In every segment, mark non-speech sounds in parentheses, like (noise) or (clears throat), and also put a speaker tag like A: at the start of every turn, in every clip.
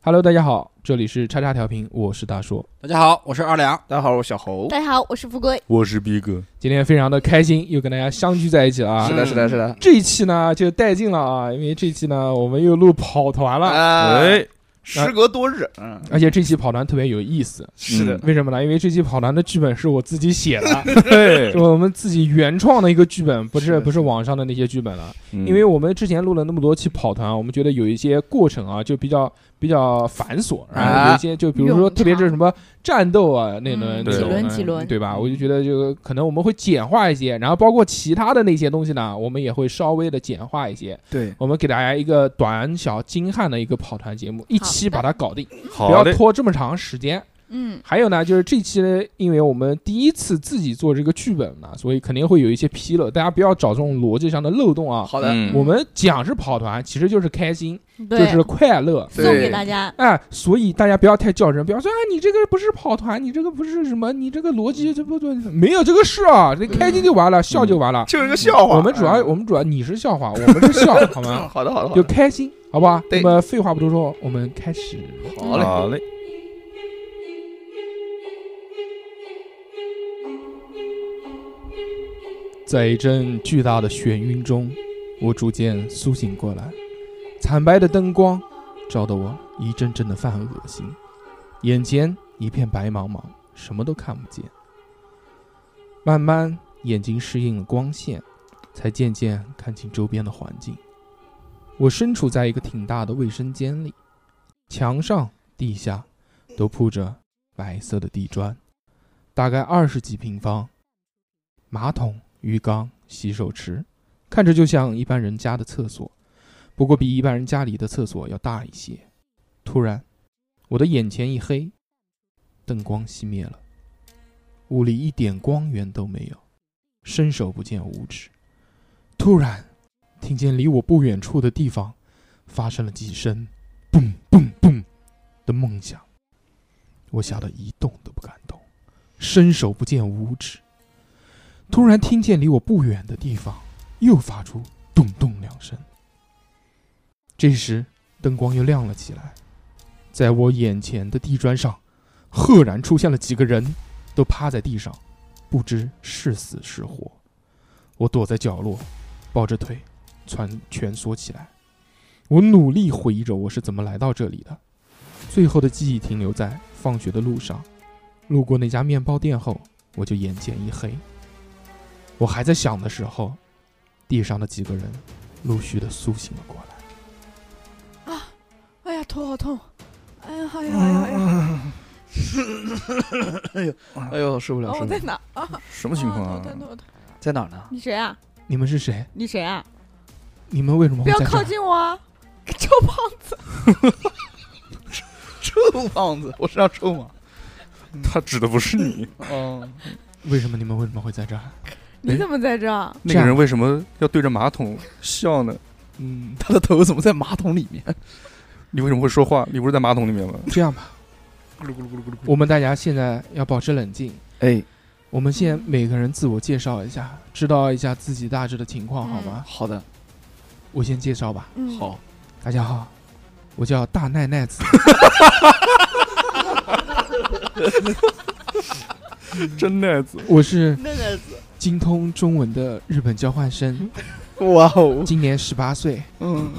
A: Hello，大家好，这里是叉叉调频，我是大硕。
B: 大家好，我是二两。
C: 大家好，我是小侯。
D: 大家好，我是富贵。
E: 我是逼哥，
A: 今天非常的开心，又跟大家相聚在一起了啊
C: 是！的，是的，是
E: 嗯
C: 的。
A: 这一期呢就带劲了啊，因为这期呢我们又录跑团了，呃
C: 啊，
E: 哎，
C: 时隔多日，嗯，
A: 而且这期跑团特别有意思。
C: 是的，
A: 为什么呢？因为这期跑团的剧本是我自己写的，
E: 嘿
A: 是，我们自己原创的一个剧本，不
C: 是
A: 是
C: 的
A: 不是网上的那些剧本了。
E: 因
A: 因为我们之前录了那么多期跑团，我们觉得有一些过程啊，就比较比较繁琐，然后有一些就比如说
D: 冗长
A: 特别是什么战斗啊那轮
D: 嗯
A: 那种
E: 几
D: 轮
A: 嗯
D: 几轮
A: 对吧？我就觉得就可能我们会简化一些，然后包括其他的那些东西呢，我们也会稍微的简化一些。
C: 对，
A: 我们给大家一个短小精悍的一个跑团节目，一期把它搞定，不
E: 好
A: 要
E: 的，
A: 拖这么长时间。
D: 嗯，
A: 还有呢，就是这期呢，因为我们第一次自己做这个剧本嘛，所以肯定会有一些纰漏，大家不要找这种逻辑上的漏洞啊。
C: 好的，
E: 嗯
A: 我们讲是跑团，其实就是开心，就
D: 对，
A: 是快乐。
D: 送给
C: 对
D: 大家。
A: 哎，所以大家不要太较真，不要说啊，你这个不是跑团，你这个不是什么，你这个逻辑这不对，没有这个事啊，你开心就完
D: 嗯
A: 了，笑就完了。
C: 就是个笑话。
A: 我们主要，
C: 嗯
A: 我们主要你是笑话，我们是笑，好
C: (laughs) 嗯
A: 吗？
C: 好的，好的，好
A: 就
C: 的。
A: 开心，好不好？
C: 对
A: 那么废话不多说，我们开始。
C: 好嘞
E: 好嘞，
A: 在一阵巨大的眩晕中，我逐渐苏醒过来。惨白的灯光照得我一阵阵的犯恶心，眼前一片白茫茫，什么都看不见。慢慢，眼睛适应了光线，才渐渐看清周边的环境。我身处在一个挺大的卫生间里，墙上、地下都铺着白色的地砖，大概二十几平方。马桶、浴缸、洗手池，看着就像一般人家的厕所，不过比一般人家里的厕所要大一些。突然，我的眼前一黑，灯光熄灭了，屋里一点光源都没有，伸手不见五指。突然，听见离我不远处的地方发生了几声“嘣嘣嘣”的梦响，我吓得一动都不敢动，伸手不见五指。突然听见离我不远的地方又发出咚咚两声。这时灯光又亮了起来，在我眼前的地砖上，赫然出现了几个人，都趴在地上，不知是死是活。我躲在角落，抱着腿，蜷蜷缩起来。我努力回忆着我是怎么来到这里的，最后的记忆停留在放学的路上，路过那家面包店后，我就眼前一黑。我还在想的时候，地上的几个人陆续的苏醒了过来。
D: 哎呀，头好痛！哎呀，哎呀，哎呀，哎呀！
C: 哎呦，受不了，
D: 哦，
C: 受
D: 我
C: 不
D: 在
C: 了。
D: 哪儿啊？
E: 什么情况
D: 啊头
E: 啊
D: 疼？头疼
C: 在哪儿呢？
D: 你谁啊？
A: 你们是谁？
D: 你谁啊？
A: 你们为什么
D: 不
A: 会
D: 要
A: 在这
D: 靠
A: 儿？
D: 近哦我啊！臭胖子，
C: 臭胖子，我身上臭吗？
E: 他指的不是你，
C: 哦，
A: 为什么你们为什么会在这儿？
D: 你怎么在这儿？
E: 那个人为什么要对着马桶笑呢？
A: 嗯，
C: 他的头怎么在马桶里面？
E: 你为什么会说话？你不是在马桶里面吗？
A: 这样吧， (laughs) 我们大家现在要保持冷静。
C: 哎，
A: 我们
D: 嗯
A: 先每个人自我介绍一下，知道一下自己大致的情况，
D: 嗯
A: 好吗？
C: 好的，
A: 我先介绍吧。
D: 嗯，
C: 好，
A: 大家好，我叫大奈奈子。 (laughs)
E: 真奈子，
A: 我是
C: 那个子，
A: 精通中文的日本交换生，
D: 嗯
C: 哇哦，
A: 今年十八岁。
C: 嗯，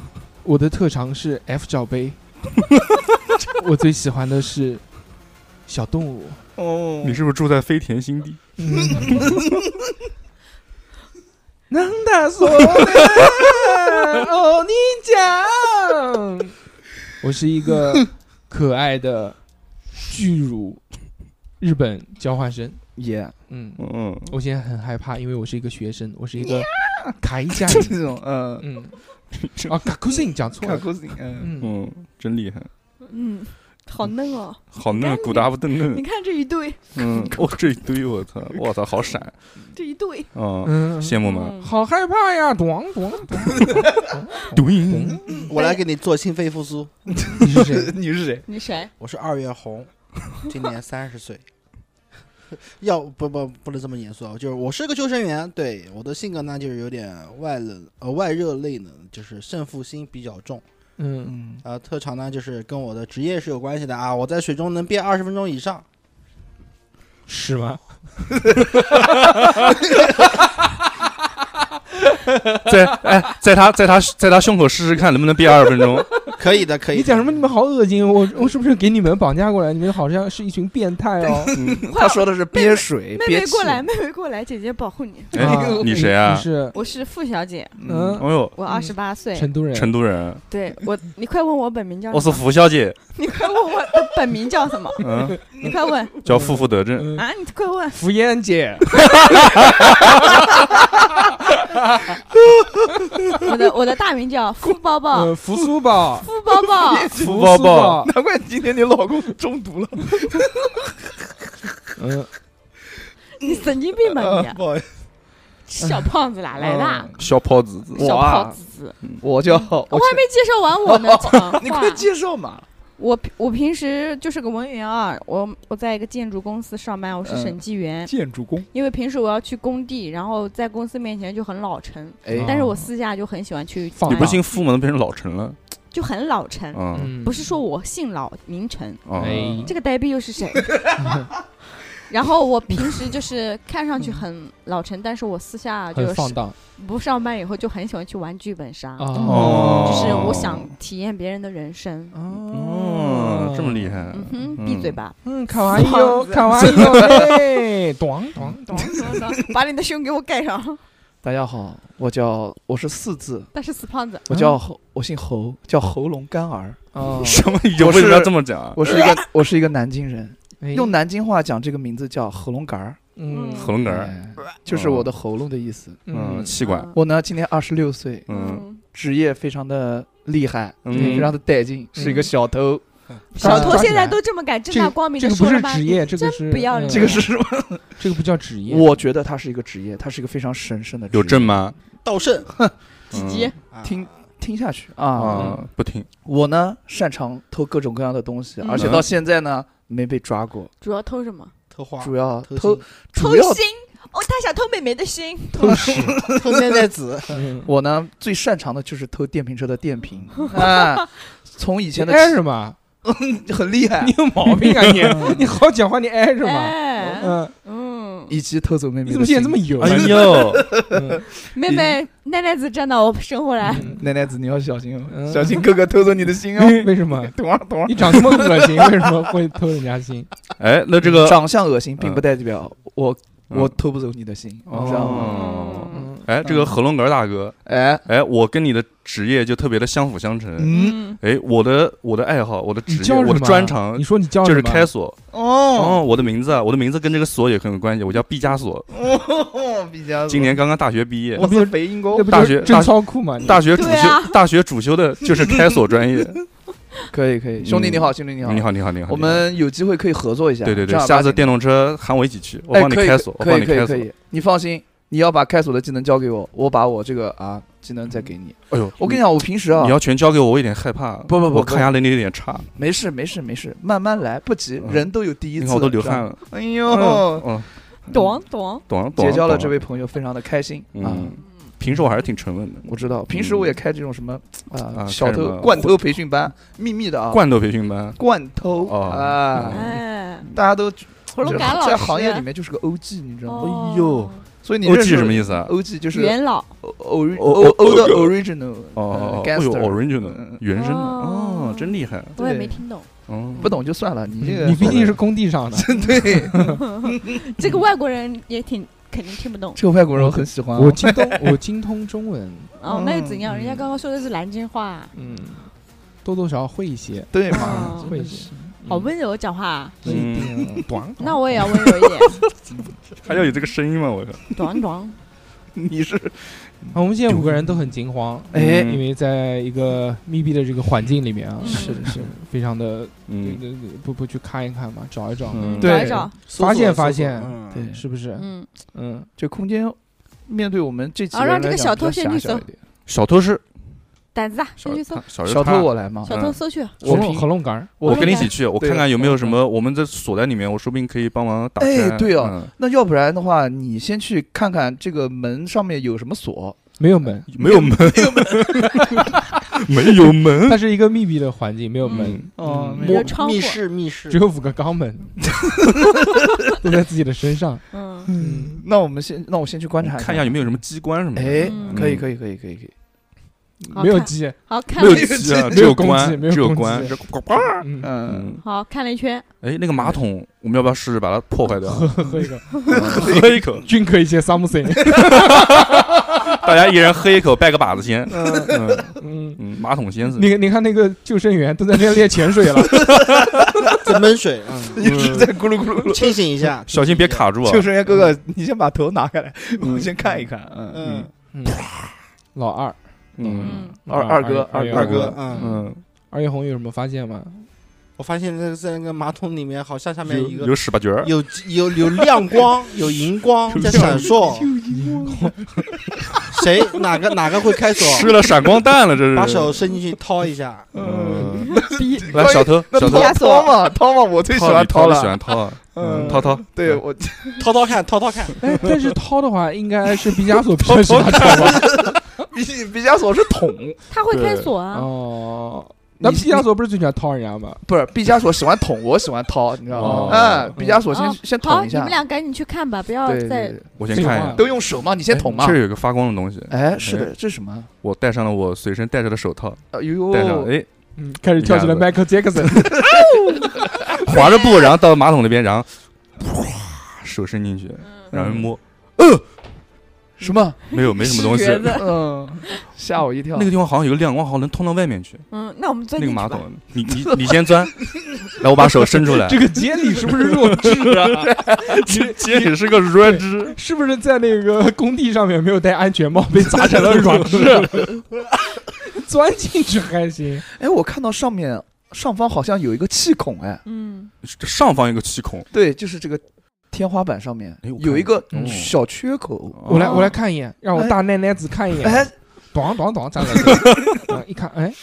A: 我的特长是 F 罩 (laughs) 杯，我最喜欢的是小动物。
C: 哦，
E: 你是不是住在飞田新地？
A: 嗯能打索哦，你讲， (laughs) 我是一个可爱的巨乳日本交换生。
C: (laughs) 耶，
A: 嗯，
E: 嗯，
A: 我现在很害怕，因为我是一个学生，我是一 (laughs) 个铠甲
C: 这
A: (laughs) 人。
C: 种，嗯，
A: 嗯，啊 k a k u s i n 讲错
C: 看
A: 了。
C: 故事，嗯，
A: 嗯，
E: 嗯，真厉害，
D: 嗯，好嫩哦！
E: 好嫩，古达不登
D: 你
E: 嫩，
D: 看这一对，
C: (laughs)
E: 嗯，哦，这一堆，我操，我操，好闪
D: 这一对，
E: 啊，
A: 嗯，
E: 羡慕吗？
D: 嗯
A: 好害怕呀！咣咣
C: 嗯
E: 对，
A: 咣！
F: 我来给你做心肺复苏。
A: 你是谁？
C: 你是谁？
D: 你谁？
F: 我是二月 (laughs) 红，今年三十岁。 (laughs) 要不不不能这么严肃啊！就是我是个救生员，对我的性格呢就是有点外冷呃外热内冷，就是胜负心比较重，
A: (laughs) 嗯，
C: 嗯，
F: 啊，特长呢就是跟我的职业是有关系的啊，我在水中能憋二十分钟以上。
A: 是吗？
E: 在哎，在他在他在他胸口试试看能不能憋二十分钟。
F: 可以的，可以
A: (laughs)
F: 的。
A: 你讲什么？你们好恶心！我我是不是给你们绑架过来？你们好像是一群变态哦！
C: (laughs) 他说的是憋水，
D: 妹
C: 憋
D: 妹
C: 气
D: 过来，妹妹过来，姐姐保护你。
E: 哎
D: (laughs)
A: 啊
E: 你谁啊
A: 你是
D: 我是付小姐，
A: 嗯
C: 嗯，
E: 哎呦，
D: 我二十八岁。
A: 成都人，
E: 成都人，
D: 对我，你快问嗯我本名叫
E: 我
D: 什
E: 是
D: 么？
E: 福小姐，
D: 你快问我的本名叫什么？
E: 嗯，
D: 你快 (laughs) 问
E: 叫负负得
C: (laughs)
E: 正。
A: 嗯
D: 啊！你快问。
A: 福烟姐，
D: 我的我的大名 (laughs) 叫付包包，
A: 呃，福苏宝，呃
D: 付包包。
E: 福包包，
C: 难怪今天你老公中毒了，
A: 嗯，
D: (laughs) 你神经病吧你
C: 啊？不好意思，
D: 小胖子哪来的？
E: 小泡子，
D: 小
C: 我
D: 胖
C: 啊，
D: 子，
C: (laughs) 我叫
A: 啊
D: 我还没介绍完嗯我呢，长话
C: 你快介绍嘛，
D: 我我平时就是个文员啊，我我在一个建筑公司上班，我是
C: 嗯
D: 审计员。
C: 建筑工，
D: 因为平时我要去工地，然后在公司面前就很老成，
A: 啊
C: 哎
D: 但是
E: 嗯
D: 我私下就很喜欢去
A: 嗯放
E: 你
A: 荡
E: 不姓傅吗？都变成老陈了。
D: 就很老成，
E: 嗯
A: 嗯
D: 不是说我姓老名成，
C: 嗯
E: 啊，
A: 哎
D: 这个呆逼又是谁？然后我平时就是看上去很老成，但是我私下就
A: 很放
D: 是啊
A: 荡
D: 不上班以后就很喜欢去玩剧本杀，
C: 啊
A: 哦，
D: 就是我想体验别人的人生。
E: 哦，这么厉害，
D: 嗯哼，
E: 嗯
D: 闭嘴吧！
A: 嗯，卡哇伊哟，卡哇伊
E: (laughs)
A: 哟，哎，咚咚咚，
D: (laughs) 把你的胸给我盖上。
C: 嗯大家好，我叫我是四字，
D: 但是死胖子，
C: (laughs) 我叫侯，我姓侯，叫喉咙干儿，
A: 啊哦，
E: 什么？有为什么要这么讲啊？
C: 我是一个我是一个南京人，
A: 哎
C: 用南京话讲这个名字叫喉咙杆儿，
A: 嗯
E: 喉咙梗儿，
C: 哎就是我的喉咙的意思。
E: 嗯，
A: 嗯
E: 气管，
C: 我呢今年二十六岁，
E: 嗯，
C: 职业非常的厉害，
E: 嗯
C: 非常的带劲，是一个小偷。
D: 小
A: 抓
D: 偷
A: 起
D: 现在
A: 来
D: 都这么敢正
A: 这
D: 大
A: 个
D: 光明
A: 嗯这
D: 的
A: 个不
D: 说了
A: 是
D: 吗？
A: 职
D: 你
A: 业，这个
D: 真
A: 是
D: 不要
A: 嗯
D: 脸
C: 这个是什么？
A: 这个不叫职业，
C: 我觉得他是一个职业，他是一个非常神圣的职业。
E: 有证？吗？
F: 道圣
D: 几
E: 嗯
D: 级？
F: 啊
C: 听听下去啊！
E: 啊，不听，
C: 我呢擅长偷各种各样的东西，
D: 嗯
C: 而且到现在呢没被抓过。
D: 主要偷什么？
F: 偷花、
C: 主要
F: 偷
C: 偷
F: 心
C: 主要
D: 心。哦，他想偷妹妹的心。
A: 偷屎，
F: 偷奶奶
C: (laughs)
F: 子，
A: 嗯
C: 我呢最擅长的就是偷电瓶车的电 (laughs) 瓶啊！从以前的
A: 挨什么？
C: (laughs) 很厉害
A: 你，有毛病啊你！ (laughs) 你好讲话，你挨什么？
D: 哎，
A: 嗯，
D: 嗯，
C: 以及偷走妹妹的
A: 你怎
C: 心。
A: 么现在这么
C: (laughs)
A: 油啊？
E: 哎呦，
A: 嗯
D: 妹妹奈奈子站到我身后来，
A: 嗯
C: 奶奶子，你要小心
A: 嗯
C: 哦， (laughs) 小心哥哥偷走你的 (laughs) 心哦！
A: 为为什么？
C: 懂啊懂啊
A: 你长这么恶心，为什么会偷人家心？
E: (laughs) 哎，那这个，
C: 长相恶心，并不代表我
E: 嗯
C: 我偷不走你的心，知道吗？
E: 哦，
A: 嗯，
E: 哎，这个喉咙梗儿大哥，
C: 哎，
E: 哎，我跟你的职业就特别的相辅相成。
C: 嗯，
D: 嗯，
E: 哎，我的我的爱好，我的
A: 你
E: 职业，
A: 叫什
C: 啊
E: 我
A: 么？
E: 的专长
A: 你说你叫
E: 就是
A: 什么
E: 开锁。
C: 哦 (laughs) 嗯
E: 哦，我的名字啊，我的名字跟这个锁也很有关系。我叫毕加索，
C: 哦，比较
E: 今年刚刚大学毕业
C: 我，是北
A: 那
C: 英公，
A: 不
E: 大
A: 就
E: 学
A: 是真操酷吗？你
E: 大学主
D: 对啊
E: 修，大学主修的就是开锁专业。
C: 可以可以，兄弟你好，兄弟 (laughs) 你好，
E: 你，好，你好，你好，
C: 我们有机会可以合作一下，
E: 对对对
C: 正，儿八
E: 下次
C: 经
E: 电动车喊我一起去，我
C: 哎
E: 帮你
C: 可以
E: 开锁，我
C: 可
E: 帮你
C: 以可
E: 开
C: 以
E: 锁
C: 可。以，你放心。你要把开锁的技能交给我，我把我这个啊技能再给你。
E: 哎呦，
C: 我跟
E: 你
C: 你讲，我平时啊
E: 你，要全交给我，我有点害怕。
C: 不不不
E: 我抗压能力有点差。
C: 没事没事没事，慢慢来，不急，
E: 嗯
C: 人都有第一
E: 你
C: 次。
E: 看我都流汗
C: 了。
E: 了。
C: 哎
E: 嗯
C: 呦，
E: 嗯，
D: 懂懂。
E: 懂懂。
C: 结交了
E: 懂
C: 这位朋友，非常的开心啊。
E: 嗯，平时我还是挺沉稳的。
C: 我知道，平时我也开这种什么
E: 啊
C: 啊
E: 开
C: 小
E: 什么
C: 偷惯偷培训班，秘密的啊，
E: 罐头培训班，
C: 惯偷
E: 哦嗯
C: 啊，
D: 哎，
C: 大家都
D: 喉咙感老师啊
C: 在行业里面就是个 OG，你知道吗？
D: 哦
E: 哎呦
C: 所以你
E: 欧
C: 认识
E: 气什么意思啊？
C: ？OG 就是
D: 元老，
C: O O
E: 哦
C: O O 的
E: 哦
C: original，呃
E: 哦哦，
C: g a
E: 哦
C: n
E: 呦
C: g s t e r
E: ，original
C: 嗯
E: 原生的，
D: 哦
E: 哦，真厉害。
D: 我也
C: 对
D: 没听懂。 (laughs)
E: 哦，
C: 不懂就算了，嗯你这个
A: 你毕竟是工地上的，
C: 对
D: 这个外国人也挺肯定听不懂。
C: 这个外国人 (laughs) 我很喜欢啊，
A: 我精通 (laughs) 我精通中文，
D: 哦
C: 嗯，
D: 那又怎样？人家刚刚说的是南京话，
A: 嗯，多多少少会一些，啊
C: 对嘛，
D: 哦
A: 会一些，嗯
D: 好温柔讲
C: 哦
D: 话。
A: 是一定短。
D: (laughs) 那我也要温柔一点，
C: (laughs)
E: 还要有这个声音吗？我靠，
D: 短短。
C: 你是
A: 好，啊我们现在五个人都很惊慌，
C: 嗯哎
A: 因为在一个密闭的这个环境里面啊，
D: 嗯是的
A: 是非常的
E: 嗯
A: 对对对不不去看一看嘛，找一找，
E: 嗯，
C: 对
D: 找一找，
F: 搜索
A: 发现
F: 搜索
A: 发现
F: 嗯
C: 对
A: 是不是？
D: 嗯，
A: 嗯，
C: 这空间面对我们这几
D: 啊
C: 人
D: 让这个
C: 来讲
D: 小偷
C: 比较
D: 先去
C: 狭小
D: 搜
C: 一点
E: 小偷是
D: 胆子大，
E: 小
D: 先去搜。
E: 小
C: 小嗯偷
E: 他
C: 我来嘛，
D: 小偷搜去，
A: 喉
C: 我
A: 咙
C: 平
A: 喉咙杆儿，
E: 我跟你一
D: 看
E: 起去，我
C: 对
E: 看看有没有什
C: 嗯
E: 么我们这锁在里面，我说不定可以帮忙打开。
C: 哎对哦
E: 嗯，
C: 那要不然的话，你先去看看这个门上面有什么锁，
A: 没有门，
E: 没有门，没有门。
A: 它是一个密闭的环境，没有门，
E: 嗯，
C: 哦，
A: 嗯
C: 没
D: 一
C: 有
D: 个窗户
F: 密，室密
A: (laughs)
F: 室
A: 只有五个肛门，都在自己的身上。
D: 嗯，
C: 那我们先，那我先去观察
E: 看一下有没有什么机关什么的。
C: 哎
D: 嗯，
C: 可以，可以，可以，可以，可以。
D: 好
A: 嗯没有
D: 看
A: 鸡，
D: 好看
E: 没有
D: 了，
E: 机啊，
A: 没有
E: 只有
A: 攻击
E: 关
A: 没，有
E: 只有
A: 攻击
E: 关。是呱呱
A: 嗯，
C: 嗯，
E: 嗯，
D: 好看了一圈，
E: 哎，那个马桶，我们要不要试试把它破坏掉？
A: (laughs)
E: (laughs)
A: 喝一个， (laughs)
E: 喝一口，
A: 均可一些 something。
E: 大家一人喝一口，拜个把子先。
C: 嗯
E: 嗯
A: 嗯，
E: 嗯，马桶先生，
A: 你你看那个救生员都在那练潜水了， (laughs)
F: 在闷水，嗯，
C: 一直在咕噜咕噜咕噜。
F: 清醒一下，
E: 小心别卡住啊
C: 救！生员哥哥，你先把头拿开来，我先看一看。嗯，
F: 嗯。
A: 嗯老二，
E: 嗯
D: 嗯，
C: 二二哥
A: 二
C: 二
A: 月
F: 二哥
A: 红，
F: 嗯，
E: 嗯，
A: 二月红有什么发现吗？
F: 我发现那个在那个马桶里面，好像下面有一
E: 有
F: 个
E: 有屎吧角儿，
F: 有有有亮光，有荧光在闪烁。谁哪个哪个会开锁？
E: 吃了闪光弹了，这是。
F: 把手伸进去掏一下，
E: 嗯，
A: (laughs)
D: 逼
E: 来小偷，
C: 那
E: 小
C: 掏
E: 偷，
D: 亚索
C: 掏嘛掏嘛，我最喜欢
E: 掏
C: 掏
E: 你喜
C: 了。
E: 欢掏啊，
C: 嗯，
E: 掏掏，
C: 对我 (laughs)
F: 掏掏看，掏掏看。
A: 哎，但是掏的话，应该是毕加索比较喜欢掏吧？
C: 毕毕加索是桶，
D: 他会开锁啊，
A: 哦，那毕加索不是最喜欢掏人家吗？
C: 不是毕加索喜欢捅，我喜欢掏，你知道
A: 哦
C: 吗？嗯，毕加索先
D: 哦
C: 先
D: 好，
C: 捅一
D: 你
C: 下
D: 们。俩哦赶紧去看吧，不要
C: 对对
D: 再
C: 对，
E: 我先看一下。
C: 都用手嘛，你先捅嘛
E: 这。儿有个发光的东西，
C: 哎，是的，这是什么？
E: 我戴上了我随身带着的手套，
C: 哎呦，
E: 戴上，哎，
A: 嗯，开始跳起了
E: 一下
A: Michael Jackson，
E: 滑着步，然后到马桶那边，然后哗，手伸进去，然后摸，呃，
C: 什么？
E: 没有，没什么东西
C: (laughs)
D: 是。觉得
C: 嗯，吓我一跳。
E: 那个地方好像有个亮光，好像能通到外面去。
D: 嗯，那我们钻
E: 那个
D: 进
E: 马
D: 去吧。
E: 桶，你你你先钻，来，我把手伸出来。
A: 这个杰里是不是弱智啊？
E: 这这也是个弱
A: (laughs)
E: 智，
A: 是不是在那个工地上面没有戴安全帽，被砸 (laughs) 成了软质？ (laughs) 钻进去还行，
C: 哎，我看到上面上方好像有一个气孔，哎，
D: 嗯，
E: 上方有个气孔，
C: 对，就是这个天花板上面
E: 哎我看
C: 有一个
E: 见了
C: 小缺口。
A: 我来
D: 哦
A: 我来看一眼，让我大奶奶子看一
E: 嗯
A: 眼，
C: 哎，
A: 咚咚咚 (laughs) 站了，啊一看，哎，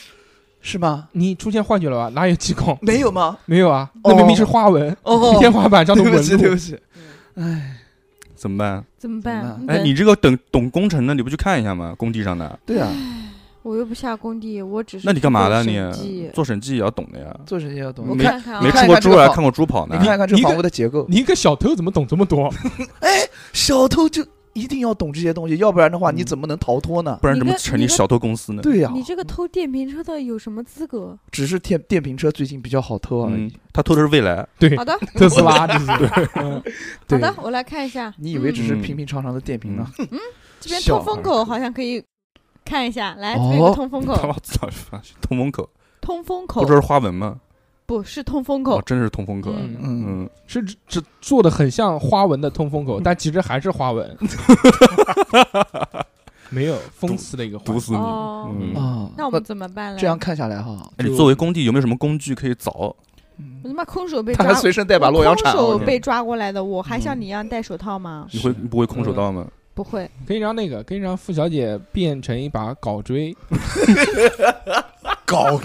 C: 是吗？
A: 你出现幻觉了吧？哪有气孔？
C: 没有吗？
A: 没有啊，那明明是花纹，
C: 哦，
A: 天花板上的
C: (laughs) 对
A: 纹
C: 不起，对不
A: 路。
C: 起。
D: 嗯
C: 哎，
E: 怎么办？
D: 怎么
C: 怎么
D: 办？
E: 哎，
D: 等
E: 你这个等懂工程的，你不去看一下吗？工地上的，
C: 对啊，
D: 我又不下工地，我只是
E: 那你干嘛呢？
D: 去
E: 你
D: 做审计
E: 做审计也要懂的呀。
C: 做这些要懂。
D: 我
C: 你
E: 没
D: 看看啊
E: 没，
C: 看
E: 吃
C: 一
E: 过
C: 看这
E: 猪
C: 个
E: 还
C: 房
E: 看过猪跑呢
C: 你。看看这
A: 你
C: 房
A: 个
C: 屋的结构，
A: 你一个小偷怎么懂这么
C: (laughs)
A: 多？
C: 小偷就一定要懂这些东西，要不然的话你
A: 嗯
C: 怎么能逃脱呢？
E: 不然怎么
D: 你个
E: 成立
D: 你个
E: 小偷公司呢？
C: 对呀，
D: 你这个偷电瓶车的有什么资格？
C: 只是电电瓶车最近比较好偷啊而
E: 嗯
C: 已。，
E: 他偷的是未来，
A: 对
C: (laughs)
D: 好，的，
A: 特斯拉就是嗯
D: 好
C: 对，
D: 的，我来看一下。
C: 你以为
D: 嗯
C: 只是平平常常的电瓶呢？
D: 这边
C: 小
D: 通
C: 孩
D: 风口好像可以看一下，来
C: 哦
D: 这边有个通风
E: 他妈
D: 口，
E: 操，通风口，
D: 通风口
E: 不这是花纹吗？
D: 不是通风
E: 哦
D: 口，，
E: 真是通风口。
D: 嗯
C: 嗯，
E: 嗯，
A: 是只只做的很像花纹的通风口，但其实还是花
C: (laughs)
A: 纹，没有封死了一个花
E: 毒
A: 纹。
E: 死你！
D: 哦
E: 嗯，
C: 啊，
D: 那我们怎么办呢？
C: 这样看下来哈，嗯
E: 哎你作为工地有没有什么工具可以凿？
D: 我他妈空手被
C: 他
D: 抓
C: 还，随身带把洛
D: 嗯
C: 阳
D: 空
C: 铲，啊
D: 手
C: 我嗯
D: 被抓过来的，我还像你一样戴手套吗？
E: 你会你不会空手道吗？
D: 不会，
A: 可以让那个可以让付小姐变成一把镐锥，
F: 搞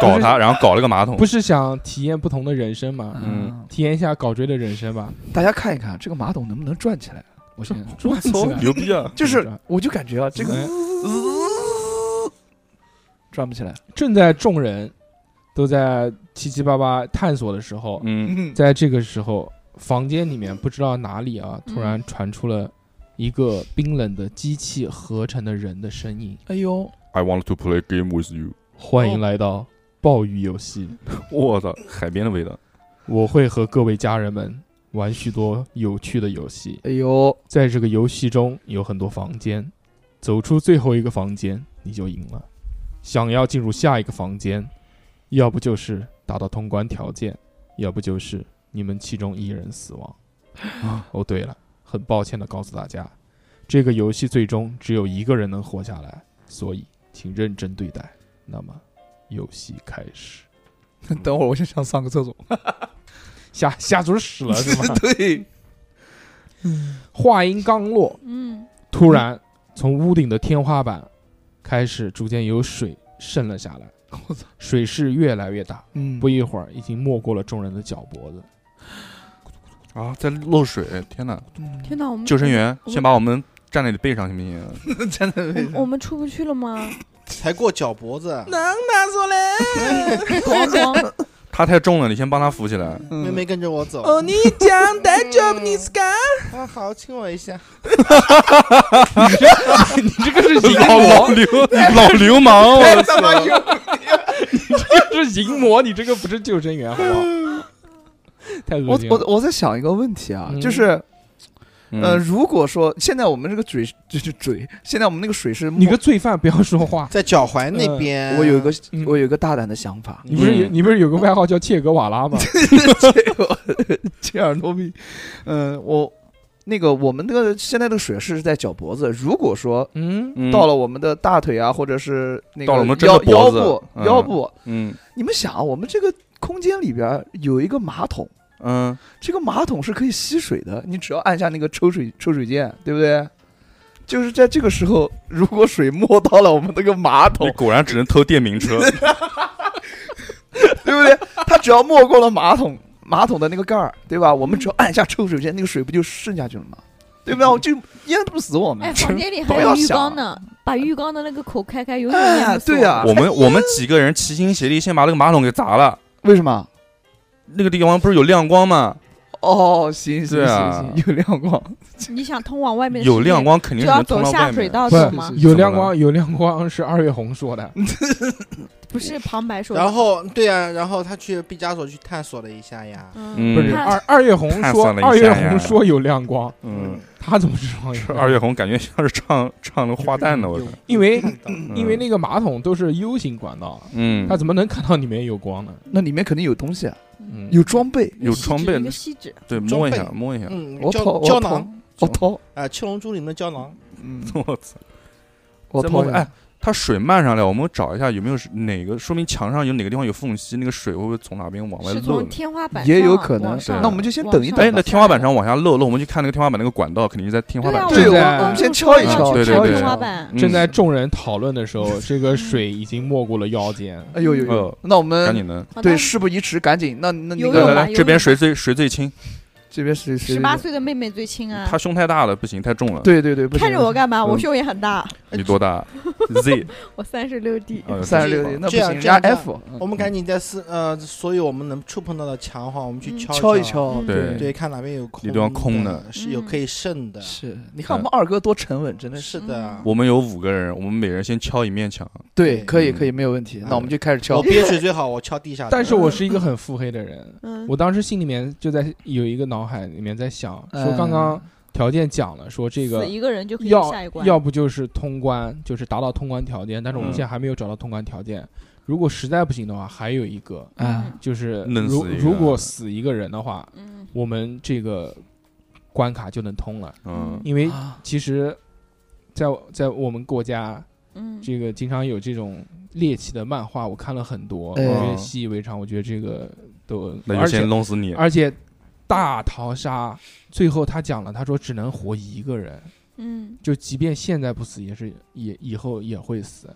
E: 搞他，然后搞了个马桶
A: 不。是想体验不同的人生吗？
E: 嗯
C: 哦嗯，
A: 体验一下镐锥的人生吧，
C: 大家看一看这个马桶能不能转起来？我 (laughs) 先
A: (laughs) 转起来
E: 牛逼啊！
C: 就是，我就感觉啊，这个
A: 哎
C: 转不起来。
A: 正在众人都在七七八八探索的时候，
E: 嗯，
C: 嗯，
A: 在这个时候，房间里面不知道哪里啊，突然传出了一个冰冷的机器合成的人的声音。
C: 哎呦，
E: I want to play game with you。
A: 欢迎来到暴雨游戏，
E: 我操，海边的味道。
A: 我会和各位家人们玩许多有趣的游戏。
C: 哎呦，
A: 在这个游戏中有很多房间，走出最后一个房间你就赢了。想要进入下一个房间，要不就是达到通关条件，要不就是你们其中一人死亡。哦，对了，很抱歉的告诉大家，这个游戏最终只有一个人能活下来，所以请认真对待。那么，游戏开始。
C: 等会儿我先上上个厕所。
A: 下下足屎了是吗？
C: 对，
A: 话音刚落，
D: 嗯，
A: 突然从屋顶的天花板开始逐渐有水渗了下来，
C: 我操，
A: 水势越来越大，
C: 嗯，
A: 不一会儿已经没过了众人的脚脖 (laughs) 子。
E: 啊，在漏水！天哪！
D: 嗯天哪，我们
E: 救生员，
D: 我们
E: 先把我们站在你背上行不行？
C: 真的
D: 我们我们出不去了吗？
F: 才过脚脖子，
D: (laughs) 咣咣，
E: 他太重了，你先帮他扶起来。
D: 嗯
F: 妹妹跟着我走。
B: お兄ちゃん大丈夫ですか？
F: 啊，好，亲我一下。
A: 你这个是淫 (laughs)
E: 老老
A: 魔，
E: 流老流氓，啊
D: 哎
E: 我操！
A: 这是淫魔，你这个不是救生员，好不好？ (laughs) 太恶
C: 我
A: 心了。
C: 我我在想一个问题啊，
A: 嗯
C: 就是呃，
E: 嗯，
C: 如果说现在我们这个嘴就是嘴，现在我们那个水是
A: 你
C: 没
A: 个罪犯不要说 (laughs) 话。
F: 在脚踝那边，
C: 我有一个
A: 嗯
C: 我有一个大胆的想法，
A: 你不是有
E: 嗯
A: 你不是有个外号叫切格瓦拉吗？
C: (laughs) 这个切尔诺贝，嗯，我那个我们那个现在这个水是在脚脖子，如果说
A: (laughs) 嗯，
E: 嗯
C: 到了我们的大腿啊，或者是那个
E: 到了我们真的
C: 腰
E: 脖
C: 腰
E: 子
C: 部
E: 嗯
C: 腰部，
E: 嗯
C: 你们想啊，我们这个空间里边儿有一个马桶。
E: 嗯，
C: 这个马桶是可以吸水的，你只要按下那个抽水抽水键，对不对？就是在这个时候，如果水没到了我们那个马桶
E: 你，果然只能偷电瓶
D: (laughs)
E: 车。
C: 对不对？它只要没过了马桶马桶的那个盖儿，对吧？我们只要按下抽水键，那个水不就渗下去了吗？对不对？我就淹不死我 (laughs)
D: 哎，
C: 们。
D: 房间里还有浴缸呢，把浴缸的那个口开开，永远淹不死
C: 对啊
E: 我们我们几个人齐心协力，先把那个马桶给砸了。
C: 为什么？
E: 那个地方不是有亮光吗？
C: 哦，行行
E: 对
C: 行
E: 啊
C: 行，有亮光。
D: 你想通往外面
E: 有亮，光肯定
D: 就是要
E: 能通
D: 走
E: 到
D: 下
E: 外
D: 水
E: 面。
D: 道
A: 不
D: 走吗
A: 是？有亮
E: 怎么
A: 光，有亮光是二月红说的。
D: 不是旁白说的。
F: 然后对呀、然后他去毕加索去探索了一下呀。
D: 嗯，
E: 嗯
A: 不是
D: 他
A: 二二月红
E: 探
A: 说，
E: 索了一
A: 二月
E: 下呀
A: 红说有亮光，
E: 嗯，
A: 他怎么知道有
E: 这
A: 亮
E: 二
A: 光？
E: 月红感觉像是唱唱那花旦呢，我操！
A: 因为
E: 嗯
A: 因为那个马桶都是 U 型管道，
E: 嗯
A: 他，怎么能看到里面有光呢？
C: 那里面肯定有东西啊，
A: 嗯，
C: 有装备。
E: 有装备
D: 一个，锡纸，
E: 对，摸一下
F: 装，备
E: 摸一下。
F: 嗯，
C: 我
F: 胶
C: 掏，我
F: 胶
C: 掏
F: 囊，
C: 我掏，
F: 啊，七龙珠》里面的胶囊，
C: 嗯，
E: 我操！
C: 我
E: 再
C: 掏
E: 摸
C: 一下。
E: 哎，它水漫上来，我们找一下有没有是哪个，说明墙上有哪个地方有缝隙，那个水会不会从哪边往外漏
D: 是从
E: 呢？
D: 天花板
C: 也有
D: 上
C: 可能
D: 往上
E: 对
C: 那我们就先等一等
E: 哎，那
D: 往
E: 天花板上往下漏了，我们去看那个天花板那个管道，肯定是在天花
D: 对
E: 板
A: 正
E: 上。
D: 啊，
C: 对
A: 在
D: 我
A: 我
C: 们先敲一敲
D: 对
E: 对对对
D: 天花板
E: 嗯
A: 正在众人讨论的时候，
D: 嗯
A: 这个水已经没过了腰
D: (laughs)
A: 间。
C: 哎呦呦
E: 哎
C: 呦
E: 呦！
C: 那我们
E: 赶紧的，
D: 好
C: 对，
D: 那
C: 事不宜迟，赶紧。那那那
D: 游
E: 来
D: 泳
E: 来
D: 吧
C: 个
E: 来，这边谁最谁最轻？
C: 这边是谁？
D: 十八岁的妹妹最亲啊
E: 他！胸太大了，不行，太重了。
C: 对对对，不行
D: 看着我干嘛？
E: 嗯
D: 我胸也很大，
E: 你多大？Z，
D: 我三十六 D。
E: 呃
C: 三十六
E: 这
C: D，
E: 个
C: 那不
F: 这样
C: 行，人
F: 这
C: 家
F: 样这样
C: F，
F: 我们赶紧在四呃，所有我们能触碰到的墙的话，我们去
D: 嗯
F: 敲
C: 敲一
F: 敲，
C: 敲。
D: 嗯
E: 对
F: 对，看哪边有空，
E: 有地方空
F: 的，
E: 的
F: 是有
D: 嗯
F: 可以渗的，
C: 是，你看我们二哥多沉稳，真的是。
F: 是的。啊
E: 我们有五个人，我们每人先敲一面墙。
C: 对，可以
E: 嗯
C: 可以，没有问题。
E: 嗯
C: 那我们就开始
F: 我
C: 敲。
F: 憋水最好，我敲地下的。
A: 但是我是一个很腹黑的人，
D: 嗯，
A: 我当时心里面就在有一个脑海里面在想，
C: 嗯
A: 说刚刚条件讲了，说这个
D: 死一个人就可以
A: 要
D: 下一关。
A: 要不就是通关，就是达到通关条件，但是我们
E: 嗯
A: 现在还没有找到通关条件。如果实在不行的话，还有一个
C: 啊，
A: 就是
E: 弄
A: 如
E: 死一个
A: 如果死一个人的话，
D: 嗯，
A: 我们这个关卡就能通了，
E: 嗯，
A: 因为
C: 啊
A: 其实在在我们国家，
D: 嗯
A: 这个经常有这种猎奇的漫画，我看了很多，我
C: 哎
A: 觉得习以为常。我觉得这个都，
E: 那就
A: 而
E: 先
A: 且
E: 弄死你。
A: 而且大逃杀最后他讲了，他说只能活一个人，
D: 嗯
A: 就即便现在不死，也是也以后也会死。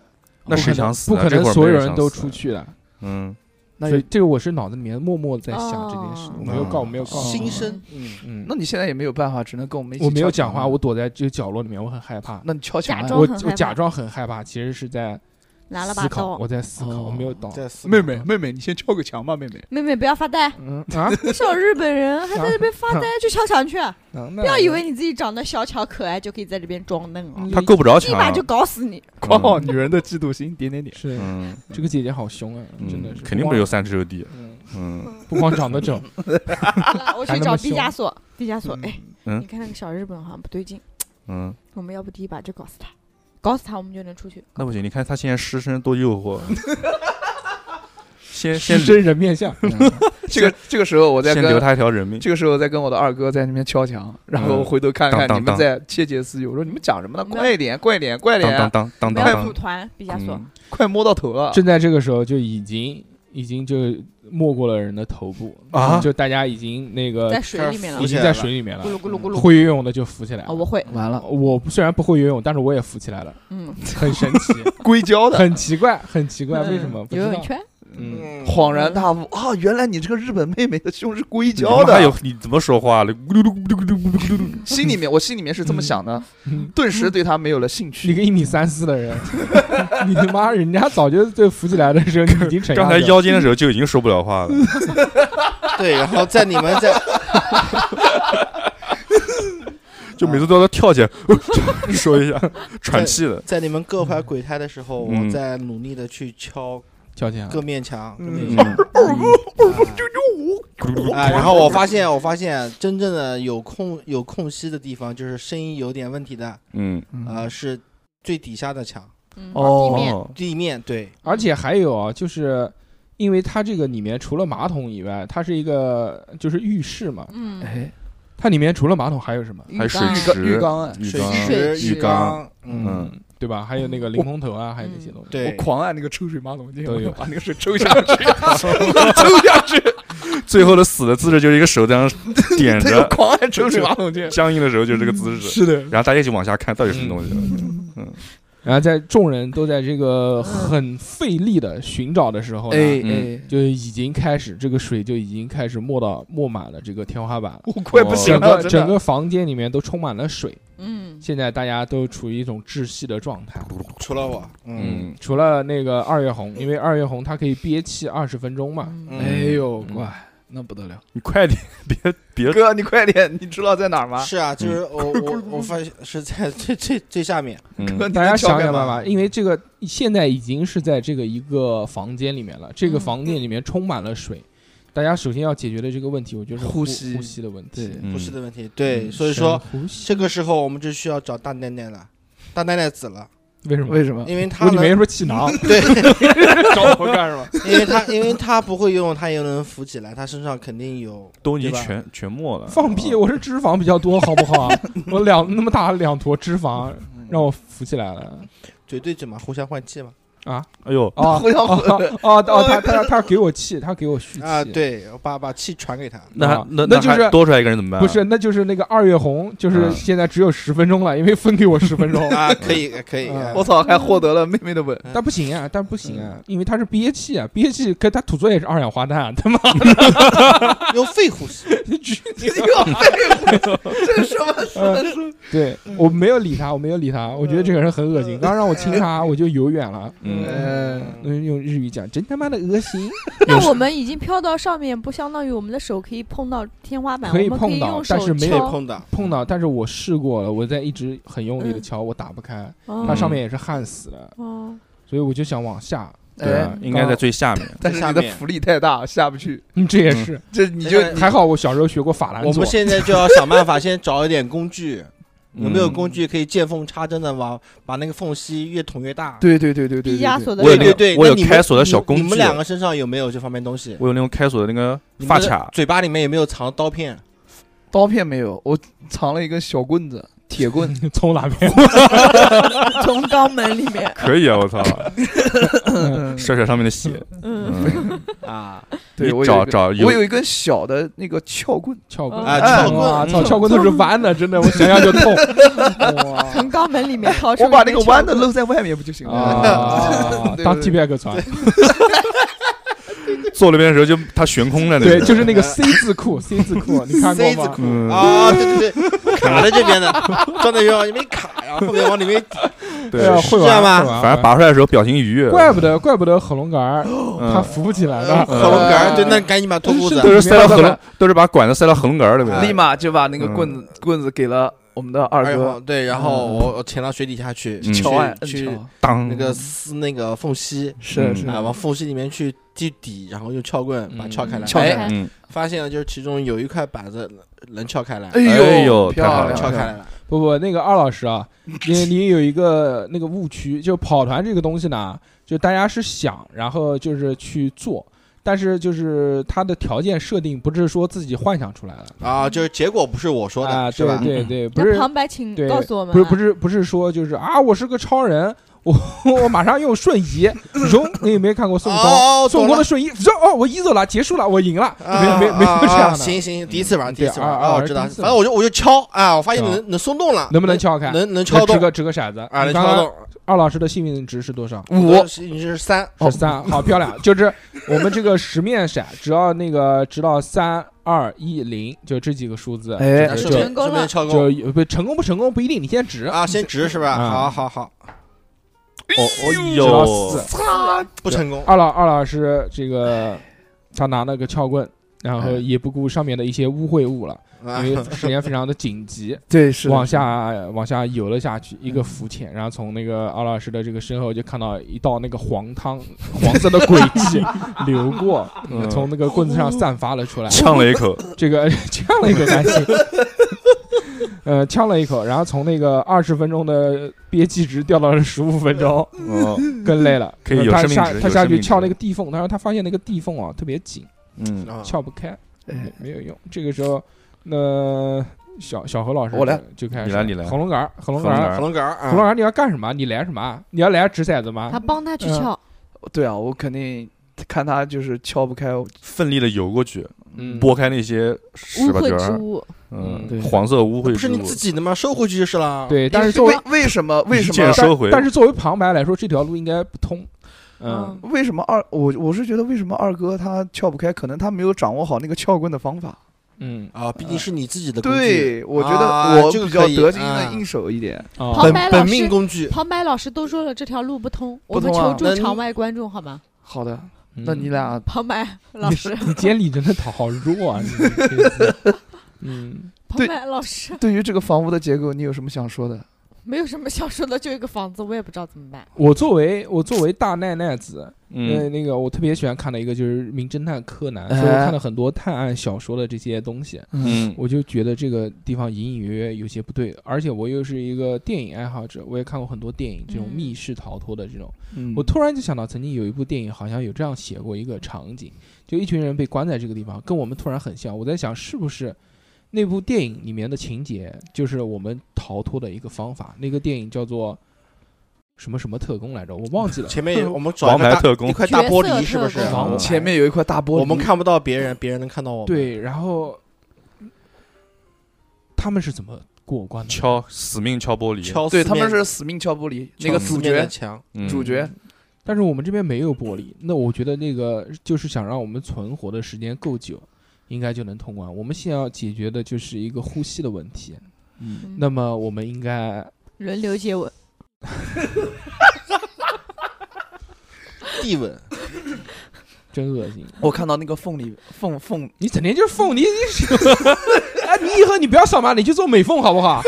E: 那谁想死啊
A: 不可
E: 这会
A: 能
E: 儿
A: 所有
E: 没人
A: 人都
E: 想死啊
A: 出去了，
E: 嗯，
C: 那
A: 所
C: 有
A: 以这个我是脑子里面默默在想
D: 哦
A: 这件事，我没有告，
E: 哦
A: 我没有告，
F: 新生，嗯，
A: 嗯
C: 那，你现在也没有办法，只能跟我们一起。
A: 我没有讲话，我。躲在这个角落里面，我很害怕。
C: 那你敲墙
D: 假
C: 啊
D: 装
A: 我
D: 很害
A: 我
D: 怕
A: 假装很害怕，其实是在
D: 拿了把
A: 思考，
D: 刀
A: 我。在思考，
C: 哦
A: 我没有倒。
F: 在四
C: 妹妹妹妹，你先敲个墙吧，妹妹。
D: 妹妹不要发呆，
A: 嗯
D: (laughs)
A: 啊，
D: 你小日本人还在那边发呆，去敲墙去！
A: 不
D: 不要以为你自己长得小巧可爱就可以在这边装嫩
A: 嗯
D: 啊，
E: 他够不着
D: 一
E: 墙。
D: 把就搞
A: (laughs)
D: 死你！
C: 括
E: 哦
C: 号女人的嫉妒心，点点点。
A: 是
E: 嗯，
A: 这个姐姐好凶啊，
E: 嗯
A: 真的是
E: 肯定不
A: 不
E: 是有
A: 光
E: 三十六 D。
A: 嗯
E: 嗯，
A: 不光长得丑，
D: 好了我去
A: 还那
D: 找
A: 么
D: 毕
A: 凶
D: 加索，毕加索，哎，
E: 嗯
D: 你看那个小日本好像不对劲，
E: 嗯，
D: 我们要不第一把就搞死他，搞死他我们就能出去。
E: 那不行，你看他现在失身多诱惑。先先
A: 真人面像，
C: (laughs) 这个这个时候我在
E: 先留
C: 跟
E: 他一条人命。
C: 这个时候在跟我的二哥在那边敲墙，然后回头看看
E: 当当
C: 你们
E: 当
C: 在窃窃私语。我说你们讲什么呢？
D: 我们
C: 快一点，快一点，快一
E: 当
C: 点啊
E: 当，当当
D: 我
E: 当
D: 们要组
E: 当。
D: 团，毕加索
E: 嗯，
C: 快摸到头啊了。
A: (laughs) 正在这个时候就已经已经就没过了人的头部
E: 啊
A: 就大家已经那个
D: 在水里面了
E: 呃
A: 已，经在水里面了
D: 咕，噜咕噜咕噜。
A: 会游泳的就浮起来
D: 啊，
A: 了。
D: 我会，
C: 完了，
A: 我虽然不会游泳，但是我也浮起来了，
D: 嗯，
A: 很神奇，
D: (laughs)
C: 硅胶的，
A: 很奇怪，很奇怪，为什么？不
D: 游
A: 知
D: 泳
A: 道。
D: 圈， (laughs)
A: 嗯，
C: 恍然大悟啊，原来你这个日本妹妹的胸是硅
E: 你他
C: 胶
E: 妈还
C: 的
E: 有。你怎么说话了？咕噜噜咕噜咕噜咕噜咕噜噜
C: 心里面，我心里面是这么想的
A: 嗯，
C: 顿时对她没有了兴
A: 你
C: 趣。
A: 个一米三四的人， (laughs) 你他妈人家早就就扶起来的时候，你已经
F: 哎
A: 沉下
E: 刚
A: 去
E: 才
F: 啊
A: 了。
E: 腰间的时候就已经说不
F: (laughs)
E: 了话了。
F: 对，然后在你们在
C: (laughs)
E: 就每次都要跳起来呃 (laughs) 说一下，喘气的。
F: 在你们各怀鬼胎的时候，我在努力的去敲
A: 交钱啊，
F: 各面墙，各面
E: 嗯嗯
F: 墙，啊，然后我发现，我发现真正的有空有空隙的地方，就是声音有点问题的，
E: 嗯，
F: 呃，是最底下的墙，
D: 嗯，
C: 哦
D: 地面，
E: 哦，
F: 地面对，
A: 而且还有啊，就是因为它这个里面除了马桶以外，它是一个就是浴室嘛，
D: 嗯，
C: 哎，
A: 它里面除了马桶还有什么？
E: 还有水
D: 浴
E: 池、
C: 浴缸啊，
E: 浴
F: 水
E: 缸、
F: 池、
D: 水
E: 浴缸，，
C: 啊
F: 嗯，
E: 嗯，
A: 对吧？还有那个淋蓬头啊，还有那些东西。
C: 我
F: 对，
C: 狂按那个抽水马桶键，
A: 都
C: 我
A: 有
C: 要把那个水抽下去，抽下去，
E: 最后的死的姿势就是一个手这样点
C: (laughs) 他就
E: 着，
C: 狂按抽水马桶键。
E: 僵硬的时候就是这个姿
F: 嗯
E: 势。
C: (laughs) 是的，
E: 然后大家一起往下看到底是什么东西。
A: 然后在众人都在这个很费力的寻找的时候呢，
C: 哎哎
E: 嗯，
A: 就已经开始这个水就已经开始没到没满了这个天花板了。
C: 我快不行
A: 整
C: 了，
A: 个
C: 真
A: 整
C: 的。
A: 个房间里面都充满了水，
D: 嗯，
E: 哎
A: 现在大家都处于一种窒息的状态。
C: 哎
F: 除了我，嗯，
E: 嗯，
A: 除了那个二月红，因为二月红它可以憋气二十分钟嘛，
D: 嗯
F: 嗯
C: 哎呦，乖，那不得了。
E: 你快点，别别
C: 哥，你快点，你知道在哪儿吗？
F: 是啊，就是我我我发现是在最最最下面，
C: 哥，
E: 嗯
C: 你
A: 大家
C: 在敲
A: 想
C: 干
A: 想办
C: 嘛？
A: 法，因为这个现在已经是在这个一个房间里面了，这个
D: 嗯
A: 房间里面充满了水，大家首先要解决的这个问题，我觉得是
C: 呼
A: 呼
C: 吸
A: 呼吸的问题
C: 对。
E: 嗯
F: 不是的问题，对，所以说
A: 深呼吸
F: 这个时候我们就需要找大奶奶了，大奶奶子了，
A: 为什么？
C: 为什么？
F: 因为她
A: 我里
F: 能
A: 面说气囊，
F: 对，
A: 找我干什么？
F: (laughs) 因为她因为她不会游泳，她也能浮起来，她身上肯定有
E: 都已经
F: 对吧
E: 全全没
A: (laughs)
E: 了。哦
A: 放屁！我是脂肪比较多，好不好啊？我两那么大两坨脂肪，让我浮起来了。
F: 嘴对嘴嘛，互相换气嘛，
E: 哎呦，
A: 啊，
C: 互相
A: 哦哦哦，他他他给我气，他给我蓄气
F: 啊，，对，我把把气传
E: (laughs)
F: 给她，，
E: 那
A: 啊
E: 那
A: 那就是
E: 还多出来一个人怎么办？啊
A: 不是，，那就是那个二月红，就是
E: 嗯
A: 现在只有十分钟了，因为分给我十分钟
F: (laughs) 啊，可以可以，
A: 嗯
C: 我操，还获得了妹妹的吻。
A: 但不行啊，但不行啊，因为他是憋气啊，憋气，可他吐出来也是二氧化碳，他妈
F: 用肺呼吸，
A: 的去你
C: 这个这什么什么什么？
A: 对我没有理他，我没有理他，我觉得这个人很恶心，刚刚让我亲他，我就游远了。
E: 嗯，
C: 嗯，
A: 嗯，用日语讲，真他妈的恶心！
D: 那我们已经飘到上面，不相当于我们的手可以碰到天花板，
A: 可以
D: 我们可
A: 碰
D: 以
A: 到
D: 用手
A: 但是没
F: 没有
D: 敲，嗯
F: 碰到，
A: 碰到，但是我试过了，我在一直很用力的敲，我打不开，
D: 哦
A: 它上面也是焊死的，
D: 哦，
A: 所以我就想往下。
E: 对啊，应该在最下
C: (laughs)
E: 面。
C: 但是你
F: 下
C: 的
F: 面
C: 浮力太大，下不去。
A: 嗯，这也是，
C: 这你就
F: 那个
A: 还好我小时候学过法兰
F: 我
A: 佐
F: 们，现在就要想办法，先找一点工具，有没有
E: 嗯
F: 工具可以见缝插针的往把那个缝隙越捅越大？
C: 对对对对对
D: 毕
C: 对
D: 加
C: 对。
D: 索的
E: 我有
F: 对
D: 那
E: 那个
F: 对
D: 个
F: 对，
E: 我
F: 那
E: 有
F: 你们
E: 开锁的小工具
F: 你们两个身上有没有这方面东西？
E: 我有那种开锁的那个
F: 你
E: 发
F: 们的
E: 卡，
F: 嘴巴里面有没有藏刀片？
C: 刀片没有，我藏了一根小棍子，铁 (laughs) 棍。
A: (laughs) 从哪边？
D: (laughs) 从肛门里面，
E: 可以啊！我操，
C: 嗯
E: 甩甩上面的血。
D: 嗯，
E: 嗯，
F: 啊，
C: 对，
E: 你
C: 我
E: 找
C: 有一根
E: 找有
C: 我有一根小的那个撬棍，
D: 嗯
A: 撬棍
F: 啊
A: 哎
F: 撬棍
A: 哇操，
F: 嗯
A: 撬棍都是弯的，真的，我想想就
F: (laughs)
A: 痛。啊哇
D: (laughs) 从肛门里
C: (laughs)
D: 面掏出，
C: 我把那个弯的，露在外面不就行了？
A: 啊，
C: 对
A: 当
C: 对
A: T P X 传，
E: 坐那边的时候就它悬空了，那
A: 对，
E: 个
A: 就是那个 C 字裤，C 字裤，你看
F: C
A: 过
F: 字
A: 吗？
E: 嗯
F: 裤啊，对对
A: (laughs)
F: 对，卡在这边的，装在原往里面卡，然后后面往里面抵，
E: 对，
A: 啊会玩
F: 是吗
A: 会玩
E: 反正拔出来的时候表情愉悦，
A: 怪不得，怪不得火龙杆儿
E: 嗯
A: 它扶不起来
F: 呃
A: 呢。
F: 合拢杆儿，对，那赶紧把脱裤
A: 啊是的
E: 都
F: 子，啊
E: 是塞到
A: 没
E: 喉
A: 办
E: 咙
A: 法，
E: 都是把管子塞到喉咙杆儿里面
F: 哎
C: 立。马就把那个棍子棍子给了我们的二
F: 二
C: 哥
F: 号，哎对，然后
A: 嗯
F: 我我潜到水底下去，
E: 嗯
F: 去
C: 哎乔安
F: 去
C: 嗯乔
E: 当
F: 那个撕那个缝隙，
C: 是
E: 嗯
C: 是
F: 啊，往缝隙里面去去底，然后用撬棍把撬开来，
C: 撬开
F: 哎
E: 嗯，
F: 发现了就是其中有一块板子能能撬开来，啊
E: 哎
C: 呦
E: 呦
C: 漂亮，
E: 太好
F: 撬开
C: 漂
F: 来
C: 亮
F: 了，
A: (laughs) 不不，那个二老师啊，你你有一个那个误区，就跑团这个东西呢，就大家是想，然后就是去做，但是就是它的条件设定不是说自己幻想出来的
F: 啊，就是结果不是我说
A: 啊，
F: 的，是吧？嗯
A: 对对对，不
D: 那
A: 是
D: 旁白请
A: 对
D: 告诉我们啊，
A: 不是不是不是说就是啊，我是个超人， (laughs) 我我马上用瞬移 (laughs) 融，你有没有看过孙悟空？
F: 哦，
A: 孙悟空的
F: 的
A: 瞬移，融哦，我移走了，结束了，我赢了，没没没有这样的。
F: 啊行行行，第一次玩，第一次玩，
A: 对啊
F: 哦
A: 啊
F: 我知道，
A: 第一次
F: 反正我就我就敲啊，我发现
A: 是吧
F: 能能松动了，
A: 能不能敲开？
F: 能能敲
A: 掷
F: 动
A: 啊个掷个骰子
F: 啊，
A: 你
F: 能
A: 刚
F: 敲
A: 刚
F: 动
A: 二老师的幸运值是多少？
C: 五
F: 呃，是你是三，
A: 是三，好漂亮！ (laughs) 就是我们这个十面骰，只要那个直到三二一零，就这几个数字，
F: 那
C: 哎
A: 就
F: 啊顺
A: 就
F: 便
D: 成功
F: 顺便
D: 了
F: 敲
A: 就
F: 过
A: 有不成功不成功不一定，你先指，
F: 啊，先直是吧？
A: 嗯
F: 好好好，
E: 哦哦
A: 直到
E: 哟
A: 四，。
D: 啊
F: 不成功，
A: 二老二老师这个他拿了个撬棍，然后
C: 哎
A: 也不顾上面的一些污秽物了，
F: 啊
A: 因为时间非常的紧急，
C: 对， (laughs) 是的嗯
A: 往下往下游了下去，一个浮潜，然后从那个二老师的这个身后就看到一道那个黄汤 (laughs) 黄色的轨迹
C: (laughs)
A: 流过，
E: 嗯
A: 从那个棍子上散发了出
C: 哦
A: 来，
E: 呛了一口，
A: 这个 (laughs) 呛了一口还行。呃，呛了一口，然后从那个二十分钟的憋气值掉到了十五分钟，
E: 哦，
A: 更嗯累了。
E: 可以有
A: 他
E: 生命
A: 下
E: 值
A: 他
E: 有
A: 下
E: 生
A: 去
E: 命
A: 撬
E: 值
A: 那个地缝，他说他发现那个地缝啊特别紧，
E: 嗯，
F: 啊
A: 撬不开，
C: 哎
A: 没没有用。这个时候，那小小何老师
C: 我来
A: 就开始，
E: 你来你来
A: 红龙杆儿，红龙
E: 红
A: 杆
E: 龙杆
A: 儿，
F: 喉
E: 儿
F: 咙杆儿
A: 红龙杆
F: 啊，
A: 儿，你要干什么？你来什么？啊你要来掷骰子
D: 他
A: 吗？
D: 帮他去
A: 嗯
D: 撬，
C: 对啊，我肯定看他就是敲不开，
E: 奋力的游过去，
A: 嗯，
E: 拨开那些
D: 污
E: 屎巴
D: 秽
E: 角
D: 之
E: 儿，
D: 物，
A: 嗯
E: 嗯
A: 对，
E: 黄色污秽
F: 不是
E: 之
F: 你
E: 物
F: 自，己的吗？收回去就是了。，
A: 对，但是作
E: (laughs)
A: 为
C: 为为什么为
E: 一
C: 什
E: 键
C: 么
E: 收回
A: 但是作为旁白来说，这条路应该不通。嗯，
C: 为什么二我我是觉得为什么二哥他撬不开，可能他没有掌握好那个撬棍的方法。
A: 嗯
F: 啊，毕竟是你自己的工具，
C: 对，我觉
F: 啊
C: 得我
F: 这个
C: 比较
F: 可以
C: 得心
F: 啊
C: 应手一点。
A: 啊
D: 旁
F: 本
D: 白老
F: 本
D: 师
F: 命工具。
D: 嗯旁白老师都说了这条路不通，我
C: 不
D: 们
C: 通
D: 求
C: 啊
D: 助
F: 那
D: 场
F: 你
D: 外观众好吗？
C: 好的，
A: 嗯
C: 那你俩
D: 旁白老 (laughs)
A: 你
D: 师，
A: 你今天理真的好好弱啊！你 (laughs) 这次嗯，
D: 旁
C: 对
D: 白老师
C: 对于这个房屋的结构，你有什么想说的？
D: 没有什么想说的，就一个房子，我也不知道怎么办。
A: 我作为我作为大奈奈子，因为
E: 嗯，
A: 那个我特别喜欢看的一个就是《名侦探柯南》，
C: 哎
A: 所以我看了很多探案小说的这些东西，
E: 嗯，
A: 我就觉得这个地方隐隐约约有些不对，而且我又是一个电影爱好者，我也看过很多电影，这种
D: 嗯
A: 密室逃脱的这种，
C: 嗯
A: 我突然就想到曾经有一部电影好像有这样写过一个场景，就一群人被关在这个地方，跟我们突然很像，我在想是不是。那部电影里面的情节就是我们逃脱的一个方法。那个电影叫做什么什么特工来着，我忘记了。
F: 前面有我们找
E: 王
F: 一个
E: 牌
F: 大
E: 特
F: 一
E: 工，
F: 块大
D: 嗯角
F: 玻
D: 色
F: 璃，是不是？啊
D: 特
A: 工
C: 前面有一块大玻璃，
F: 我们看不到别人，别人能看到我们。，
A: 对，然后他们是怎么过关的？
E: 敲死命敲玻璃，
F: 敲
C: 对
F: 四
C: 他们
F: 面
C: 是死命敲玻璃，
F: 敲
C: 那个
F: 四
C: 主
F: 面的
C: 角
F: 墙，
E: 嗯
C: 主角
A: 但是我们这边没有玻璃，那我觉得那个就是想让我们存活的时间够久，应该就能通关。我们现在要解决的就是一个呼吸的问题。
D: 嗯
A: 那么我们应该
D: 轮流接吻，
F: 地
D: (laughs)
F: 稳。
A: 真恶心，
C: 我看到那个缝里缝缝，
A: 你整天就是缝你你， (laughs) 哎，你以后你不要上班，你去做美缝好不
F: (laughs)
A: 好？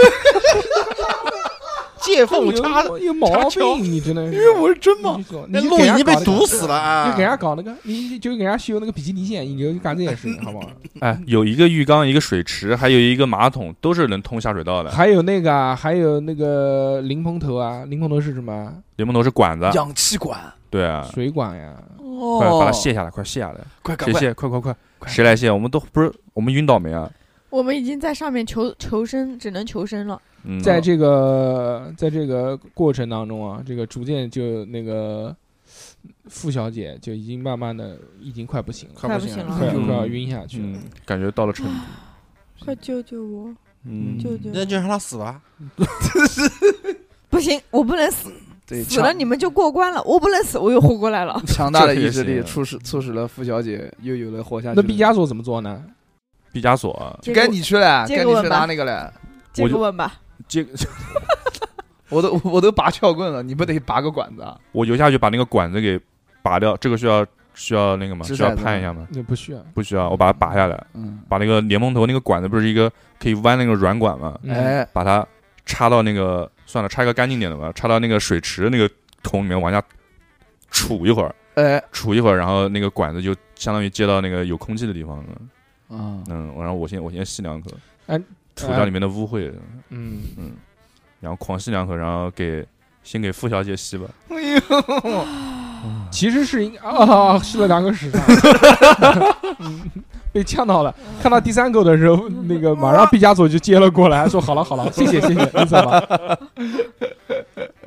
F: 借缝
A: (laughs)
F: 插
A: 有有毛
F: 插球
A: 病，你真的
C: 因为哎我是真
A: 嘛
C: 嘛，，
A: 哎你
F: 那
A: 就
F: 路
A: 给
F: 已
A: 人
F: 经被
A: 搞那个
F: 堵死了啊！
A: 就给人家搞那个，你你就给人家修那个比基尼线，你就干这件事
F: 嗯
A: 情好不好？
E: 哎，有一个浴缸，一个水池，还有一个马桶，都是能通下水道的。
A: 还有那个啊，还有那个淋蓬头啊，淋蓬头是什么啊？
E: 联盟头是管子，
C: 氧气管
E: 对啊，
A: 水管呀。
C: 哦
E: 快把它卸下来，快卸下来，
C: 快赶
E: 谁
C: 快
E: 卸？快快快，
C: 快
E: 谁来卸？我们都不是我们晕倒霉啊，
D: 我们已经在上面求求生，只能求生了。
E: 嗯，
A: 在这个在这个过程当中啊，这个逐渐就那个傅小姐就已经慢慢的已经快不行了，哎
F: 快
D: 快
F: 不
D: 不行
F: 行 (laughs)
D: 了
A: 快
E: 嗯
A: 快要晕下去了
E: 嗯。，感觉到了成都，
D: 快救救我！
E: 嗯，
D: 救救
F: 那就让他死吧。
D: 不行，我不能死，
C: 对，
D: 死了
C: 强
D: 你们就过关了。我不能死，我又活过来了。
C: 强大的
E: 这个
C: 意
E: 也
C: 志
E: 行
C: 力
E: 啊
C: 促使促使了傅小姐又有了活下去
A: 那
C: 的。
A: 毕加索怎么做呢？
E: 毕加索啊
D: 接
C: 该
D: 个
C: 你去了，
D: 接
C: 该
D: 个
C: 你
D: 吻
C: 去
D: 吧
C: 拿那个了，
D: 接
E: 我
D: 个
E: 就
D: 吻吧。
E: 这
C: 我都我都拔撬棍了，你不得拔个管子啊？
E: 我游下去把那个管子给拔掉，这个需要需要那个吗？
C: 掷
E: 需要
C: 骰子
E: 判
C: 吗
E: 一下吗？
A: 那不需要。
E: 不需要，我把它拔下来，
C: 嗯，
E: 把那个联盟头那个管子不是一个可以弯那个软管吗？
A: 嗯，
C: 哎，
E: 把它插到那个算了，插一个干净点的吧，插到那个水池那个桶里面往下杵一会儿，
C: 哎，
E: 杵一会儿，然后那个管子就相当于接到那个有空气的地方了。
C: 啊，
E: 嗯，然后我先我先吸两口，
A: 哎
E: 吐掉里面的污秽，
A: 嗯，
E: 然后狂吸两口，然后给先给付小姐吸吧。
C: 哎呦，
A: 其实是应啊，吸了两个屎， (laughs) 嗯被呛到了。看到第三口的时候，那个
F: (laughs)
A: 马上毕加索就接了过来，说好了好了，谢谢谢谢，你走吧。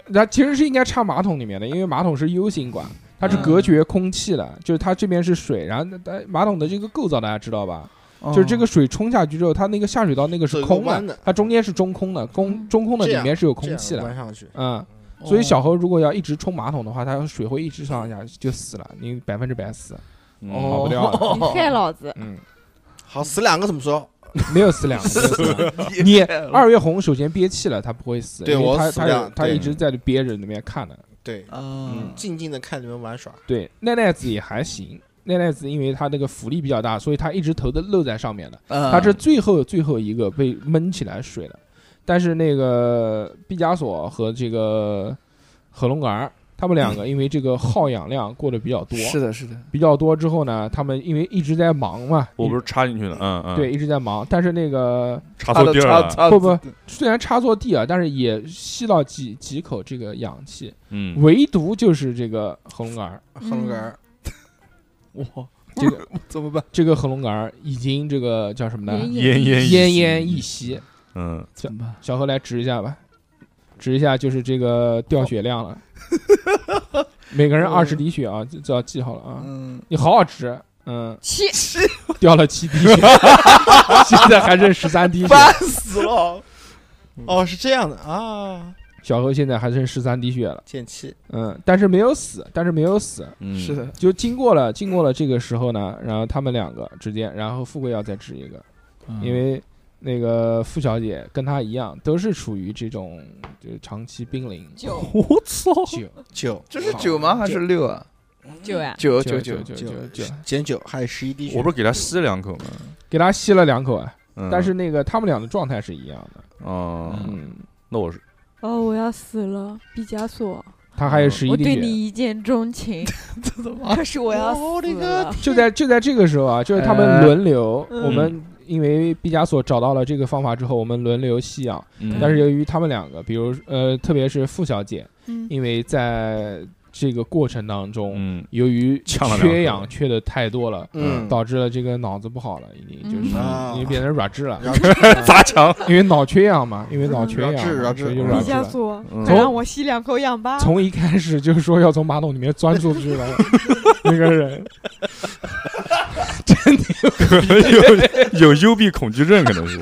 A: 那其实是应该插马桶里面的，因为马桶是 U 型管，它是隔绝空气的，
F: 嗯
A: 就是它这边是水，然后它马桶的这个构造大家知道吧？就是这个水冲下去之后，它那个下水道那个是
F: 走一个
A: 空
F: 哦弯的
A: 它中间是中空的，
D: 嗯
A: 空中空的
F: 这
A: 里
F: 样
A: 面是有
F: 这
A: 空
F: 样
A: 气的，
F: 关上去，
A: 嗯。
F: 哦
A: 所以小何如果要一直冲马桶的话，他水会一直上下去就死了，你百分之百死，
F: 哦
E: 嗯
A: 跑不掉
F: (laughs)
A: 了。
D: 你害老子！
A: 嗯，
F: 好死两个怎么说？
A: 没有死两个，
F: (laughs)
A: 没有死两个你二月红首先憋气了，他不会死，
F: 对
A: 因为
F: 我
A: 他
F: 死
A: 他
F: 不了
A: 有他
F: 对嗯
A: 一直在憋着里面看的。嗯
F: 对，
C: 啊，
F: 静静的看你们玩耍。
A: 对，奈奈子也还行。奈奈子因为它那个浮力比较大，所以它一直头都露在上面的。
C: 他
F: 嗯
A: 它嗯是最后最后一个被闷起来水的。但是那个毕加索和这个何龙格尔，他们两个因为这个耗氧量过得比较多，
C: 是的，是的，
A: 比较多之后呢，他们因为一直在忙嘛，
E: 我
A: 一
E: 不是插进去的，嗯嗯，
A: 对，一直在忙。但是那个
E: 插错地儿了，
C: 了
A: 不不，虽然插错地啊，但是也吸到几几口这个氧气，
E: 嗯，
A: 唯独就是这个何龙格尔，
F: 哼龙儿，
C: 哇，
A: 嗯 (laughs) 这个
C: 怎么办？
A: 这个何龙格尔已经这个叫什么呢？
E: 奄
D: 奄奄
E: 奄
A: 奄奄一，息。
E: 嗯，
C: 怎么办？
A: 小何来指一下吧，指一下就是这个掉血量了。每个人二十滴血啊，这这要记好了啊。
C: 嗯，
A: 你好好指，嗯，
D: 七，
A: 掉了七滴血，现在还剩十三滴血。
F: 烦死了。哦，是这样的啊，
A: 小何现在还剩十三滴血了，
F: 减七，
A: 嗯，但是没有死，但是没有死。
E: 嗯
C: 是，的，
A: 就经过了经过了这个时候呢，然后他们两个之间，然后富贵要再指一个，因为那个付小姐跟她一样，都是处于这种就是长期濒临
D: 九
C: 我操，
A: 九
F: 九
C: 这是九吗？还是六啊？
D: 九呀，
C: 九
A: 九
C: 九
A: 九，九九九，
F: 减九，还有十一滴血。
E: 我不是给他吸两口吗？
A: 给她吸了两口啊。
E: 嗯
A: 但是那个他们俩的状态是一样的，
E: 哦，
A: 嗯，
E: 那我是
D: 哦，我要死了，毕加索，
A: 他还有十一
D: 我
A: 滴
D: 对
A: 血。
D: 你一见
A: (laughs)
D: 钟情，可是我
A: 哦
D: 要
F: 我
D: 死
F: 的
D: 了
F: 个，
A: 就在就在这个时候啊，就是他们
C: 哎
A: 轮流，
D: 嗯
A: 我们因为毕加索找到了这个方法之后，我们轮流吸啊氧。
E: 嗯
A: 但是由于他们两个，比如呃，特别是付小姐，
D: 嗯，
A: 因为在这个过程当中，
E: 嗯，
A: 由于
E: 呛了两
A: 缺
E: 口
A: 氧缺的太多了，
F: 嗯，
A: 导致了这个脑子不好了，已经就是
D: 嗯
F: 啊
A: 已经变成软质了，(laughs)
F: 然后
E: 砸墙，
A: 因为脑缺氧嘛，因为脑缺氧
F: 软质
A: 嘛，
F: 嗯软质
A: 所以就
E: 毕
A: 软
E: 加
D: 毕
A: 质
D: 加
A: 了。
D: 索，
E: 嗯
D: 快让我吸两口氧吧。
A: 从一开始就说要从马桶里面钻出去了， (laughs) 那个人
E: (laughs) 可能有有幽闭恐惧症，可能是，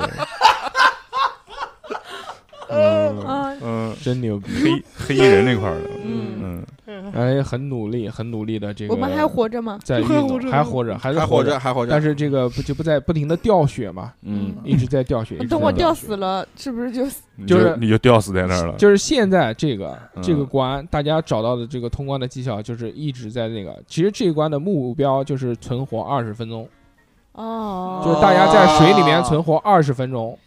E: 嗯
D: 嗯
E: 嗯，
A: 真牛逼，
E: 黑黑衣人那块儿的，
D: 嗯，
E: 嗯，
A: 哎，很努力，很努力的这个，
D: 我们还活着吗？
A: 在运动，还活着，还是
F: 还活着，，还活着。
A: 但是这个不就不在不停的掉血嘛，
E: 嗯，
A: 一直在掉血，一直在
D: 等我掉
A: 血
D: 死了，是不是就死？
E: 你
A: 就是
E: 你就吊死在那儿了，
A: 就是现在这个
E: 啊嗯
A: 这个关，大家找到的这个通关的技巧就是一直在那个，其实这一关的目标就是存活二十分钟，
D: 哦，
A: 就是大家在水里面存活二十分钟。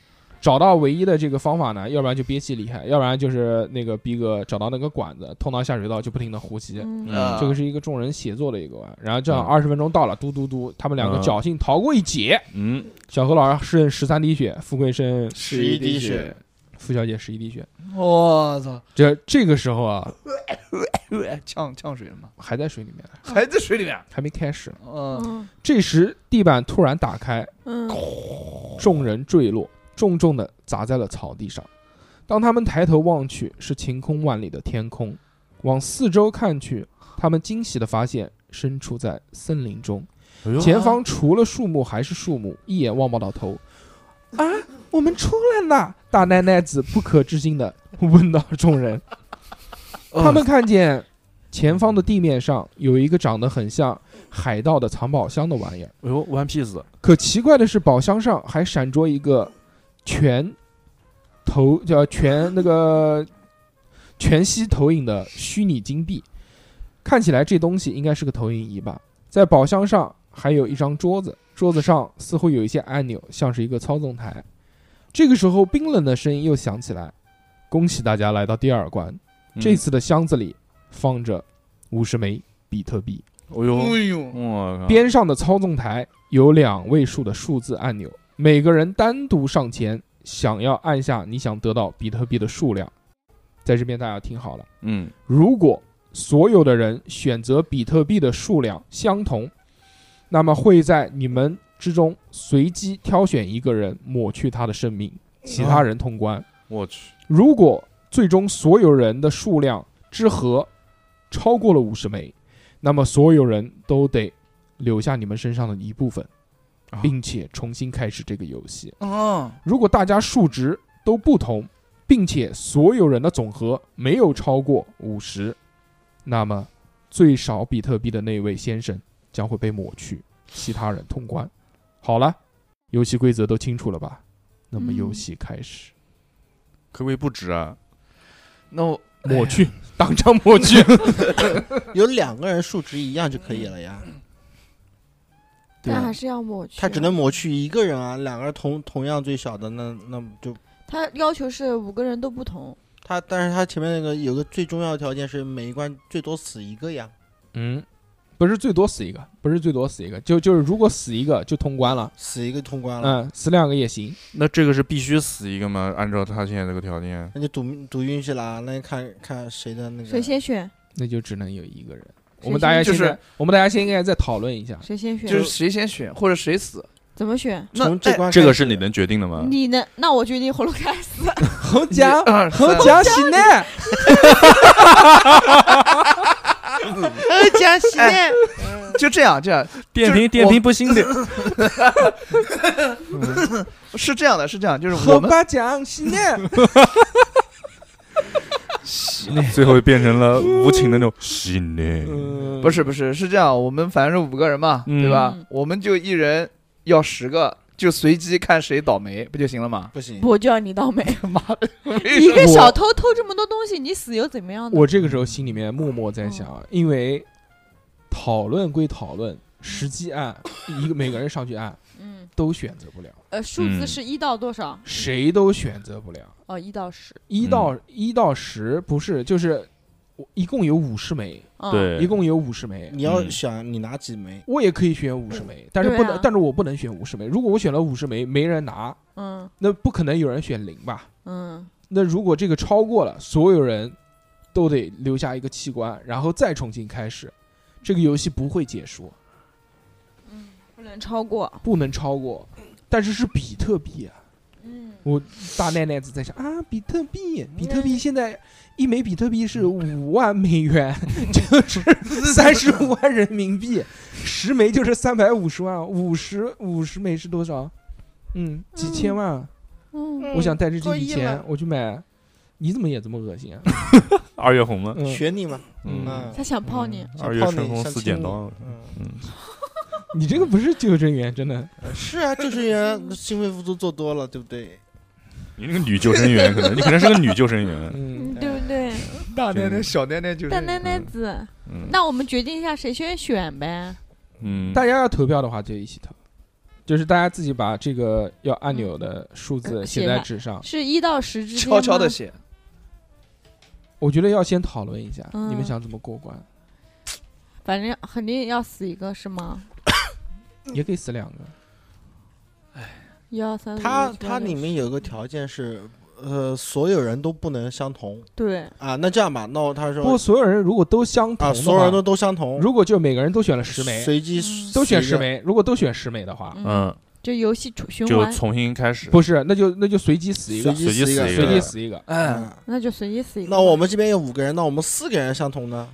A: 找到唯一的这个方法呢，要不然就憋气厉害，要不然就是那个逼哥找到那个管子，通到下水道就不停的呼吸。
D: 嗯
E: 嗯
A: 这个是一个众人协作的一个玩，然后这样
E: 嗯
A: 二十分钟到了，嘟嘟嘟，他们两个
E: 嗯
A: 侥幸逃过一劫。
E: 嗯，
A: 小何老师剩十三滴血，富贵剩
F: 十一滴血，
A: 付小姐十一滴血。
C: 我操，
A: 这这个时候啊，
C: (laughs) 呛呛水了吗？
A: 还在水里面，
C: (laughs) 还在水里面？
A: 还没开始。
C: 嗯，
D: 嗯
A: 这时地板突然打开，
D: 嗯，
A: 众人坠落，重重的砸在了草地上。当他们抬头望去，是晴空万里的天空；往四周看去，他们惊喜的发现身处在森林中。
E: 哎啊
A: 前方除了树木还是树木，一眼望不到头。啊，我们出来啦！大奈奈子不可置信的问道众人。他们看见前方的地面上有一个长得很像海盗的藏宝箱的玩意儿，
E: 哎呦，One Piece，
A: 可奇怪的是，宝箱上还闪着一个全投叫全那个全息投影的虚拟金币，看起来这东西应该是个投影仪吧。在宝箱上还有一张桌子，桌子上似乎有一些按钮，像是一个操纵台。这个时候，冰冷的声音又响起来：“恭喜大家来到第二关，
E: 嗯
A: 这次的箱子里放着五十枚比特币。”
E: 哎呦，
C: 哎呦，
E: 我靠，
A: 嗯边上的操纵台有两位数的数字按钮，每个人单独上前，想要按下你想得到比特币的数量。在这边大家听好了，
E: 嗯，
A: 如果所有的人选择比特币的数量相同，那么会在你们之中随机挑选一个人抹去他的生命，其他人通关。
E: 我去，
A: 如果最终所有人的数量之和超过了五十枚，那么所有人都得留下你们身上的一部分，并且重新开始这个游戏。
C: 哦，
A: 如果大家数值都不同，并且所有人的总和没有超过五十，那么最少比特币的那位先生将会被抹去，其他人通关。好了，游戏规则都清楚了吧？那么
D: 嗯
A: 游戏开始，
E: 可不可以不止啊？
C: 那我
A: 抹去，当场抹去。
F: 有两个人数值一样就可以了呀，啊
C: 对
A: 啊
D: 但还是要抹去。啊
F: 他只能抹去一个人啊，两个人同同样最小的那那就
D: 他要求是五个人都不同，
F: 他，但是他前面那个有个最重要的条件是每一关最多死一个呀，
A: 嗯，不是最多死一个，不是最多死一个，就就是如果死一个就通关了。
F: 死一个通关了，
A: 嗯，死两个也行。
E: 那这个是必须死一个吗？按照他现在这个条件，
F: 那就赌赌运气啦，那就看看谁的那个
D: 谁先选？
A: 那就只能有一个人。
D: 谁
A: 我们大家
C: 就
A: 现
C: 是
A: 在，我们大家现在再讨论一 (laughs) 下。
D: 谁先选？
C: 就是谁先选或者谁死，
D: 怎么选？
C: 那
F: 从这
C: 哎
F: 关
E: 这个
F: 开
E: 是
F: 始
E: 你能决定的
A: 嗯
E: 吗？
D: 你能？那我决定葫芦开死。
A: 好
C: 一
A: (laughs)
C: 二
A: 好
C: 啊三
A: 讲喜 (laughs) 呢，呃
D: 江西
C: 哎就这样这样
E: 电
C: 就是
E: 瓶电
C: 我
E: 瓶不
A: (laughs)
E: 行的，
C: 是这样的，是这样，就是我
A: 好
C: 们
A: 吧讲喜 (laughs) 呢，
E: 最后变成了无情的那种喜呢。
A: 嗯
C: 不是不是是这样，我们反正是五个人嘛，
E: 嗯
C: 对吧
D: 嗯？
C: 我们就一人要十个，就随机看谁倒霉，不就行了吗？
F: (laughs) 不行，
D: 我就要你倒霉。
C: (laughs) 妈的，
D: 一个小偷偷这么多东西，你死又怎么样呢？
A: 我这个时候心里面默默在想啊，因为讨论归讨论，实际按一个每个人上去按
D: 嗯，
A: 都选择不了，
D: 呃，数字是一到多少？
A: 谁都选择不了。
D: 哦，一到十。
A: 一到一到十不是，就是我一共有五十枚，
D: 嗯，
E: 对，
A: 一共有五十枚。
F: 你要
E: 嗯
F: 想你拿几枚，
A: 我也可以选五十枚，但是
D: 对
A: 不能
D: 啊，
A: 但是我不能选五十枚。如果我选了五十枚，没人拿，
D: 嗯
A: 那不可能有人选零吧？
D: 嗯，
A: 那如果这个超过了，所有人都得留下一个器官，然后再重新开始，这个游戏不会结束，
D: 不能超过。
A: 不能超过。但是是比特币啊！
D: 嗯，
A: 我大奈奈子在想啊，比特币，比特币现在一枚比特币是五万美元，就是三十五万人民币，十枚就是三百五十万，五十五十枚是多少？嗯，几千万。
D: 嗯，
A: 我想带着这
F: 过
A: 笔
F: 亿
A: 钱
F: 了，
A: 我去买。你怎么也这么恶心啊？
E: 二月红吗？
A: 嗯，
F: 学你嘛，
A: 嗯
F: 嗯
D: 他，想泡你。
F: 想
E: 二月
F: 泡
E: 春
F: 你
E: 风
F: 想
E: 似
F: 亲
E: 剪
F: 你
E: 刀。
F: 嗯，
E: 嗯，
A: 你这个不是纠正员，真的。
F: 是啊，就是人心肺复苏做多了，对不对？
E: 你那个女救生员可能，你可能是个女救
A: (laughs)
E: 生员。
A: 嗯，
D: 嗯，对不对？
C: 大奶奶、小奶奶就是
D: 大奶奶子，
E: 嗯
D: 那我们决定一下谁先选呗。
E: 嗯，
A: 大家要投票的话就一起投，就是大家自己把这个要按钮的数字
D: 嗯
A: 写在纸上。
D: 是一到十之间
C: 悄悄的
D: 吗
C: 写，
A: 我觉得要先讨论一下，
D: 嗯
A: 你们想怎么过关？
D: 反正肯定要死一个是吗？
A: (laughs) 也可以死两个。
D: 一二
A: 嗯
D: 三四五
F: 它
D: 六七八
F: 它
D: 九
F: 里面有个条件是，呃，所有人都不能相同
D: 对，
F: 啊。那这样吧，那我他
A: 不过
F: 说
A: 所有人如果都相同
F: 啊，
A: 的
F: 所有
A: 话
F: 人都都相同，
A: 如果就每个人都选了十枚，
F: 随机
D: 嗯
A: 都选十
F: 随便
A: 枚，如果都选十枚的话，
D: 嗯，
E: 嗯，
D: 这游戏重循
E: 就
D: 环，
E: 重新开始。
A: 不是，那就那就随机死一个，
F: 随机
E: 随机
F: 一个
E: 死一
A: 随
E: 个
A: 机死一个。
C: 哎，
F: 啊
D: 那就随机死一个吧。
F: 那我们这边有五个人，那我们四个人相同呢，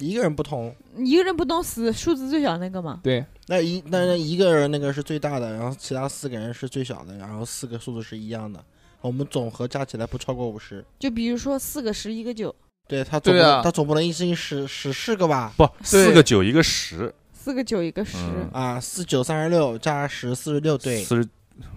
F: 一个人不同。
D: 一个人不能死，数字最小那个嘛。
A: 对，
F: 那一那那一个人那个是最大的，然后其他四个人是最小的，然后四个数字是一样的，我们总和加起来不超过五十。
D: 就比如说四个十，一个九，
F: 对他总不
C: 对啊
F: 能他总不能一星十十四个吧？
E: 不，四
C: 对
E: 个九一个十，
D: 四个九，一个十，
E: 嗯
F: 啊，四九三十六加十四十六，对
E: 四十，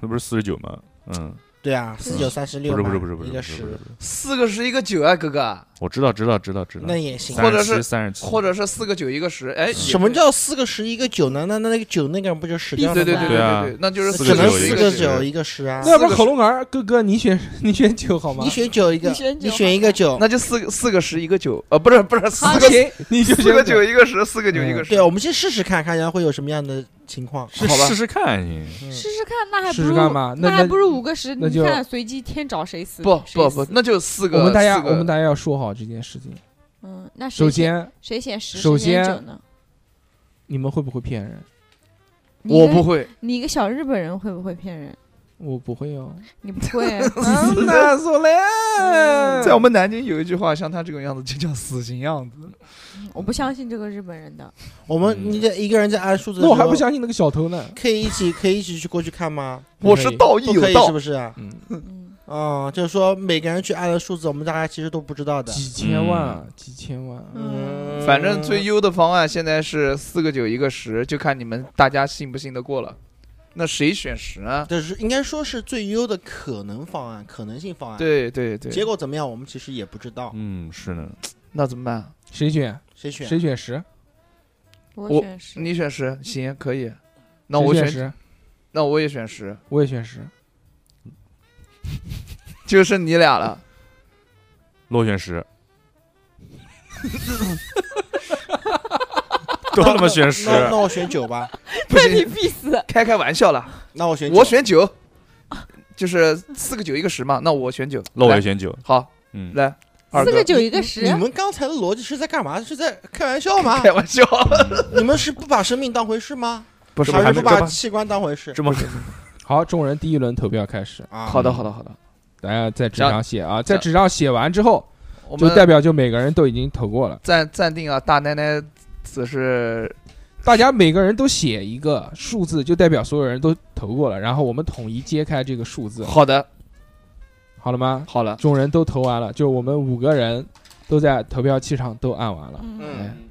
E: 那不是四十九吗？嗯，
F: 对啊，
D: 是
F: 四九三十
E: 不
F: 六
E: 是不是不是不是
F: 一
E: 不
F: 个
E: 是不是
F: 十，，
E: 不是
C: 四个十一个九啊，哥哥，
E: 我知道知道知道知道
F: 那，也行
C: 三。或者是
E: 三十七，
C: 或者是四个九一个十，哎，
F: 什么叫四个十一个九呢？那那那个九那个人不就十掉
C: 对
F: 了
C: 对
F: 吗？
C: 对对
E: 对啊
C: 对，那就是
E: 四
F: 只能
E: 个九一
F: 四
E: 个
F: 个
E: 十
F: 九一个十啊。
A: 那要不然恐龙儿哥哥，你选 (laughs) 你选九好吗
F: 你？选九一个
D: 你选，九
F: 你选一个九，
C: 那就四个四个十一个九，呃，不是不是四
A: 啊
C: 个
A: 行，你就
C: (laughs) 四个
A: 选
C: 九一个十，四个九一个十
F: 对，啊，我们先试试看，看一下会有什么样的情况。
E: 是
C: 好吧
E: 试试看行。
D: 试试看，那还不
A: 试
D: 如
A: 试看吧。那
D: 还
A: 那
D: 不如五个十，
A: 那
D: 你
A: 就
D: 看随机天找谁死，
C: 不
D: 谁
C: 不
D: 死
C: 不，那就四个。
A: 我们大家
C: 四个
A: 我们大家要说好这件事情。
D: 嗯，那谁
A: 首
D: 先
A: 先，
D: 谁选十，
A: 首
D: 谁选
A: 先
D: 九呢？
A: 你们会不会骗人？
D: 你一
C: 我
D: 个
C: 不，会，
D: 你一个小日本人会不会骗人？
A: 我不会哦。
D: 你不会，啊
A: (laughs)
B: 那说嘞，
C: 在我们南京有一句话，像他这种样子就叫死刑样子。
D: 我不相信这个日本人的。
F: 我
C: 嗯
F: 们你这一个人在按数字，
A: 那我还不，相信那个小偷呢。
F: 可以一起可以一起去过去看吗？
C: 我是道义
F: 不
C: 有
F: 可以
C: 道
F: 是，不是？啊、
A: 嗯，
D: 嗯，
F: 就是说每个人去按的数字，我们大家其实都不知道的。
A: 几千万，啊，几千万啊。
D: 嗯
F: 嗯
C: 反正最优的方案现在是四个九一个十，就看你们大家信不信得过了。那谁选十呢？
F: 这是应该说是最优的可能方案，可能性方案。，
C: 对对对，
F: 结果怎么样，我们其实也不知道。
E: 嗯，是的，
C: 那怎么办？
A: 谁选？
F: 谁选？
A: 谁选十？
D: 我
C: 我
D: 选十。
C: 你选十，行，可以。那
A: 谁
C: 我
A: 选
C: 选，
A: 十，
C: 那我也选十，
A: 我也选十。
C: 就剩你俩了。
E: 落选十，都他妈选十，
F: 那那我选九吧。
C: 不
D: 你
C: 行，
D: 必死。
C: 开开玩笑啦，
F: 那我选九
C: 我选九，就是四个九一个十嘛。那我选九，
E: 那我
C: 来
E: 也选九，
C: 好，
E: 嗯，
C: 来二
D: 四个
C: 哥，
D: 九一个
F: 你
E: 啊
D: 十，
F: 们刚才的逻辑是在干嘛？是在开玩笑吗？
C: 开玩笑，
F: 你们是不把生命当回事吗？
C: 不是
E: 这不
F: 还
E: 还
F: 是
E: 没嗯
F: 不
E: 这
F: 把
E: 不
F: 器官当回事？
E: 这么
A: 好，众人第一轮投票开始，
F: 啊，
C: (laughs) 好的，好的，好的，
A: 大家在纸
C: 这样
A: 上写啊，在
C: 这样
A: 纸上写完之后，
C: 我
A: 就
C: 们
A: 代表就每个人都已经投过了。
C: 暂暂定啊，大奶奶只是
A: 大家每个人都写一个数字，就代表所有人都投过了，然后我们统一揭开这个数字，
C: 好的，
A: 好了吗？
C: 好了，
A: 众人都投完了，就我们五个人都在投票器上都按完了，
D: 嗯，
A: 哎
F: 嗯，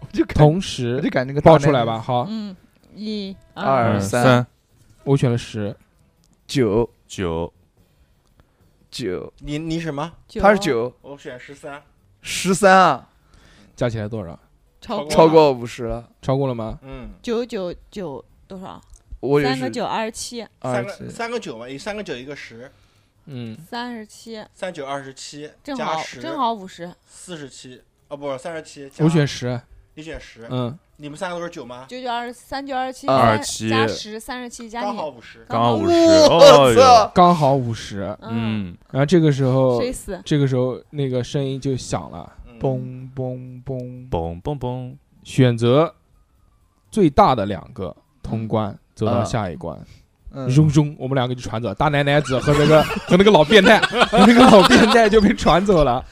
C: 我就感
A: 同
C: 我
A: 时
C: 就感觉那个大
A: 报
C: 奶奶
A: 出来吧。好，
D: 嗯，一、
C: 二
E: 二
C: 三
E: 三
A: 我选了十，
C: 九
E: 九
C: 九，
F: 你你什么？
D: 九，
C: 他是，九啊
F: 我选十三，
C: 十三啊，
A: 加起来多少？
D: 超
F: 超
C: 超过五十了，
A: 超过了吗？
F: 嗯，
D: 九九九多少？
C: 我也
D: 三个
C: 是
D: 九二十七，
C: 二
F: 三
C: 十
F: 个
C: 七，
F: 三个九嘛，一三个九一个十，
A: 嗯，
D: 三十七，
F: 三九二十七，
D: 正
F: 加
D: 好
F: 十，
D: 正好五十，
F: 四十七，哦不，三十七，加
A: 我选十，
F: 你选十，
A: 嗯，
F: 你们三个都是九吗？
D: 九九二十三九二十七，
E: 二
D: 三
E: 七
D: 加十三十七加
F: 刚好
D: 你，
F: 五十，
E: 刚好五十，
C: 我
E: 哦哟，
C: 操，
A: 刚好五十。
D: 嗯，
E: 嗯，
A: 然后这个时候，
D: 谁死？
A: 这个时候那个声音就响了，
F: 嗯，
C: 嘣嘣嘣，
E: 嘣嘣嘣，
A: 选择最大的两个通关，走到
C: 嗯
A: 下一
F: 啊
A: 关。
C: 嗯，
A: 扔扔，我们两个就传走，大奶奶子和那个
F: (laughs)
A: 和那个老变态，和那个老变态就被传走了，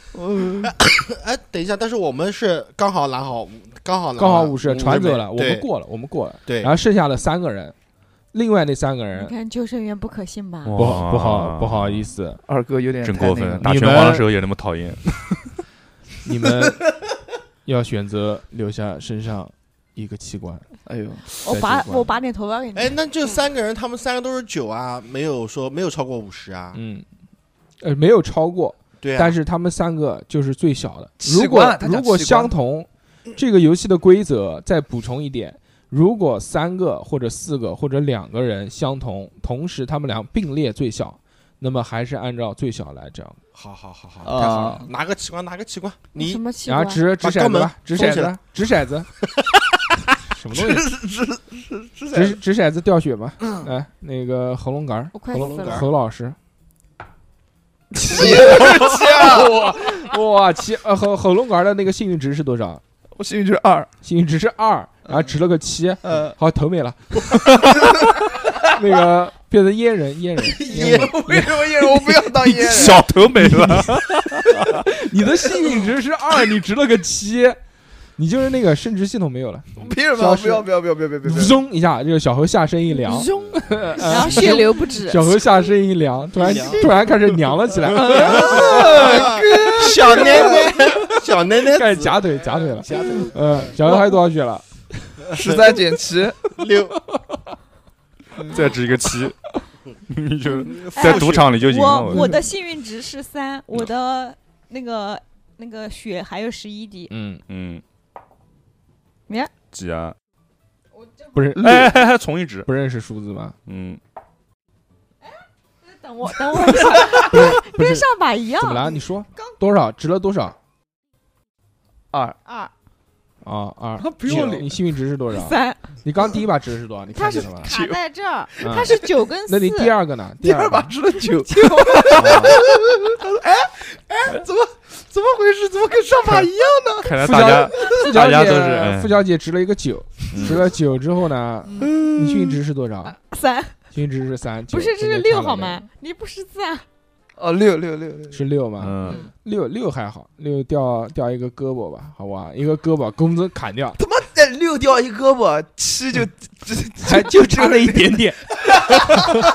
F: 哎，等一下，但是我们是刚好拿好，刚好拿
A: 刚好五十传走了，
F: 对
A: 我们过了，我们过了，
F: 对
A: 然，后剩下的三个人，另外那三个
D: 你
A: 人
D: 看救生员不可信吧？
A: 不好不好不好意
E: 思，
A: 思，
C: 二哥有点
E: 真
C: 太
E: 过
C: 那
E: 分，
C: 个了
E: 打
A: 你
E: 拳
A: 们
E: 皇的时候也那么讨厌，
A: 你
F: (laughs)
A: 们要选择留下身上一个器官，
C: 哎呦，
D: 我拔
A: 习惯
D: 我拔点头发给你。
F: 哎，那这三个人，他们三个都是九啊，没有说没有超过五十啊，
A: 嗯。呃，没有超过，
F: 对啊，
A: 但是他们三个就是最小的。如
C: 器
A: 果
C: 官他讲
A: 如果
C: 器官
A: 相同，这个游戏的规则再补充一点：如果三个或者四个或者两个人相同，同时他们俩并列最小，那么还是按照最小来这样。
F: 好好好好，
C: 啊
F: 太好了，拿个器官，拿个器官，
D: 什
F: 你
D: 么器
A: 然后
D: 官？
A: 掷掷骰子吧，掷
F: 封
A: 骰
F: 起
A: 子
F: 来，
A: 掷骰子，什么东西？
C: 是在
A: 掷掷骰子掉血嘛？来，那个喉咙杆儿
D: 我，快
F: 喉咙
D: 死
F: 梗
D: 了
F: 儿！
A: 侯老师，
C: 下，
A: 哇，其呃喉喉咙杆儿的那个幸运值是多少？
C: 我幸运就是二，
A: 幸运值是二，然后值了个七，
C: 呃，
A: 好，头没了， (laughs) 那个变成阉人，阉人，阉
C: 烟
A: 人。
C: 为什么烟？我不要当 (laughs) 烟人，
E: (laughs) 小头没了，
A: 你的幸运值是二，你值了个七，你就是那个生殖系统没有了，
C: 凭什
A: 消
C: 么？
A: 失
C: 不要不要不要不要不要不要！
A: 嗡一下，这个小何下身一凉，
D: 然后血流不止，
A: 小何下身一凉，突然
F: 一凉
A: 突然开始娘了起来，
F: 嗯
A: 啊
F: (laughs) 小奶奶，小奶奶，
A: (laughs) 开始夹腿夹腿了，
F: 夹腿
A: 嗯，小何还有多少血了？
C: 十三减七，
F: 六，
E: 再掷一个七，你就
D: 哎
E: 在赌场里就赢了，
D: 我
E: 我
D: 我的幸运值是三，我的那个那个血还有十一滴，
A: 嗯，
E: 嗯，
D: 你看
E: 几啊？
A: 不是
E: 哎哎哎，重一掷，
A: 不认识数字吗？
E: 嗯，
D: 等我等 (laughs) 我上
A: (laughs) 不是不
D: 跟
A: 是，
D: 上把一样
A: 怎么。了？你说多少值了多少
D: 二
A: 啊？二，
C: 不
A: 你你幸运值是多少？
D: 三，
A: 你刚第一把值是多少？你
D: 它
A: 看
D: 是
A: 见了吗？
D: 卡在这儿，
A: 嗯
D: 它是九跟
A: 那
D: 四。
A: 你第二个呢？
C: (laughs) 第
A: 二
C: 二把
A: 个
C: 吃了嗯九， (laughs) 哎怎么回事？怎么跟上 (laughs) 把一样？
E: 看来
A: 副
E: 大
A: 小
E: 家
A: 副
E: 大
A: 呃小
E: 家都是
A: 姐，
E: 哎
A: 付小姐值了一个九，值了九之后呢，你
C: 你
A: 幸运值是多少？
D: 三，
A: 均值是三，
D: 嗯啊不是
A: 九
D: 这是
A: 中间
D: 六
A: 差了
D: 好吗？你不识字啊？
C: 哦，六六六六
A: 六？，是六吗？
E: 嗯，
A: 六六还好，六掉掉一个胳膊吧，好不好？一个胳膊工资砍掉，
C: 他妈的六掉一胳膊，七就
A: 还就差了一点点，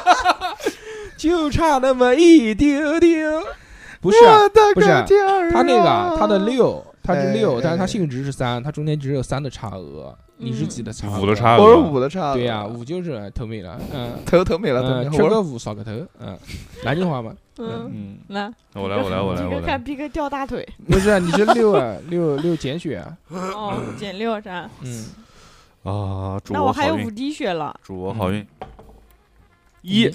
A: (laughs) 就差那么一丢丢。不是啊，
C: 我的
A: 不是
C: 个天儿啊
A: 他那个啊他的六，他是六，
C: 哎
A: 但是他
C: 哎
A: 性质是三，他中间只有三的差额，你是几的差额？
E: 五的差额
C: 我是五的差，
A: 对呀，五就是头没了，嗯，
C: 头头没了，头没
A: 嗯
C: 了，
A: 缺
C: 我
A: 个五少个头，嗯，南京话嘛，嗯
D: 嗯，
E: 嗯，
D: 来，
E: 我来，我来，我来，
D: 这
E: 我
D: 个
E: 来
D: 看，逼哥掉大腿，
A: (laughs) 不是啊，你是六啊，六六减血啊，
D: 哦，减六是吧？
A: (laughs) 嗯，
E: 啊！祝
D: 那我还
E: 好
D: 有五
E: 运，
D: 滴血了，
E: 祝我好运。
A: 一，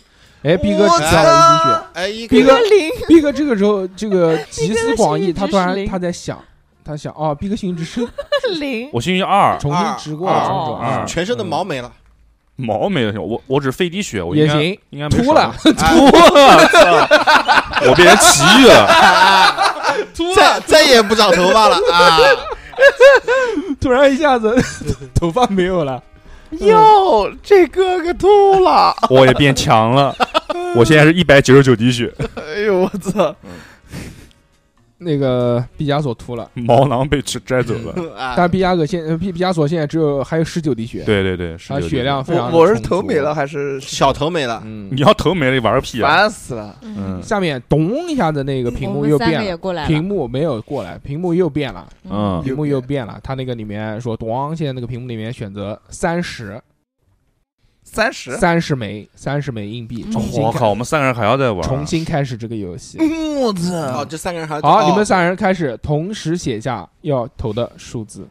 A: 哎，逼哥
C: 我
A: 只差了一滴血。
F: 哎，一
A: 逼哥
F: 个
D: 零，
A: 毕哥这个时候，这个集思广益，
D: 幸运值
A: 他突
D: 是
A: 然
D: 零
A: 他在想，他想哦，毕哥幸运值是
D: 零，
E: 我幸运二，
A: 重新
F: 二
A: 植过
F: 二
A: 了，双手
E: 二
A: 嗯
F: 啊全身的毛
A: (laughs)
F: 没了，
E: 毛没有，我我只费滴血，我应
A: 也
E: 该
A: 行，
E: 应该嗯
A: 秃
E: 没少
A: 了，
E: 秃了，操我变成奇遇了，
F: 啊再再也不长头发了啊！
A: (laughs) (laughs) 突然一下子 (laughs) 头发没有了，
C: 哟，这哥哥秃了，
E: 我也变强了。我现在是一百九十九滴血，
C: (laughs) 哎呦我操，
A: 那个毕加索秃了，
E: 毛囊被摘摘走了。
F: 啊
A: 但毕加索现呃毕毕加索现在只有还有十九滴血，
E: 对对对，是
A: 他
E: 有
A: 血
E: 点
A: 量非常
C: 我
A: 地
C: 我是
A: 充
C: 头
A: 足
C: 没了，还是
F: 小头没了，
A: 嗯
E: 你，要头没了，你玩个屁啊！
C: 烦死了，
E: 嗯
A: 下面咚一下子那个屏幕又变了。
D: 过来
A: 屏幕没有过来，屏幕又变了，
E: 嗯，
A: 屏幕又
C: 又
A: 变了。他那个里面说，咚，现在那个屏幕里面选择三十，
C: 三十，
A: 三十枚，三十枚硬币，重新
E: 我
A: 开
E: 靠，我们三个人还要再玩，啊
A: 重新开始这个游
C: (laughs)
A: 戏。
C: 嗯我
F: 哦，
C: 操，
F: 这三个人还
A: 好，
F: 哦
A: 你们三人开始同时写下要投的数字。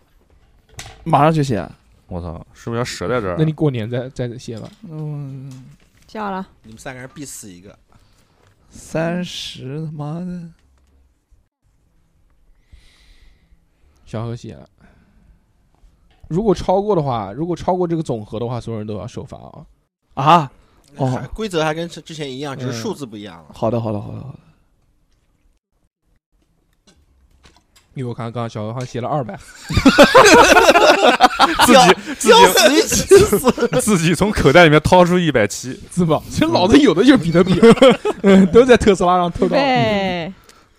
C: 马上就写，啊
E: 我操，是不是要折在这儿
A: 那？你过年再再写吧。
C: 嗯，
D: 叫了，
F: 你们三个人必死一个，
C: 三十，他妈的，
A: 小何写了，如果超过的话，如果超过这个总和的话，所有人都要首发啊。
C: 啊，哦
F: 还规则还跟之之前一样，只
A: 嗯
F: 是数字不一样
A: (laughs)
F: 了。
C: 好的好的好的好的，
A: 因为我看刚刚小何好像写了二百，
E: 自己自
F: 要死一起死，
E: 己 (laughs) 自己从口袋里面掏出一百七，
A: 自
E: (laughs)
A: 爆。其实老子有的就是比特币，嗯，都在特斯拉上偷
D: 预
A: 到。
D: 备，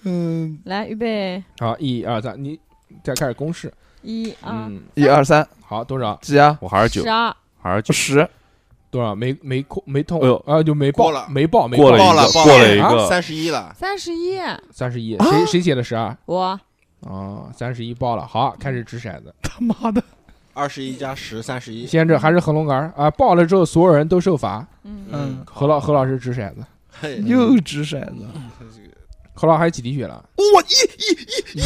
C: 嗯，
D: 来预备，
A: 好，一二三，你再开始公示。
D: 一二
A: 嗯，
C: 一二三，
A: 好，多少
C: 几啊？
E: 我还是九
D: 十，二，
E: 还是九，
C: 十，
A: 多少没没空没通，
E: 哎呦
A: 啊就没
F: 过
A: 报
F: 了
A: 没报没
E: 过
A: 报
E: 了
F: 爆了
E: 一个，
F: 爆
E: 过了一
A: 了
E: 个，
F: 三十一了，
D: 三十一，
A: 三十一，
E: 啊
A: 谁谁写的十二？
D: 我
A: 哦，三十一报了，好，开始掷骰子。
C: 他妈的，
F: 二十一加十，三十一。
A: 先这还是横龙杆儿啊！爆了之后，所有人都受罚。
D: 嗯
C: 嗯，
A: 何老何老师掷骰子，
F: 嘿，
C: (laughs) 又掷骰子，
A: 何老师还有几滴血了？
C: 我一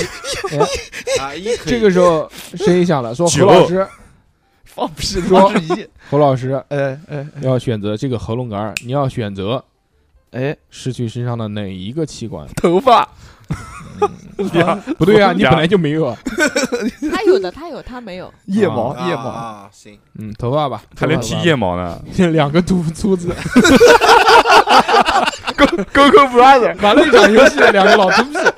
F: 啊，一可以
A: 这个时候声音响了，说何
E: 九
A: 老师，
C: 放屁，
A: 说
C: 说是一，
A: 何老师
C: 哎哎
A: 要选择这个合龙杆儿，你要选择
C: 哎，
A: 失去身上的哪一个器
C: (laughs)
A: 官？
C: 头发，
A: 不对啊，
E: 哎呀
A: 你本来就没有啊。
D: (laughs) 他有的，他有，他没有，
C: 腋毛
F: 啊
C: 腋
F: 啊
C: 毛，
F: 啊行，
A: 嗯，头发吧，
E: 还能剃腋毛呢，
A: 毛，两个秃秃子，
C: 勾勾 brother，
A: 玩了一场游戏，两个老秃子。 (laughs)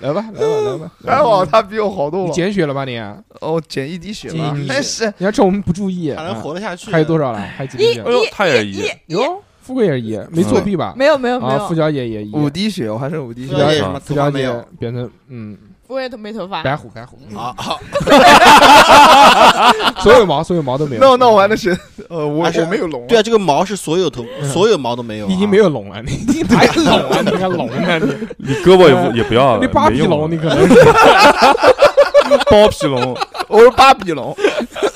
A: 来吧，来吧，来吧，
C: 还好哎他比我好多
A: 你
C: 了，
A: 减血了吧你？
C: 哦，减一滴血吧
A: 减一滴，血
C: 哎是，
A: 你还趁我们不注意
F: 还能
A: 啊？
F: 活得下去？
A: 还有多少了？还有几滴血
E: 哎？呦，他也一，
A: 哟，富贵也是一，没作弊吧？
D: 没有，没有，没
A: 啊，付
D: 有，
A: 小姐也一，
C: 五滴血，我还剩五滴
F: 不
A: 了
F: 了
A: 解
F: 解
C: 血，
F: 什么
A: 付
F: 头
A: 小
F: 发没
A: 姐
F: 有
A: 变成嗯
D: 我也都没头发，
A: 白虎白虎，
F: 啊啊！
A: 所有毛所有毛都没有。
C: 那那我还能选，呃，我
F: 还是
C: 我没有龙，
F: 对啊，这个毛是所有头所有毛都没有啊，
A: 嗯已经没有龙了，你你哪有龙啊？你还龙呢？你
E: 你胳膊也不也不要了，
A: (laughs) 你八
E: 没
A: 匹
E: 用
A: 龙，
E: 了
A: 你可能是
E: 包皮龙，
C: 我是八比龙，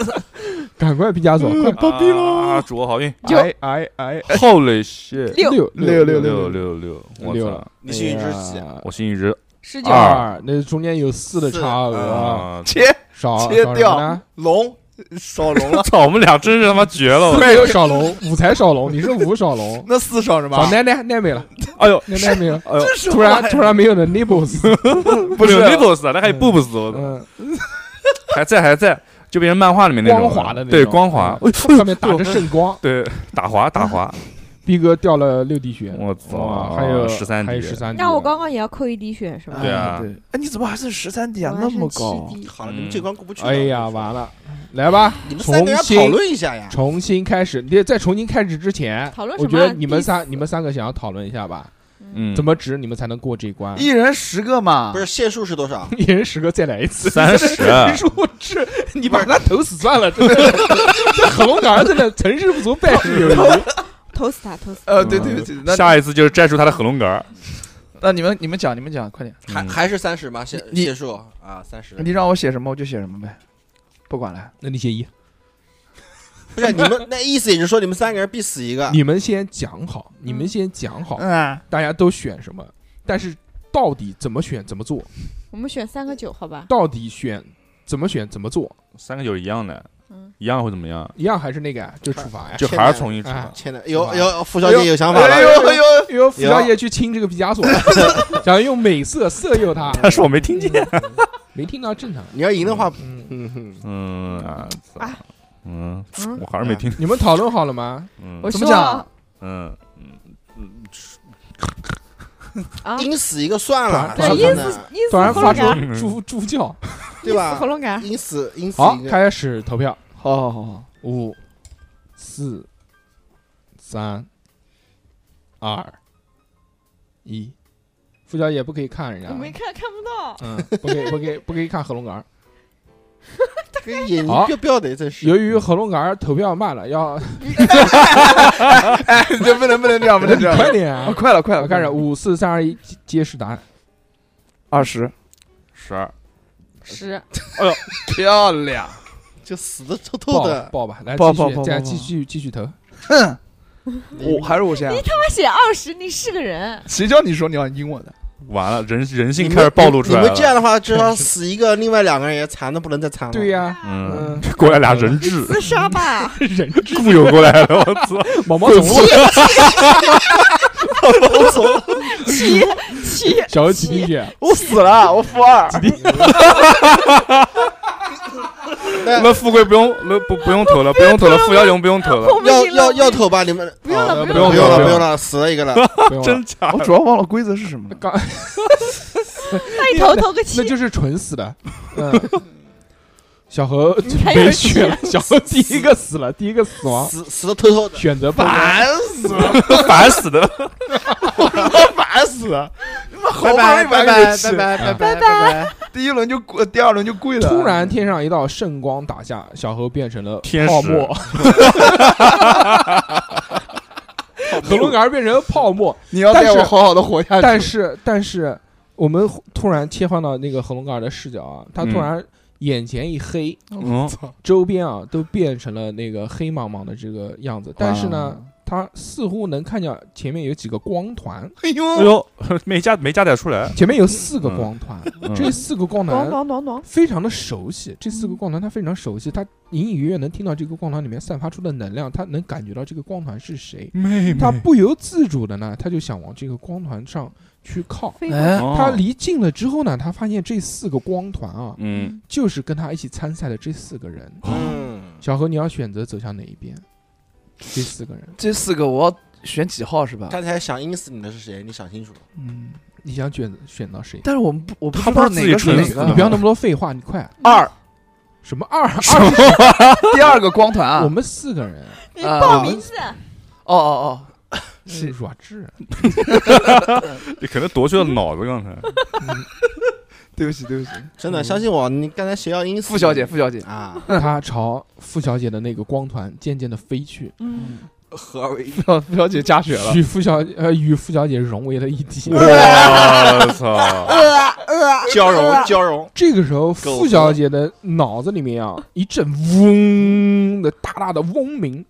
A: (laughs) 赶快毕加索，快
E: 包皮龙啊，祝我好运
D: 就
C: 哎哎哎，
E: ，Holy shit，
D: 六
A: 六哎
C: 六
E: 六
C: 六
E: 六六六，我
A: 六
E: 操
A: 了，
F: 你幸运值是几？
A: 哎呀
E: 我幸运值
D: 十九，
E: 二
A: 二，那中间有四的差额，
E: 啊，
C: (laughs) 切
A: 少
C: 切
A: 少什么
C: 掉
A: 呢？
C: 龙，少龙
E: (laughs) 我
C: 了，
E: 操，我们俩真是他妈绝 (laughs) 了，我
A: 没有少龙，五才少龙，你是五少龙，
C: (laughs) 那四少什
A: 少
C: 么？
A: 奶奶奶没了，
E: 哎呦，
A: 奶奶没了，
E: 哎呦，
C: 这是
A: 突然突然没有了 nibbles，
E: 不是
C: 是
E: Nibbles，啊那还有 Boobs，我操
A: 嗯，
E: (laughs) 还在还在，就变成漫画里面那种
A: 光滑的那种
E: 对光滑，
A: 上面打着圣光，
E: (laughs) 对打滑打滑，
A: 逼哥掉了六滴血，
E: 我操，
A: 哇，还有
E: 十三
A: 还有
E: 滴，
A: 十三滴。
D: 那我刚刚也要扣一滴血是吧？
E: 对啊
C: 哎，你怎么还剩十三滴啊？
D: 我还
C: 那
D: 剩
C: 么
D: 七
C: 高，
F: 哎
D: 滴
F: 好了，你们这关过不去了。
A: 嗯哎哎呀，完了，来吧，
F: 你们三
A: 重
F: 个人讨
A: 新
F: 论一下呀。
A: 重新开始。你在重新开始之前，
D: 讨论什
A: 我觉
D: 么
A: 得你们
D: 第
A: 三
D: 四
A: 你们三个想要讨论一下吧，
E: 嗯， (laughs)
A: 怎么指你们才能过这一关？
C: 一人十个嘛，
F: 不是限数是多少？
A: 一人十个，再来一次。
E: 三十？
A: 弱智， (laughs) 你把他投死算了，真的。 (laughs) 这喉咙杆儿真的成事不足败事有余。
D: 投死他，投死他。
C: 呃，对对不起，那
E: 嗯下一次就是摘除他的喉咙杆儿。
C: 那你们你们讲你们讲，快点，
F: 还
E: 嗯
F: 还是三十吗？限
C: 你
F: 限数啊，三十。
C: 你让我写什么我就写什么呗，不管了。
A: 那你写一，
F: 不是你们那意思也是说你们三个人必死一个。
A: 你们先讲好，你们先讲好，
C: 嗯，
A: 大家都选什么，但是到底怎么选怎么做，
D: 我们选三个九，好吧？
A: 到底选怎么选怎么做，
E: 嗯三个九一样的，
D: 嗯，
E: 一样会怎么样？
A: 一样还是那个就处罚呀。
E: 就还是重新出
A: 哎
E: 发。
F: 天哪，有有付小姐有想法
C: 哎呦
F: 了。
C: 哎呦，
A: 哎呦，福小姐去亲这个毕加索了，想用美色色诱他，
E: 但是我没听见。
A: 没听到正常。
F: 你要赢的话，
A: 嗯，
F: 嗯，
E: 嗯啊，操
D: 啊
E: 嗯，
D: 嗯
E: 我还是没听。
A: 你们讨论好了吗？
E: 嗯
D: 我
C: 怎么
D: 说
C: 讲
E: 嗯，
D: 啊，
F: 赢死一个算了，
A: 对
F: 真
D: 对，
A: 因
D: 因
F: 的
D: 死因死
A: 突然
D: 喉
A: 发
D: 咙
A: 出
D: 感，
A: 猪猪叫。
F: 对
D: 喉
F: 吧？
D: 咙感。
F: 赢死赢死
A: 好
F: 一，个。
A: 开始投票。
C: 好好好好，
A: 五、四、三、二、一。付小姐不可以看人
D: 我没
A: 家，啊
D: 看，看
A: 嗯，
D: 不到。
A: 不可以，不可以，不可以看合龙杆儿。
F: 这个眼睛
A: 好
F: 彪彪的，真是
A: 由。于合龙杆儿投票慢了，要
C: (laughs) 哎，这不能不能这样，不能这样，
A: (laughs) 快点
C: 啊，
A: 啊！
C: 快了快
A: 我
C: 了，
A: 看着五四三二一，揭示答案。
C: 二十，
E: 十二，
D: 十，
C: 漂亮，
F: 就死的透透
A: 报吧
F: 的。
A: 报吧，来
C: 报
A: 继
C: 报
A: 续，
C: 报
A: 再
C: 报
A: 继续继续投。
C: 哼，
F: 我
C: 我还是我先啊，
D: 他写二十，你是个人。
C: 谁叫你说你要赢我的？
E: 完了，人人性开始暴露出来
F: 你
E: 了
F: 们。这样的话，至少死一个，另外两个人也残的不能再残了。
A: 对
F: (laughs)
A: 呀，
E: 嗯，
A: 嗯，
E: 过来俩人质，
D: 自杀吧，
A: 人
E: 故友过来了，我操！
A: (laughs) 毛毛虫，
D: 七七，
A: 小几滴血， (laughs)
C: 我死了，啊我负二，
E: 那富贵不用，那不不用投了，不用投了，付小勇不用投了，
D: (laughs) 我们
F: 要
D: 赢
F: 要
D: 了，
F: 要投吧，你们
D: 不用
A: 好
D: 了，
A: 的
D: 用
E: 不
D: 了
E: 用
F: 了，
E: 了
F: 不用了，死了一个了。
A: 不用了
E: 真假
C: 我主要忘了规则是什么了。 (laughs)
A: 刚 (laughs)
D: 那你投投个七
A: 那，就是纯死的。嗯， (laughs) 小何
D: 你还有
A: 没
D: 人
A: 血了，小何第一个死了，第一个死亡，
F: 死死的透透的，
A: 选择不
C: 烦死了，
E: (laughs) 烦死的！
C: 烦死了！你们好不
F: 拜
C: 容
F: 拜
C: 易把
F: 拜
C: 这
F: 拜
C: 个
F: 拜
C: 啊气
F: 拜拜拜
D: 拜
F: 拜。
C: 第一轮就跪，第二轮就跪了。
A: 突然，天上一道圣光打下，小何变成了
E: 天
A: 泡
E: 使
A: (laughs) 沫，合龙杆儿变成了泡沫。
C: 你要带我好好的活下去。
A: 但是，但是我们突然切换到那个合龙杆儿的视角啊，他突
E: 嗯
A: 然眼前一黑，
E: 嗯，
A: 周边啊都变成了那个黑茫茫的这个样子。但是
E: 啊
A: 呢，他似乎能看见前面有几个光团，
E: 哎
C: 哎呦，
E: 呦， (laughs) 没加没加载出来，
A: 前面有四个光团，
E: 嗯
A: 这四个光嗯
D: 暖
A: 团
D: 暖暖暖，
A: 非常的熟悉，这四个光团他非常熟悉，他隐隐约约能听到这个光团里面散发出的能量，他能感觉到这个光团是谁，
E: 妹
A: 他不由自主的呢，他就想往这个光团上去靠。
D: 飞过
F: 嗯
C: 哎，
A: 他
E: 他
A: 离近了之后呢，他发现这四个光团啊，
E: 嗯，
A: 就是跟他一起参赛的这四个人。
F: 嗯，
A: 小何，你要选择走向哪一边？这四个人，
C: 这四个我要选几号是吧？
F: 刚才想阴死你的是谁？你想清楚。
C: 嗯，
A: 你想选选到谁？
C: 但是我们不，我不
E: 他
C: 知
E: 不
C: 道
E: 是
C: 哪个
E: 自己
C: 是
E: 纯
C: 哪
E: 死
C: 个。啊
E: 的
A: 你不要那么多废话，你快！
C: 二，
A: 什么二
E: 什
A: 二？
E: 么？
C: 第二个光团啊！
A: 我们四个人，
D: 你
C: 啊
D: 报名字，
C: 哦哦
A: 是
C: 是
A: 弱智。
E: 你可能夺去了脑子，刚才。
C: 哦，对不起对不起，
F: 真的，相信我，你刚才谁要阴死？
C: 付小姐付小 (laughs) 姐，
F: 啊，
A: 他朝付小姐的那个光团渐渐的飞去，
D: 嗯，
F: 合二为一。
C: 付小姐加血了。
A: 与付小呃与付小姐融为了一体。
E: 我
F: (laughs)
E: 操！
F: 呃交融交融，
A: 这个时候，付小姐的脑子里面啊一阵嗡的大大的嗡鸣，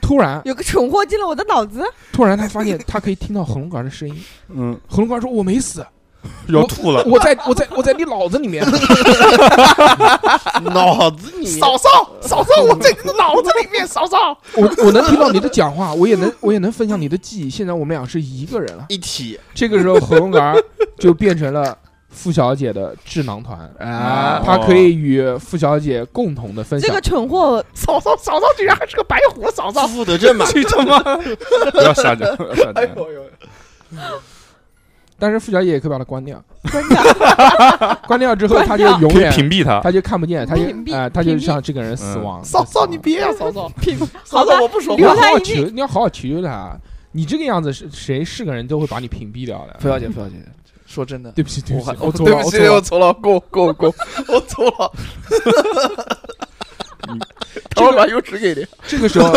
A: 突然
D: 有个蠢货进了我的脑子，
A: 突然她发现她可以听到喉咙管的声
C: (laughs)
A: 音，
E: 嗯，
A: 喉咙管说：“我没死，
E: 要吐了。
A: 我在我在我在你脑子里面。”
F: 脑子里面
C: (laughs) 嫂嫂嫂，我在你的脑子里
A: (laughs)
C: 面，嫂嫂。
A: 我我能听到你的讲话，我也能我也能分享你的记忆。现在我们俩是一个
C: (laughs)
A: 人了。啊
F: 一体。
A: 这个时候，喉咙杆儿就变成了付小姐的智囊团，
C: 啊，
A: 她可
E: (laughs)
A: 以与付小姐共同的分
D: 这
A: 享
D: 个。蠢货
C: (laughs) 嫂嫂嫂嫂居然还是个白狐，嫂
F: 负。负得正嘛，
E: 这他妈不要瞎讲，不要瞎
C: 哎
E: 讲。
C: 呦呦，
A: 但是付小姐也可以把它关掉，
E: (laughs)
D: 关掉，
A: 关掉之后
D: 关
A: 她就
D: 掉
A: 永
E: 可以
A: 远
E: 屏蔽他。
A: 她就看不见，她就
D: 屏蔽
A: 啊，她就
D: 屏蔽
A: 像这个人死亡。
C: 嗯嫂嫂，
A: 就死
C: 你
A: 亡
C: 别呀，
D: (laughs)
C: 嫂嫂，
E: (laughs)
D: 好
C: 嫂
D: 吧
C: 嫂，，我不说
A: 你
D: 留
A: 要
C: 话。
A: 好
D: 他
A: 好
D: 一命
A: 求，你要好好求求他。你这个样子是谁是个人都会把你屏蔽掉的。
C: 付小姐，付小姐，说真的，
A: 对不起，对不
C: 啊我
A: 起，我
C: 还
A: 错
C: 对
A: 了，
C: 不
A: 我
C: 起
A: 错，
C: 我
A: 了。
C: 错了，过过过，我错 (laughs) 了。他们把油纸给你，
A: 这个时候，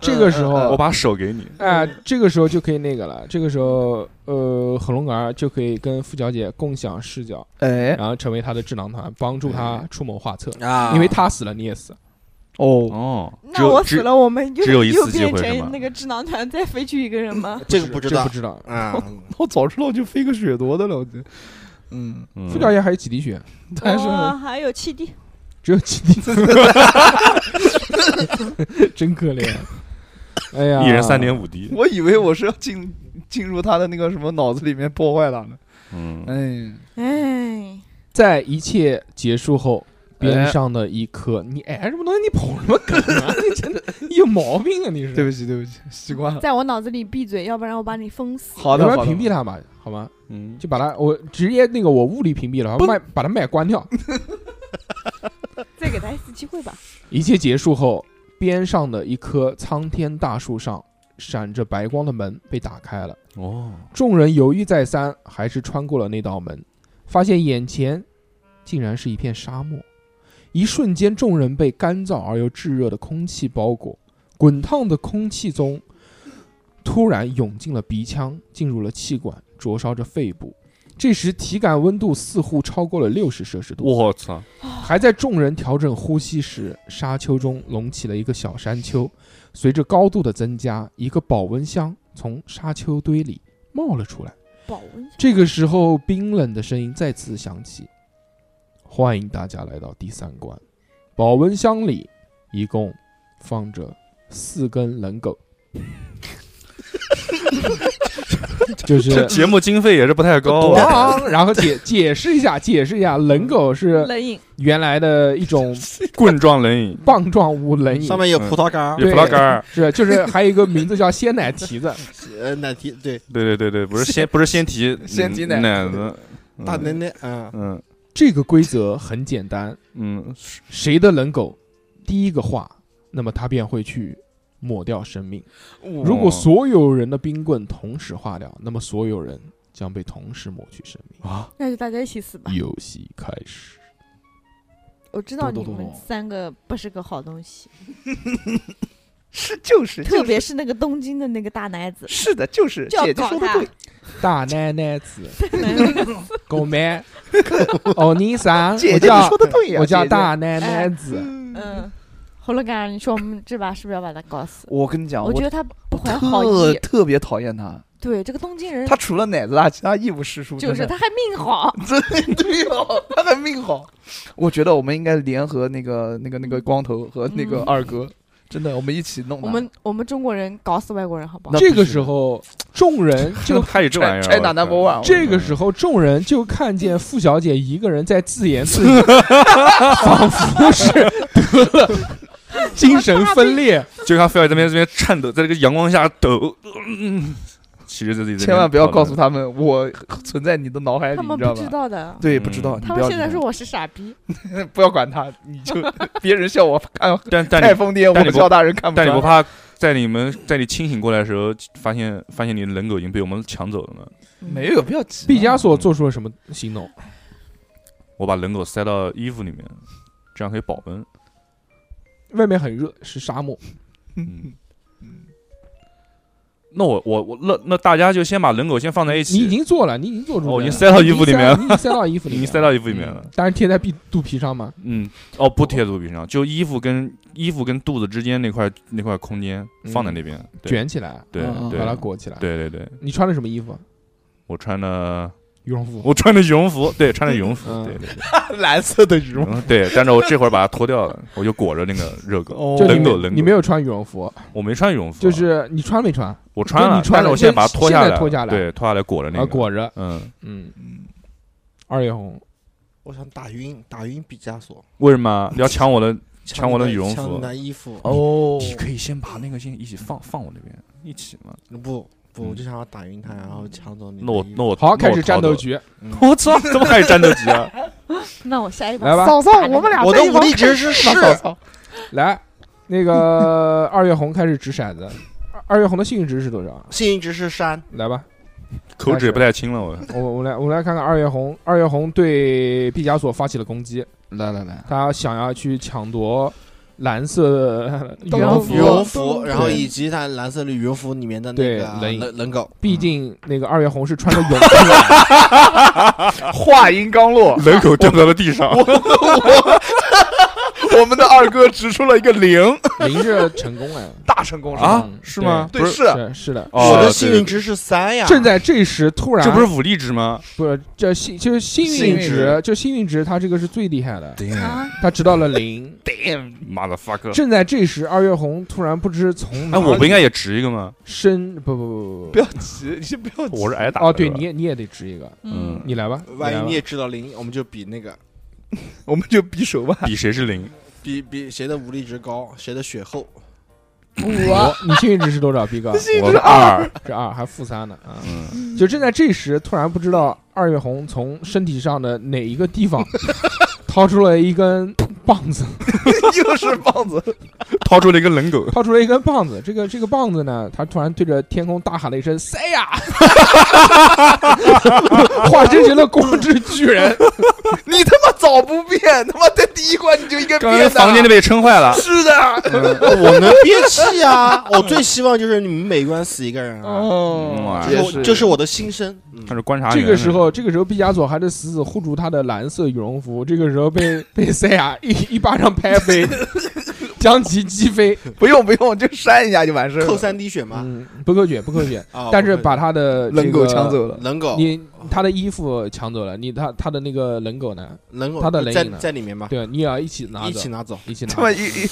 A: 这个时
E: 我
A: 候，
E: 把手给你，
A: 哎，这个时候就可以那个了。这个时候，呃，火龙儿就可以跟付小姐共享视角，
C: 哎，
A: 然后成为她的智囊团，帮助她出谋划策。
F: 啊，
A: 因为她死了，你也死。
C: 哦，
E: 哦，只
D: 那
E: 有
D: 我
E: 只
D: 死了，我们又
E: 只有一次
D: 又
E: 机会
D: 变
E: 是吗
D: 成那个智囊团再飞去一个人
E: (laughs)
D: 吗？
F: 这个不知
A: 这
F: 道
A: 不知道。
F: 啊，
C: 我早知道我就飞个雪夺的了，我就，嗯，
E: 嗯
A: 付小姐还有几滴血，
C: 但是
D: 哇还有七弟，
A: 只有几滴， (laughs) 真可怜。哎呀，
E: 一人三点五滴，
C: 我以为我是要进进入他的那个什么脑子里面破坏他呢。
E: 嗯，
C: 哎，
D: 哎，
A: 在一切结束后，边上的一棵，你哎什么东西？你捧什么梗啊？你真的你有毛病啊！你是
C: 对不起，对不起，习惯了。
D: 在我脑子里闭嘴，要不然我把你封死。
C: 好的，
A: 要不
C: 好
A: 然
C: 的
A: 屏蔽他吧，好吗？
E: 嗯，
A: 就把他，我直接那个我物理屏蔽了，卖把他麦关掉。
D: 再给他一次机会吧。
A: 一切结束后，边上的一棵苍天大树上闪着白光的门被打开了。
E: 哦，
A: 众人犹豫再三，还是穿过了那道门，发现眼前竟然是一片沙漠。一瞬间，众人被干燥而又炙热的空气包裹，滚烫的空气中突然涌进了鼻腔，进入了气管，灼烧着肺部。这时，体感温度似乎超过了六十摄氏度。
E: 我操，
D: 啊
A: 还在众人调整呼吸时，沙丘中隆起了一个小山丘。随着高度的增加，一个保温箱从沙丘堆里冒了出来。
D: 保温箱
A: 这个时候，冰冷的声音再次响起：“欢迎大家来到第三关。保温箱里一共放着四根冷狗， (laughs) 就是
E: 这节目经费也是不太高啊，
A: 咣。然后解解释一下，解释一下，冷狗是
D: 冷饮，
A: 原来的一种
E: 棍状冷饮，
A: 棒状物冷饮
F: 上，面有葡萄干
E: 嗯有
A: 对
E: 葡萄干儿，
A: 是就是还有一个名字叫鲜奶提子，
F: 儿，呃，奶提对，
E: 对对对对，不是先不是先提
C: 先提奶
E: 嗯奶子，嗯
F: 大奶奶啊，
E: 嗯
A: 这个规则很简单，
E: 嗯，
A: 谁的冷狗第一个化，那么他便会去抹掉生命。如果所有人的冰棍同时化掉，那么所有人将被同时抹去生命。
E: 啊，
D: 那就大家一起死吧。
A: 游戏开始，
D: 我知道
A: 懂
D: 你
A: 懂
D: 们
A: 懂
D: 三个不是个好东西，
C: 是就是，
D: 特
C: 就
D: 别
C: 是
D: 是那个东京的那个大奶子，
C: 是的，就是
D: 就要
C: 姐姐
D: 搞
C: 说的
D: 他
C: 对，
A: 大奶奶子， (laughs) 狗 (laughs) 妹，哦，你啥？
C: 姐
A: 我
C: 姐你
A: 叫
C: 说的对呀，
A: 我叫
C: 姐姐。哎
A: 大奶奶子，
D: (laughs) 嗯，喉咙干，你说我们这把是不是要把他搞死？
C: 我跟你讲，
D: 我觉
C: 啊我
D: 得他不怀好
C: 特
D: 意，
C: 特别讨厌他，
D: 对这个东京人
C: 他除了奶子大，其他一无是处。
D: 就是
C: 真的
D: 他还命好，
C: 对哦，他的命好。我觉得我们应该联合那个、那个、那个光头和那个
D: 嗯
C: 二哥，真的，我们一起弄他。
D: 我们我们中国人搞死外国人好不好
C: 那？
A: 这个时候，众
C: (laughs)
A: 人就
E: 还有这玩意儿，
C: 拆打
E: 我靠
C: number one，
A: 这个时候，众人就看见付小姐一个人在自言自
C: (laughs)
A: 语，仿佛是得了精神分裂。
E: 就看菲尔在那边这边颤抖，在这个阳光下抖，嗯，其实自己在
C: 千万不要告诉
E: 他，
C: 他们我存在你的脑海里，
D: 他
C: 你
D: 们
C: 知道
D: 不
C: 吧
D: 知？道的，
C: 对，不知道。
E: 嗯
C: 你
D: 他
C: 不
D: 们
C: 要
D: 现在
C: 理他
D: 说我是傻逼，
C: 不要管他，你就别人笑我看
E: 但但
C: 太
E: 你
C: 疯癫，
E: 但
C: 我
E: 你不
C: 笑大人看不
E: 但你不
C: 穿。
E: 怕在你们在你清醒过来的时候，发现发现你的人狗已经被我们抢走了吗？
C: 嗯没有，不要急。
A: 毕加索做出了什么行动？
E: 我把人狗塞到衣服里面，这样可以保
A: (laughs)
E: 温。
A: 外面很热，是沙漠。
E: 嗯，那我我我那那大家就先把人狗先放在一起，
A: 你已经做了，你已经做出来了，
E: 哦我已经塞到衣服里面了
A: 你已经塞到衣服里
E: 已
A: 面，
E: 经塞到衣服里面了。
A: 但是贴在屁肚皮上嘛，
E: 嗯，哦，不贴肚皮上，就衣服跟衣服跟肚子之间那块那块空间
A: 嗯
E: 放在那边。对
A: 卷起来，
E: 对
C: 嗯
E: 对
A: 把它裹起来。
E: 对对对，
A: 你穿的什么衣服？
E: 我穿的
A: 羽绒服。
E: 我穿的羽绒服，对，穿的羽绒服，
A: 嗯
E: 对对对，
C: 蓝色的羽绒，
E: 嗯对，但是我这会儿把它脱掉了，我就裹着那个热狗，
C: 哦
A: 就你
E: 冷狗
A: 没
E: 冷狗，
A: 你没有穿羽绒服，
E: 我没穿羽绒服啊，
A: 就是你穿没穿？
E: 我穿
A: 就
E: 了
A: 你，穿
E: 但是
A: 了
E: 我现在把它脱下
A: 现在脱下来
E: 对，脱下来裹着那
A: 啊，
E: 个，
A: 裹着。
E: 嗯，
A: 嗯二月红，
F: 我想打晕，打晕毕加索，
E: 为什么要抢我的？抢
F: 你
E: 我的
F: 的
E: 羽绒
F: 抢
E: 服
F: 你的衣服，
C: 哦
E: 可以先把那个先一起放放我那边一起嘛，
F: 不，不，我就想要打晕他，然后抢走你的
E: 那我
F: 衣服。嗯
E: 那我
A: 好，开始
E: 那我逃
A: 战斗
E: 走
A: 局，
E: 我操，怎么开始战斗
A: (laughs)
E: 局啊？
D: 那我下一把
A: 来吧
D: 扫扫
B: 我们俩
F: 我的
B: 在一
F: 武
B: 帮
F: 力值是是，
A: 来，那
E: (laughs)
A: 个二月红开始掷骰子，二二月红的幸运值是多少啊？
F: 幸运值是山，
A: 来吧，
E: 口齿也不太清了，我
A: (laughs) 我我来我来看看二月红，二月红对毕加索发起了攻击，
C: 来来来，
A: 他想要去抢夺蓝色羽
D: 羽绒
A: 绒
D: 服
A: 服
F: 羽，绒服，然后
A: 哦对
F: 以及它蓝色的羽绒服里面的那
A: 对
F: 个
A: 冷
F: 冷冷狗，
A: 毕竟那个二月红是穿着泳
E: (laughs)
A: 裤来的，
C: 话音刚落，
E: (laughs) 人口掉到了地 (laughs) 上，
C: 我们的二哥掷出了一个零，
A: 淋着成功来了。
C: 大成功是吧？
E: 啊
A: 嗯
E: 是吗？
C: 对
E: 不，是，
C: 是
A: 是是的。
E: 哦
F: 我的
E: 对
F: 幸运值是三呀。
A: 正在这时，突然
E: 这不是武力值吗？
A: 不是这幸就是幸
C: 幸
A: 运
C: 运
A: 值，就幸运值，它这个是最厉害的，
D: 啊，
A: 它直到了零。
E: 妈的 fuck！
A: 正在这时，二月红突然不知从哪
E: 哎，我不应该也值一个吗？
A: 伸不不不不
C: 不要急，你先不要急。
E: 我是挨打的。
A: 哦，对，
E: 是吧
A: 你也你也得值一个，
E: 嗯
A: 你来吧。
F: 万一你
A: 来
F: 也知道零，我们就比那个
C: 我们就比手腕，
E: 嗯比谁是零？ (laughs)
F: 比比谁的武力值高，谁的血厚。
A: 吧哎我，你 (laughs) 幸运值是多少，逼哥？
E: 我是二，
A: 是二，还负三呢啊！
E: 嗯，
A: 就正在这时，突然不知道二月红从身体上的哪一个地方 (laughs) 掏出了一根棒子，
C: (laughs)
A: (laughs)
C: 又是棒子，
E: 掏出了一个冷狗，
A: 掏出了一根棒子。这个这个棒子呢，他突然对着天空大喊了一声“塞呀”， (laughs) 化身成了光之巨人。
C: 你他妈早不变，他妈在第一关你就应
E: (laughs)
C: 该
E: 刚
C: 变
E: 才
C: 的。啊
E: 房间都被撑 (laughs) 坏了。
C: 是的，啊
F: 嗯我能憋气
A: (laughs)
F: 啊！我最希望就是你们每关死一个
C: 嗯
F: 人啊，
C: 哦
E: 嗯
F: 这
C: 也
F: 是我这是我的心声。嗯
E: 他是观察员。
A: 这个时候，这个时候毕加索还是死死护住他的蓝色羽绒服。这个时候被 (laughs) 被塞亚一一巴掌拍飞，将其击飞。
C: 不用不用，就扇一下就完事儿
F: 扣
C: 了。
F: 三滴血吗？
A: 嗯，不够血，不够血，
F: 啊，
A: 但是
F: 不会
A: 把他的
C: 冷狗抢。走了，
F: 冷狗，
A: 你他的衣服抢走了，你他他的那个冷狗呢？
F: 冷狗
A: 他的冷
F: 在
A: 饮呢
F: 在里面吧，
A: 对，你也要一起拿
F: 啊一
A: 走
F: 起，拿走。
A: 一起拿
C: 他，们一一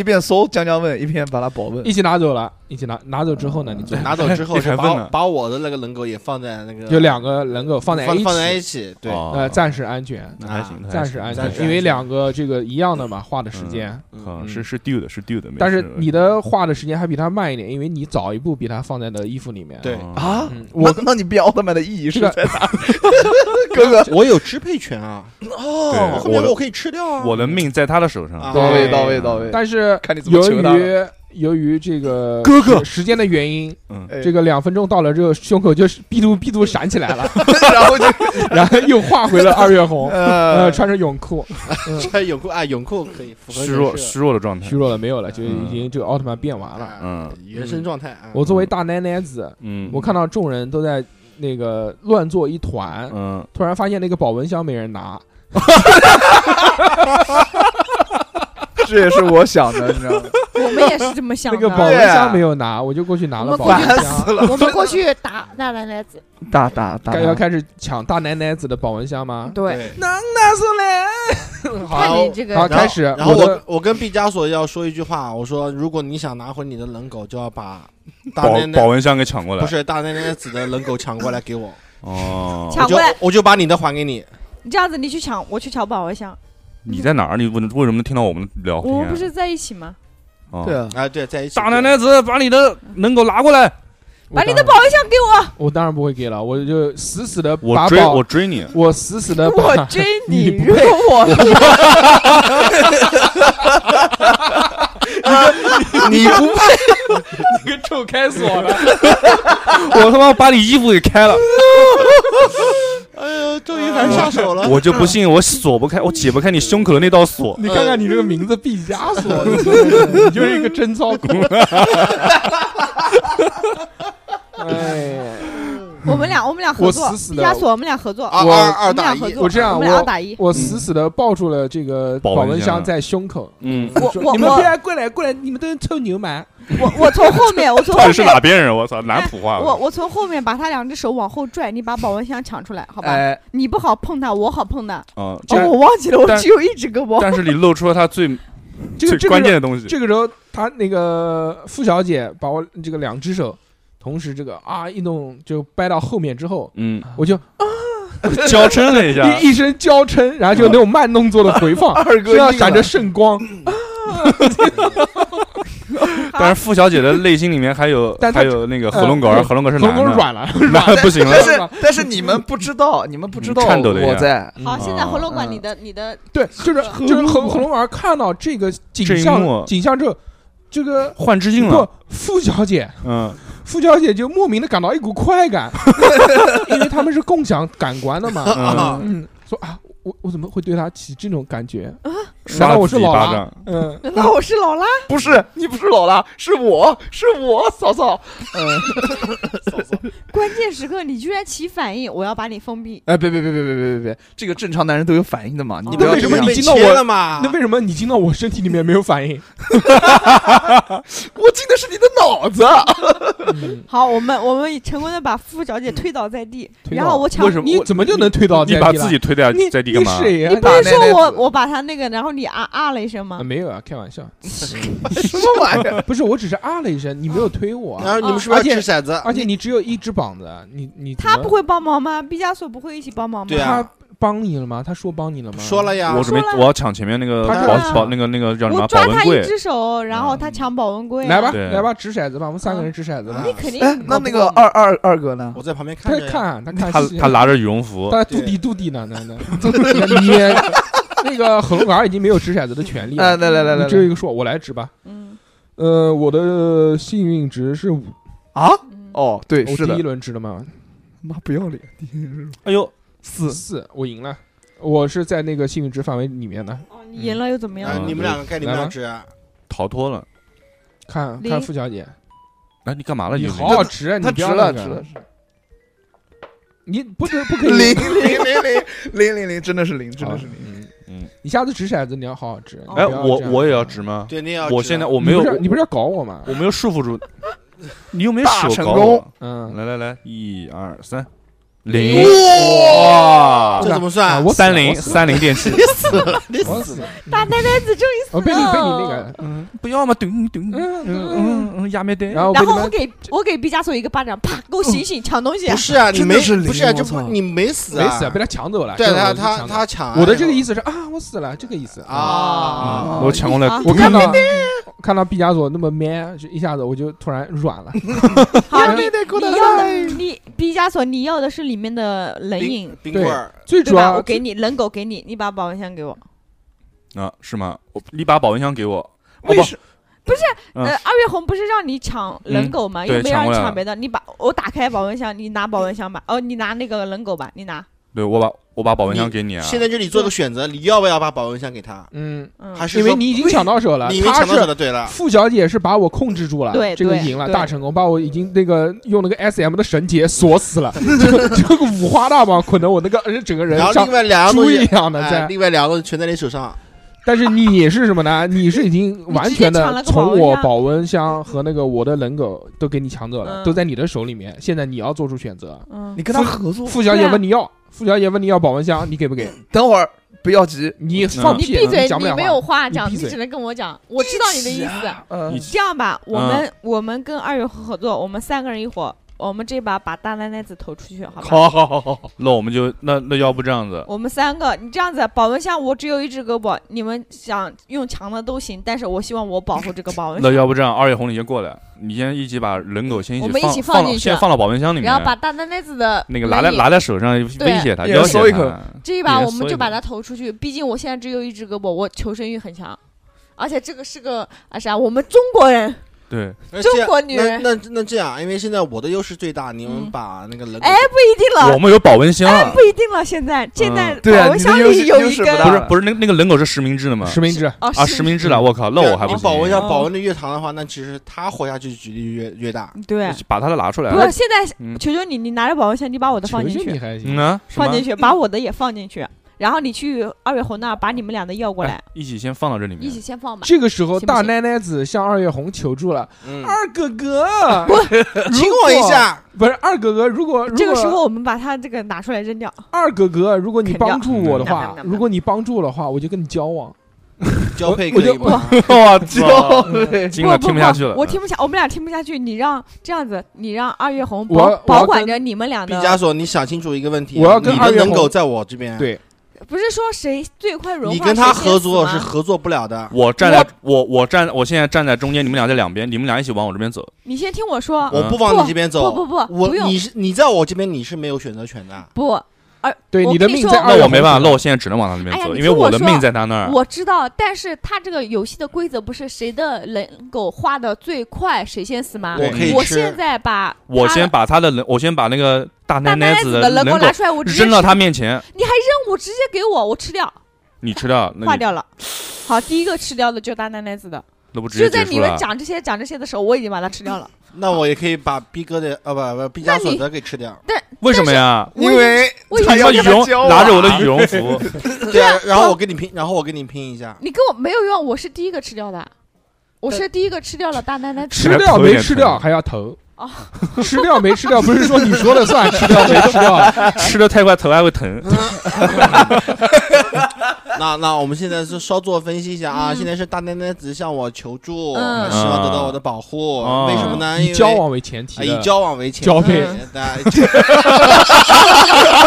C: 一边搜江江问，一边把他保问。
A: 一起拿走了，一起拿拿走之后 (laughs) 呢，你就
F: 拿走之后
E: 一
F: 是
E: 台
F: 把
E: 风呢
F: 我把我的那个冷狗也放在那个
A: 就两个冷狗放在
F: 放
A: 一
F: 放在
A: 起，
F: 一起，对，
E: 哦
A: 呃，暂时安全，
E: 那还行，那还
A: 暂
E: 行
A: 时安
F: 暂时
A: 全，因为两个这个一样的嘛，画的时间，
E: 嗯，
A: 嗯
E: 是是 due 的，是 due 的。没
A: 但是
E: 事嗯
A: 你的画的时间还比他慢一点，因为你早一步比他放在了衣服里面。
F: 对
E: 啊，
C: 啊，
A: 嗯，我
C: 我那你变奥特曼的意义
A: 这
C: 是
A: 个
C: 在哪？哥哥，
F: (laughs) 我有支配权啊，
A: 哦
E: 对
F: 后面
E: 我的
F: 我可以吃掉啊，
E: 我的命在他的手上。
F: 啊
C: 到
A: 哎
C: 位到位到位。
A: 但是
C: 看你怎么
A: 由
C: 求他了。
A: 于由于这个
C: 哥哥
A: 时时间的原因，
E: 嗯，
C: 哎
A: 这个两分钟到了之后，胸口就是哔嘟哔嘟闪起来了，
C: (laughs) 然后就
A: 然后又画回了二月
D: (laughs)
A: 红，呃， (laughs)
C: 呃，
A: 穿着泳裤，
E: 嗯
F: 穿泳裤啊，泳裤可以符合
E: 虚弱
F: 人设
E: 虚弱的状态
A: 虚。弱了没有了，就已经这个奥特曼变完了。
F: 啊
E: 嗯
F: 原生状态啊。
A: 我作为大奶奶子，
E: 嗯，
A: 我看到众人都在那个乱作一团，
E: 嗯，
A: 突然发现那个保温箱没人
D: 嗯
A: 拿，
C: 这也是我想的，你知
A: (laughs)
C: 道吗？
D: 我们也是这么想
A: 那
D: 的。
A: 个保温箱没有拿，我就过去拿了
D: 嗯啊
A: 保
D: 我们过
A: 温
D: 去
A: 箱。
C: 死了！
D: 我们过
C: (laughs)
D: 去打那奶奶子，
C: 打打打
A: 该要开始抢大奶奶子的保温箱
C: 嗯
A: 吗？
D: 对，
B: 能拿出来？
D: 看
F: 好
D: 你这
A: 好，
D: 个，
A: 开始。
F: 然后
A: 我的
F: 我我跟毕加索要说一句话，我说如果你想拿回你的冷狗，就要把大
E: 保
F: 奶
E: 保
F: 奶
E: 温箱给抢过来
F: 不。是大奶奶子的冷狗抢过来给我，
E: 哦，
D: 抢
F: 我就
D: 过来
F: 我就把你的还给你。
D: 你这样子你去抢，我去抢保温箱，
E: 你在哪儿？你为为什么能听到我们聊天？
D: 我们不是在一起吗？
E: 哦
C: 对啊，
F: 啊，对，在一起。
E: 大奶奶子，把你的能狗拿过来，
D: 把
A: 我当
D: 你的
A: 然
D: 保温箱给我，
A: 我当然不会给了，我就死死的
E: 我
A: 把
E: 追
A: 保
E: 我追你，
A: 我死死的
D: 我
A: 把
D: 追
A: 呃你不
D: 如果我
E: 你不
A: (laughs) 这个臭开锁了。
E: (laughs) 我他妈把你衣服给开了，
F: 哎呦，终于还上手了。
E: (laughs) 我就不信我锁不开，我解不开你胸口的那道锁。
A: 你看看你这个名字毕加索，你就是一个贞
C: (laughs)
A: 操狂。哎呀，
D: 我们俩我们俩合作
A: 我死，死
D: 毕
A: 的
D: 加索我们俩合作，
F: 啊
A: 我
F: 二二
D: 我们
F: 打
D: 俩
F: 一
D: 合，作，
A: 我这样
D: 我们俩
A: 我
D: 二打一，
A: 我死死的抱住了这个
E: 保
A: 保
E: 温
A: 温
E: 箱
A: 箱在胸口。
E: 嗯，
D: 我
A: 说
D: 我
A: 你们
D: 我
A: 别过来过来，你们都是臭牛蛮。
D: 我我从后面，我
E: (laughs)
D: 从
E: 到
D: 后
E: 底是哪
D: 面，
E: 边人？我
A: 哎
E: 操，南普话
D: 我
E: 了。
D: 我从后面把他两只手往后拽，你把保温箱抢出来，好吧？
C: 哎，
D: 你不好碰它，我好碰它。
E: 啊，
D: 哦，
E: 但
D: 我忘记了，我
E: 但
D: 只有一只胳膊。
E: 但是你露出了他最
A: (laughs) 这个
E: 最
A: 这个
E: 关键的东西。
A: 这个时候，他那个付小姐把我这个两只手，同时这个啊一弄就掰到后面之后， (laughs)
E: 嗯，
A: 我就
E: 娇嗔了一下，
A: 一一声娇嗔，然后就那 (laughs) 种慢动作的回放，
C: 二
A: 身
C: 哥
A: 上
C: 硬了
A: 闪着圣光，
E: 但是付小姐的内心里面还有
A: 但她
E: 还有那个合龙狗，
A: 呃
E: 合龙狗是
A: 喉
E: 男
A: 咙
E: 的，
A: 软了，
E: 那不
A: (laughs)
E: 行
C: 但
E: 了。
C: 是但是你们不知道，你们不知道
E: 颤抖了一下
C: 我在，
D: 好，现在
E: 啊
D: 回龙观
C: 嗯
D: 你的你的
A: 对，就是就是红红龙儿看到这个景
E: 这一幕
A: 象景象之后，这个
E: 换致敬
D: 啊
A: 不
E: 了，
A: 付小姐，
E: 嗯，
A: 付小姐就莫名的感到一股快
D: (laughs)
A: 感，因为他们是共享感官的
D: 啊
A: 嘛。
F: (laughs)
E: 嗯
A: 嗯，说啊，我我怎么会对她起这种感觉？
D: 啊
E: 刷
A: 难道
E: 了
A: 我
E: 自
A: 是
E: 己一
A: 老
E: 巴
A: 狼？
E: 掌，
A: 嗯，
D: 难道我是老拉？
C: 不是你不是老了，是我是我嫂嫂，
D: 关键时刻你居然起反应，我要把你封闭。
C: 哎，别别别别别别别别，这个正常男人都有反应的嘛，你不
A: 那
C: 要
A: 为什么
C: 这样
A: 你
F: 被
A: 进到
F: 切
A: 我
F: 了
D: 啊
F: 嘛？
A: 那为什么你进到我身体里面没有反
D: (laughs)
A: 应？
C: 我进的是你的脑子，啊
A: 嗯
D: 好，我们我们成功的把付小姐推倒在地，
A: 推倒
D: 然后我抢
E: 为，什么
A: 你
E: 我
A: 怎么就能推到
E: 你
A: 在
E: 把
A: 地了
E: 自己推在
A: 你
E: 在地干嘛
A: 你？谁呀
D: 你不是
C: 打奶奶
D: 说我
C: 子
D: 我把他那个，然后你啊啊了一声
A: 啊
D: 吗？
A: 没有啊，开玩
D: (laughs)
A: 笑，
C: 什么玩意儿？
A: 不是，我只是啊了一声，你没有推我
F: 然
A: 啊，
F: 后你们是不是
A: 而且
F: 要掷骰子？
A: 而且你只有一只膀子，啊你你怎
D: 他
A: 么
D: 不会帮忙吗？毕加索不会一起帮忙吗？
F: 对啊
A: 他帮你了吗？他说帮你了吗？
F: 说了呀，
E: 我准备
D: 说了
E: 我要抢前面那个
A: 他
D: 说
E: 保
D: 了
E: 保那个那个叫什
D: 我
E: 么
D: 抓
E: 保
D: 他
E: 温
D: 一
E: 柜，
D: 只手，然后他抢保温柜啊。
A: 来吧，
E: 对
A: 来吧，掷骰子吧，我们三个
F: 嗯
A: 人掷骰子吧。
D: 你肯定
C: 哎，那那个二二二哥呢？
F: 啊我在旁边看
A: 他
F: 着呀。
A: 看啊他看
E: 他
A: 戏
E: 他拿着羽绒服，
A: 他
F: 对
A: 肚底肚底呢，那那你那个红杆已经没有掷骰子的权利
C: 哎，
A: 了，
C: 来来来来
A: 你只有
C: 来
A: 一个数，我来掷吧。
D: 嗯
A: 呃，我的幸运值是五，
C: 啊！
D: 嗯
C: 哦，对，
A: 我第
C: 是的
A: 一，轮掷了吗？
C: 妈不要脸，
E: 哎呦，
A: 四四，我赢了，我是在那个幸运值范围里面的。
D: 哦，你赢了又怎么样
F: 哎
E: 嗯？
F: 你们两个该你们
A: 来吧
F: 俩值啊，
E: 逃脱了，
A: 看啊
D: 零
A: 看付小姐，
E: 哎，你干嘛了？
A: 你
E: 已经
A: 好好掷啊，你
C: 他
A: 不
C: 值
A: 要
C: 了，
A: 那
C: 值了
A: 个，，你不得不可
C: 零 (laughs)
A: 以
C: 零。零零零零零，真的是零，真的是零。
A: 零。
E: 嗯，
A: (laughs) 你下次掷骰子你要好好掷。
E: 哎，
A: 你不要
E: 我
A: 这样嗯
E: 我也要值吗？
F: 对，你也要
E: 我
F: 值
E: 现在
F: 啊
E: 我没有
A: 你不是你不是要搞我吗
E: 我？没有束缚住，你又没
C: 大
E: 手
C: 成
E: 搞
C: 功
E: 我。
A: 嗯，
E: 来来来，一二三，
A: 零
E: 零哇
F: 这怎么算
A: 啊？我死
E: 三
A: 了
E: 零
A: 我死了
E: 三零电池，
A: 我死了，
D: 大奶奶子终于死
A: 我
D: 了。
A: 被你被你那个，
E: 嗯，不要嘛，咚咚，嗯
A: 嗯嗯，
E: 嗯嗯，亚美得，
A: 然
C: 哦
A: 后被
D: 然
A: 你
D: 后我
A: 们
D: 给我给毕加索一个巴掌，啪，给我醒醒，抢东西
F: 不。是啊，你
C: 真的
F: 没
C: 是零
F: 不是啊，
C: 我
F: 就不
C: 操
F: 你没死啊，
A: 没死啊，被他抢走了。
F: 对
A: 这个
F: 他
A: 我就
F: 他
A: 抢走
F: 他抢啊，
A: 我的这个意思是啊，我死了，这个意思。
F: 啊，
E: 我抢过来
D: 啊，
A: 我看到看到毕加索那么 man，就一下子我就突然软了。
D: 好，你你要的你毕加索，你要的是里面的冷饮
F: 冰，冰棍儿，
A: (laughs) 最
D: 对
A: 主
D: 吧？我
A: 要
D: 给你冷狗给你，你把保温箱给我。
E: 啊，是吗？我你把保温箱给我，哦
C: 为什
E: 嗯
D: 呃，二月红不是让你抢冷狗吗？
E: 嗯
D: 又没
E: 对
D: 让
E: 抢
D: 你
E: 过来了
D: 抢别的，你把我打开保温箱，你拿保温箱吧。哦，你拿那个冷狗吧，你拿。
E: 对我把我把保温箱给你啊，
F: 现在就你做个选择，你要不要把保温箱给他？
A: 嗯，
D: 嗯，
F: 还是
A: 因为
F: 说
A: 你已经抢到手了，
F: 你因为
A: 他
F: 抢到手
A: 是
F: 的，对了，啊
A: 付小姐是把我控制住了，
D: 对
A: 这个
D: 对
A: 赢了，
D: 对
A: 大成功，把我已经那个用那个 S M 的绳结锁死了，这个这个五花大绑捆得我那个呃整个人
F: 然后
A: 像
F: 另外两样东
A: 猪一
F: 西，
A: 样的
F: 哎
A: 在。
F: 另外两样东西全在你手上，
A: 但是你是什么
D: (laughs)
A: 呢？你是已经完全
D: 你直接抢了
A: 的从
D: 个保温箱
A: 我保温箱和那个我的冷狗都给你抢走了，
D: 嗯
A: 都在你的手里面。现在你要做出选择。
D: 嗯
C: 你，跟他合作？
A: 付小姐
D: 对啊嗯
A: 问你要，付小姐问你要保温箱，你给不给？
C: 等会儿不要急，
A: 啊你放
D: 你
A: 屁，
D: 闭嘴，
A: 讲不
D: 你
A: 了
D: 没
A: 话
D: 有话
A: 你
D: 讲，
A: 闭
D: 你
A: 嘴
D: 只能跟我讲。我知道你的意思。
C: 嗯
E: 一，
D: 这样吧，我们我们跟二月合合作，我们三个人一伙，我们这把把大奶奶子投出去，好吧？
C: 好好好好好，
E: 那我们就那那要不这样子，
D: 我们三个，你这样子，保温箱我只有一只胳膊，你们想用强的都行，但是我希望我保护这个保温
E: 那
D: 箱，
E: 要不这样，二月红你先过来，你先一起把人狗先
D: 我
E: 起
D: 们一
E: 放
D: 起
E: 放
D: 放进
E: 到
D: 去
E: 先放到保温箱里面
D: 然，后把大奶奶子的
E: 那个拿在拿在手上
D: 对
E: 威胁他，
C: 一
E: 要
C: 人
E: 挟
C: 搜一口
E: 他。
D: 这一
E: 一
D: 把
E: 人
D: 我们
E: 缩一
D: 就把
E: 口
D: 它投出去，毕竟我现在只有一只胳膊，我求生欲很强，而且这个是个啊啥，我们中国人，
E: 对，
F: 那
D: 中
F: 这样
D: 国女人
F: 那那那这样，因为现在我的优势最大，你们
D: 嗯
F: 把那个冷，
D: 哎，不一定
E: 我
D: 了，
E: 们有保温箱，啊
D: 不一定了，现在现在
C: 对啊
D: 保温
C: 你的
D: 箱
C: 优势
D: 里有
C: 优
D: 一
C: 势
D: 根
C: 不
E: 不
C: 大
E: 是不是那那个人狗是实名制的吗？
A: 实名制，
D: 哦
E: 啊，
D: 是
E: 实名制了，我靠，那
F: 对
E: 我还不
F: 你
E: 行
F: 保温箱
D: 哦
F: 保温的越长的话，那其实他活下去几率越越大。
D: 对，
E: 把他的拿出来
D: 不是现在
E: 嗯
D: 求求你，你拿着保温箱，你把我的放
A: 求
D: 进
A: 求你
D: 去，
A: 还行
E: 嗯。啊，什
D: 放
E: 么
D: 进去，把我的也放进去，然后你去二月红那儿把你们俩的要过来
E: 哎，一起先放到这里
D: 一
E: 面
D: 起，先放吧。
A: 这个时候，
D: 行不
A: 大
D: 行
A: 奶奶子向二月红求助了：“
F: 嗯，
A: 二哥哥，呃
F: 亲我一下，
A: 不是二哥哥，如果如
D: 这个时
A: 果
D: 候我们把它这个拿出来扔掉，
A: 二哥哥，如果你
D: 啃掉
A: 帮助我的
D: 嗯
A: 话
D: 嗯嗯，嗯
A: 如果你帮助我的话，我就跟你交往。
F: 交配
A: 我
F: 可以
A: 就
F: 吗？啊
E: 哇，
C: 就
E: 金了
D: 不
E: 听不下去了，
D: 我听不下，我们俩听不下去。你让这样子，你让二月红
A: 我
D: 保
A: 我要
D: 保管
A: 跟
D: 着你们俩
F: 毕加
D: 的，
F: 索，你想清楚一个问题啊，
A: 我要跟
F: 你
A: 二
F: 的
A: 月
F: 冷
A: 红
F: 狗在我这边，
A: 对
D: 不是说谁最快融化，
F: 你跟他
D: 谁先
F: 合作
D: 死
F: 是
D: 吗啊
F: 合作不了的。
E: 我站在我我站我现在站在中间，你们俩在两边，你们俩一起往我这边走。
D: 你先听我说，
F: 我不往你这边走，
D: 不不不
F: 我
D: 不用
F: 你是你在我这边你是没有选择权的。
D: 不，
A: 对
D: 我
A: 你
D: 跟
A: 的
D: 你
A: 命
D: 说
A: 在
D: 那
A: 二
E: 那
A: 楼
E: 我没办法，
A: 是
E: 那我现在只能往他那边
D: 哎呀
E: 走，
D: 你
E: 因为
D: 听
E: 我
D: 我
E: 的
D: 说
E: 命在他那儿。
D: 我知道，但是他这个游戏的规则不是谁的人狗画的最快谁先死吗？
F: 我可以
D: 我
F: 吃
D: 现在把
E: 我
D: 他
E: 先把他的人，我先把那个大
D: 大
E: 奶
D: 奶
E: 子
D: 子的
E: 人
D: 人
E: 狗
D: 狗拿出来，我直接
E: 扔到他面前，
D: 你还扔，我直接给我，我吃掉，
E: 你吃掉，那
D: 化
E: 你
D: 掉了。好，第一个吃掉的就是大奶奶子的，
E: 那不直
D: 就
E: 接
D: 在
E: 结
D: 你
E: 束
D: 们
E: 了？
D: 讲这些讲这些的时候，我已经把它吃
E: (laughs)
D: 掉了。
F: 那我也可以把逼哥的啊不不毕加索的给吃掉。
E: 为什么呀？
D: 我已经
C: 为 (laughs)
D: 我已
E: 他
D: 经
E: 羽绒
C: 教我
E: 拿着我的羽绒服， (laughs)
F: 对啊，然后我跟你拼，然后我跟你拼一下。
D: 你跟我没有用，我是第一个吃掉的，我是第一个吃掉了大奶奶子。
E: 还
A: 吃掉
E: 头有
A: 没
E: 点
A: 吃
E: 疼
A: 掉还要投
D: 哦。
A: (laughs) 吃掉没吃掉，不是说你说了算，吃掉没吃
F: (laughs)
A: 掉，
E: 吃的太快头还会疼。
F: 那那我们现在是稍作分析一下啊，
D: 嗯
F: 现在是大奶奶子向我求助，
D: 嗯
F: 希望得
A: 啊
F: 到我的保护。
A: 哦
E: 嗯
F: 为什么呢？因
A: 以
F: 为
A: 交往为前提
F: 啊，
A: 的
F: 以交往为前提，嗯
A: 交配
F: 大家 (laughs)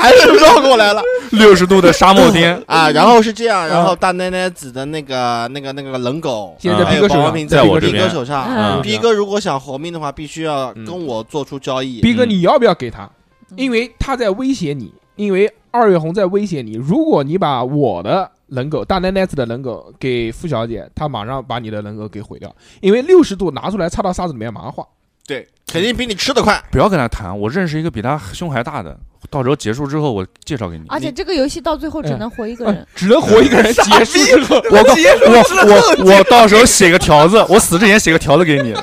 F: 还是绕过来了，
E: 六十度的沙漠颠
F: (laughs) 啊。然后是这样，然后大奶奶子的那个、那个、那个冷狗，啊
A: 现在在
F: 还
A: 逼
F: 有
A: 哥手
F: 保
A: 上
F: 温，瓶
E: 在我这
F: 逼哥
E: 边
F: 手上。
E: 啊
D: 嗯
F: 逼哥如果想活命的话，必须要
E: 嗯
F: 跟我做出交易。
A: 逼哥，
E: 嗯
A: 你要不要给他？
D: 嗯
A: 因为他在威胁你，因为二月红在威胁你。如果你把我的人狗大奶奶子的人狗给付小姐，她马上把你的人狗给毁掉，因为六十度拿出来插到沙子里面，马上化。
F: 对，肯定比你吃的快。
E: 不要跟他谈。我认识一个比他胸还大的，到时候结束之后我介绍给
D: (laughs)
E: 你。
D: 而且这个游戏到最后只能活一个
E: (laughs)
D: 人，
A: 哎只能活一个人，结束之后，
E: 我我我我到时候写个条子，我死之前写个条子给你，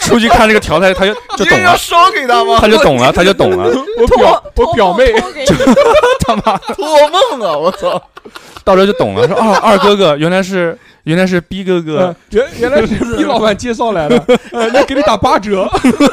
E: 出去看这个条子，他就就懂了，
C: 烧给他吗
E: 他就懂了，他就懂
A: (laughs)
E: 了。
A: 我表
D: 托
A: 我表妹，
E: (laughs)
D: 托给你
C: 托梦了，我操！
E: 到时候就懂了，说啊，二哥哥原来是原来是逼哥哥
A: 呃，原原来是逼老板介绍来 (laughs) 的，呃那给你打八折。
F: 不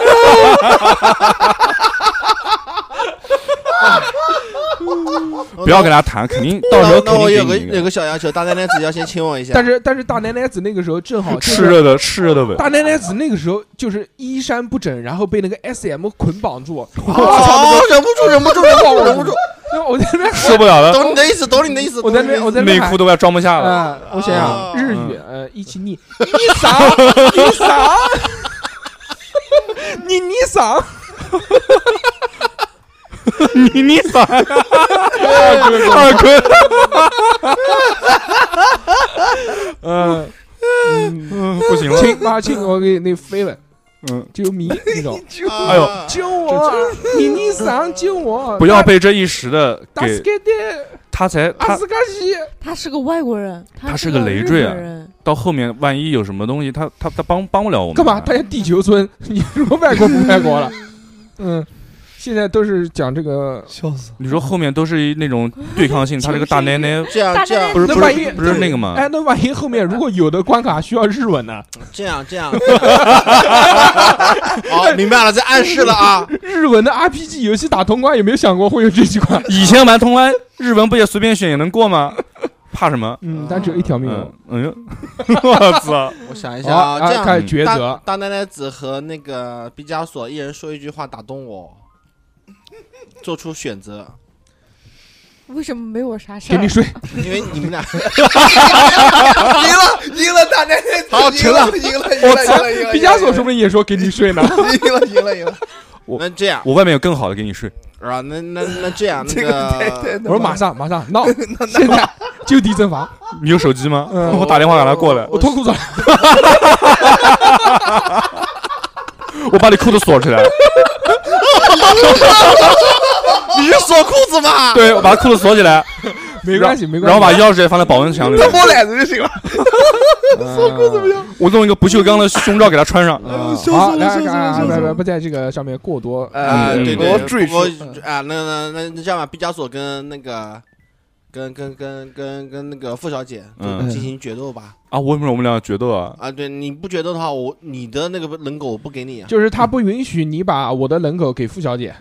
E: 不要跟他谈，肯定到时候肯
F: 那我有
E: 定
F: 个
E: 给你
F: 有
E: 一个
F: 个小要求，大奶奶子要先亲我一下。
A: 但是但是大奶奶子那个时候正好就
E: 炽
A: 是
E: 热的炽热的吻。
A: 大奶奶子那个时候就是衣衫不整，然后被那个 S M 捆绑 (laughs) 住，我操，
F: 哦，忍不住，忍不住，忍不住，
A: (laughs)
F: 忍不住。
A: 那我在那边
E: 受不了了，
F: 懂你的意思，懂你的意思。
A: 我在那边我在那边
E: 内
A: 喊
E: 裤都快装不下了。
A: 啊，我想想
F: 哦
A: 日语，呃，一起 (laughs) 你你啥
F: 你啥？
A: 你你啥？
E: (laughs) 你你咋？二哥，
A: (laughs) 嗯，
E: 不行了，
A: 亲妈亲，我给那飞了，
E: 嗯，
A: 救迷那种，
F: 啊
E: 哎呦
A: 救我，啊你你啥救我？
E: 不要被这一时的
A: 打
E: 给
A: 死给的
E: 他才
A: 阿
E: 他
A: 斯卡西，
D: 他是个外国人，
E: 他是
D: 是
E: 个累赘啊
D: 日本人
E: 到后面万一有什么东西，他他他帮帮不了我们。啊
A: 干嘛？他家地球村， (laughs) 你说外国不外
E: (laughs)
A: 国了？嗯，现在都是讲这个，
C: 笑死！
E: 你说后面都是那种对抗性，他这个大奶奶
F: 这样
D: 大
F: 这样
D: 奶
E: 不
D: 奶
E: 是
A: 那
E: 不
A: 万一
E: 是不是那个嘛？
A: 哎，那万一后面如果有的关卡需要日文呢？
F: 这样这样。好，明白了，这暗示了啊。
A: 日文的 RPG 游戏打通关有没有想过会有这几款？ (laughs)
E: 以前玩通关日文不也随便选也能过吗？怕什么？
A: 嗯，但只有一条命
E: 嗯嗯， (laughs) 我操！
F: 我想一
A: 好
F: 下啊，这
A: 啊，
F: 样
A: 开始抉
F: 大
A: 择。
F: 大奶奶子和那个毕加索一人说一句话打动我，做出选择，
D: 为什么没我啥事
A: 给
D: 儿
A: 你？
E: (laughs)
A: 睡，
F: 因为你们俩
C: 赢了，赢了，大奶奶！
F: 好
C: 赢了，赢了，赢
A: 我
C: 了，赢
A: 操
C: 了，赢了！！
A: 毕加索说不定也说给你睡
E: (laughs)
A: 呢。
C: 赢了，赢了，赢了！
E: 我
F: 那这样
E: 我外面有更好的给你睡，
F: 啊，那那那这样那
C: (laughs) 这个太太
F: 个。
A: 我说马上马上
E: (laughs)
A: 闹，现在就地正法。
E: 你有手机吗？
A: 嗯
E: 我打电话给他过来，
A: 我脱裤子了，
E: 我把你裤子锁起来。
F: (laughs) 你是锁裤子
E: (laughs)
F: 吗？
E: 对，我把裤子锁起来，
A: 没关系没关系。
E: 然后把钥匙也放在保温箱里面
C: 他。摸奶子就行了。
A: 脱裤子不要。
E: 我用一个不锈钢的胸罩给他穿
F: 嗯
E: 上。
C: 呦笑死
A: 好，
C: 我
A: 来
C: 笑死我
A: 啊
C: 笑死
A: 不
C: 我
A: 不不在这个上面过多
C: 啊，
E: 嗯
F: 对
E: 嗯
F: 对，
C: 我赘述
F: 我。啊，那那那那这样吧，毕加索跟那个，跟跟跟跟跟那个付小姐就
E: 嗯
F: 进行决斗吧。
E: 啊，为什么我们俩决斗啊？
F: 啊，对，你不决斗的话，我你的那个人狗我不给你啊。
A: 就是他不允许你把我的人口给付小姐，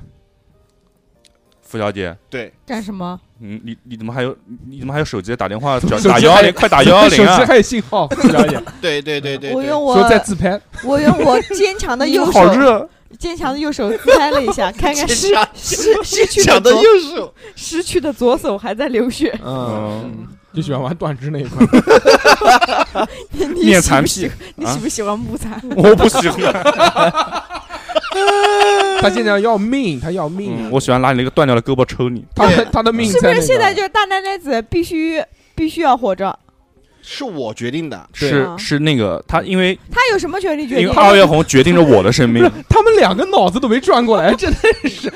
E: 付小姐，
F: 对，
D: 干什么？
E: 你你你怎么还有你怎么还有手机打电话？
A: 手
E: 打
A: 机
E: 打幺幺零，快打幺幺
A: (laughs) 手
E: 零
A: 机
E: 啊！
A: 还有信号，付小姐
F: 对对对对，
D: 我
F: 对
D: 用我
A: 说在自拍，
D: 我用我坚强的右
E: 好
D: 手，
E: 热，
D: 坚强的右手自拍了一
F: (laughs)
D: 下，看看失失失去
F: 抢的
D: 左
F: 右手，
D: 失去的左手还在流血。 (laughs)
A: 嗯，
C: 嗯
A: 就喜欢玩断肢那一块。
D: 你喜不
E: 面残
D: 喜
E: 癖，
D: 你喜不喜欢木残？
E: (laughs) 我不
A: (laughs)
E: 喜欢，
A: 他现在要命，他要命，啊
E: 嗯我喜欢拿你那个断掉的胳膊抽你。
A: 他他的命
D: 是不
A: 在那
D: 是
A: 个
D: 现在就是大奶奶子必须必须要活着？
F: 是我决定的。
E: 是
D: 啊
E: 是那个他，因为
D: 她有什么权利决
E: 因为
D: 定？
E: 二月红决定了我的生命。
A: (laughs) 他们两个脑子都没转
D: (laughs)
A: 过来，真的是。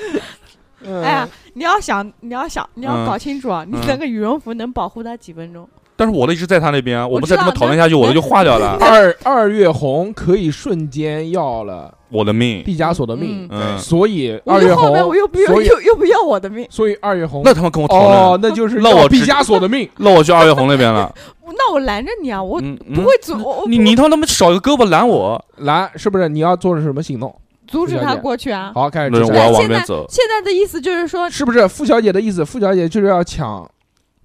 D: 哎呀，你要想，你要想，你要
E: 嗯
D: 搞清楚啊！你
E: 嗯
D: 那个羽绒服能保护她几分钟？
E: 但是我的一直在他那边啊，我
D: 我
E: 们
D: 知
E: 再
D: 道
E: 这么讨论下去，我的就化掉了，
A: 二二月红可以瞬间要了
E: 我的命。
A: 毕加索的命，
E: 嗯，
A: 所以
D: 我
A: 二月
D: 就后
A: 红
D: 面我又不，要
A: 所以
D: 又又不要我的命，
A: 所以二月红
E: 那他们跟我讨
A: 哦
E: 论，，
A: 那就是
E: 那
A: 要
E: 我
A: 毕
E: 直
A: 加索的命， (laughs)
E: 那我去二月红那边了。
D: 我那我拦着你啊！我
E: 嗯，
D: 不
E: 嗯
D: 会阻我我
E: 你你他妈少一个胳膊拦我，
A: 来，是不是你要做什么行动？
D: 阻止
A: 不了
D: 她
A: 解
D: 过去啊！
A: 好，开始
E: 那
A: 执
E: 我
A: 行
E: 要
D: 现
E: 往边
D: 在
E: 走。
D: 现在的意思就是说，
A: 是不是傅小姐的意思？傅小姐就是要抢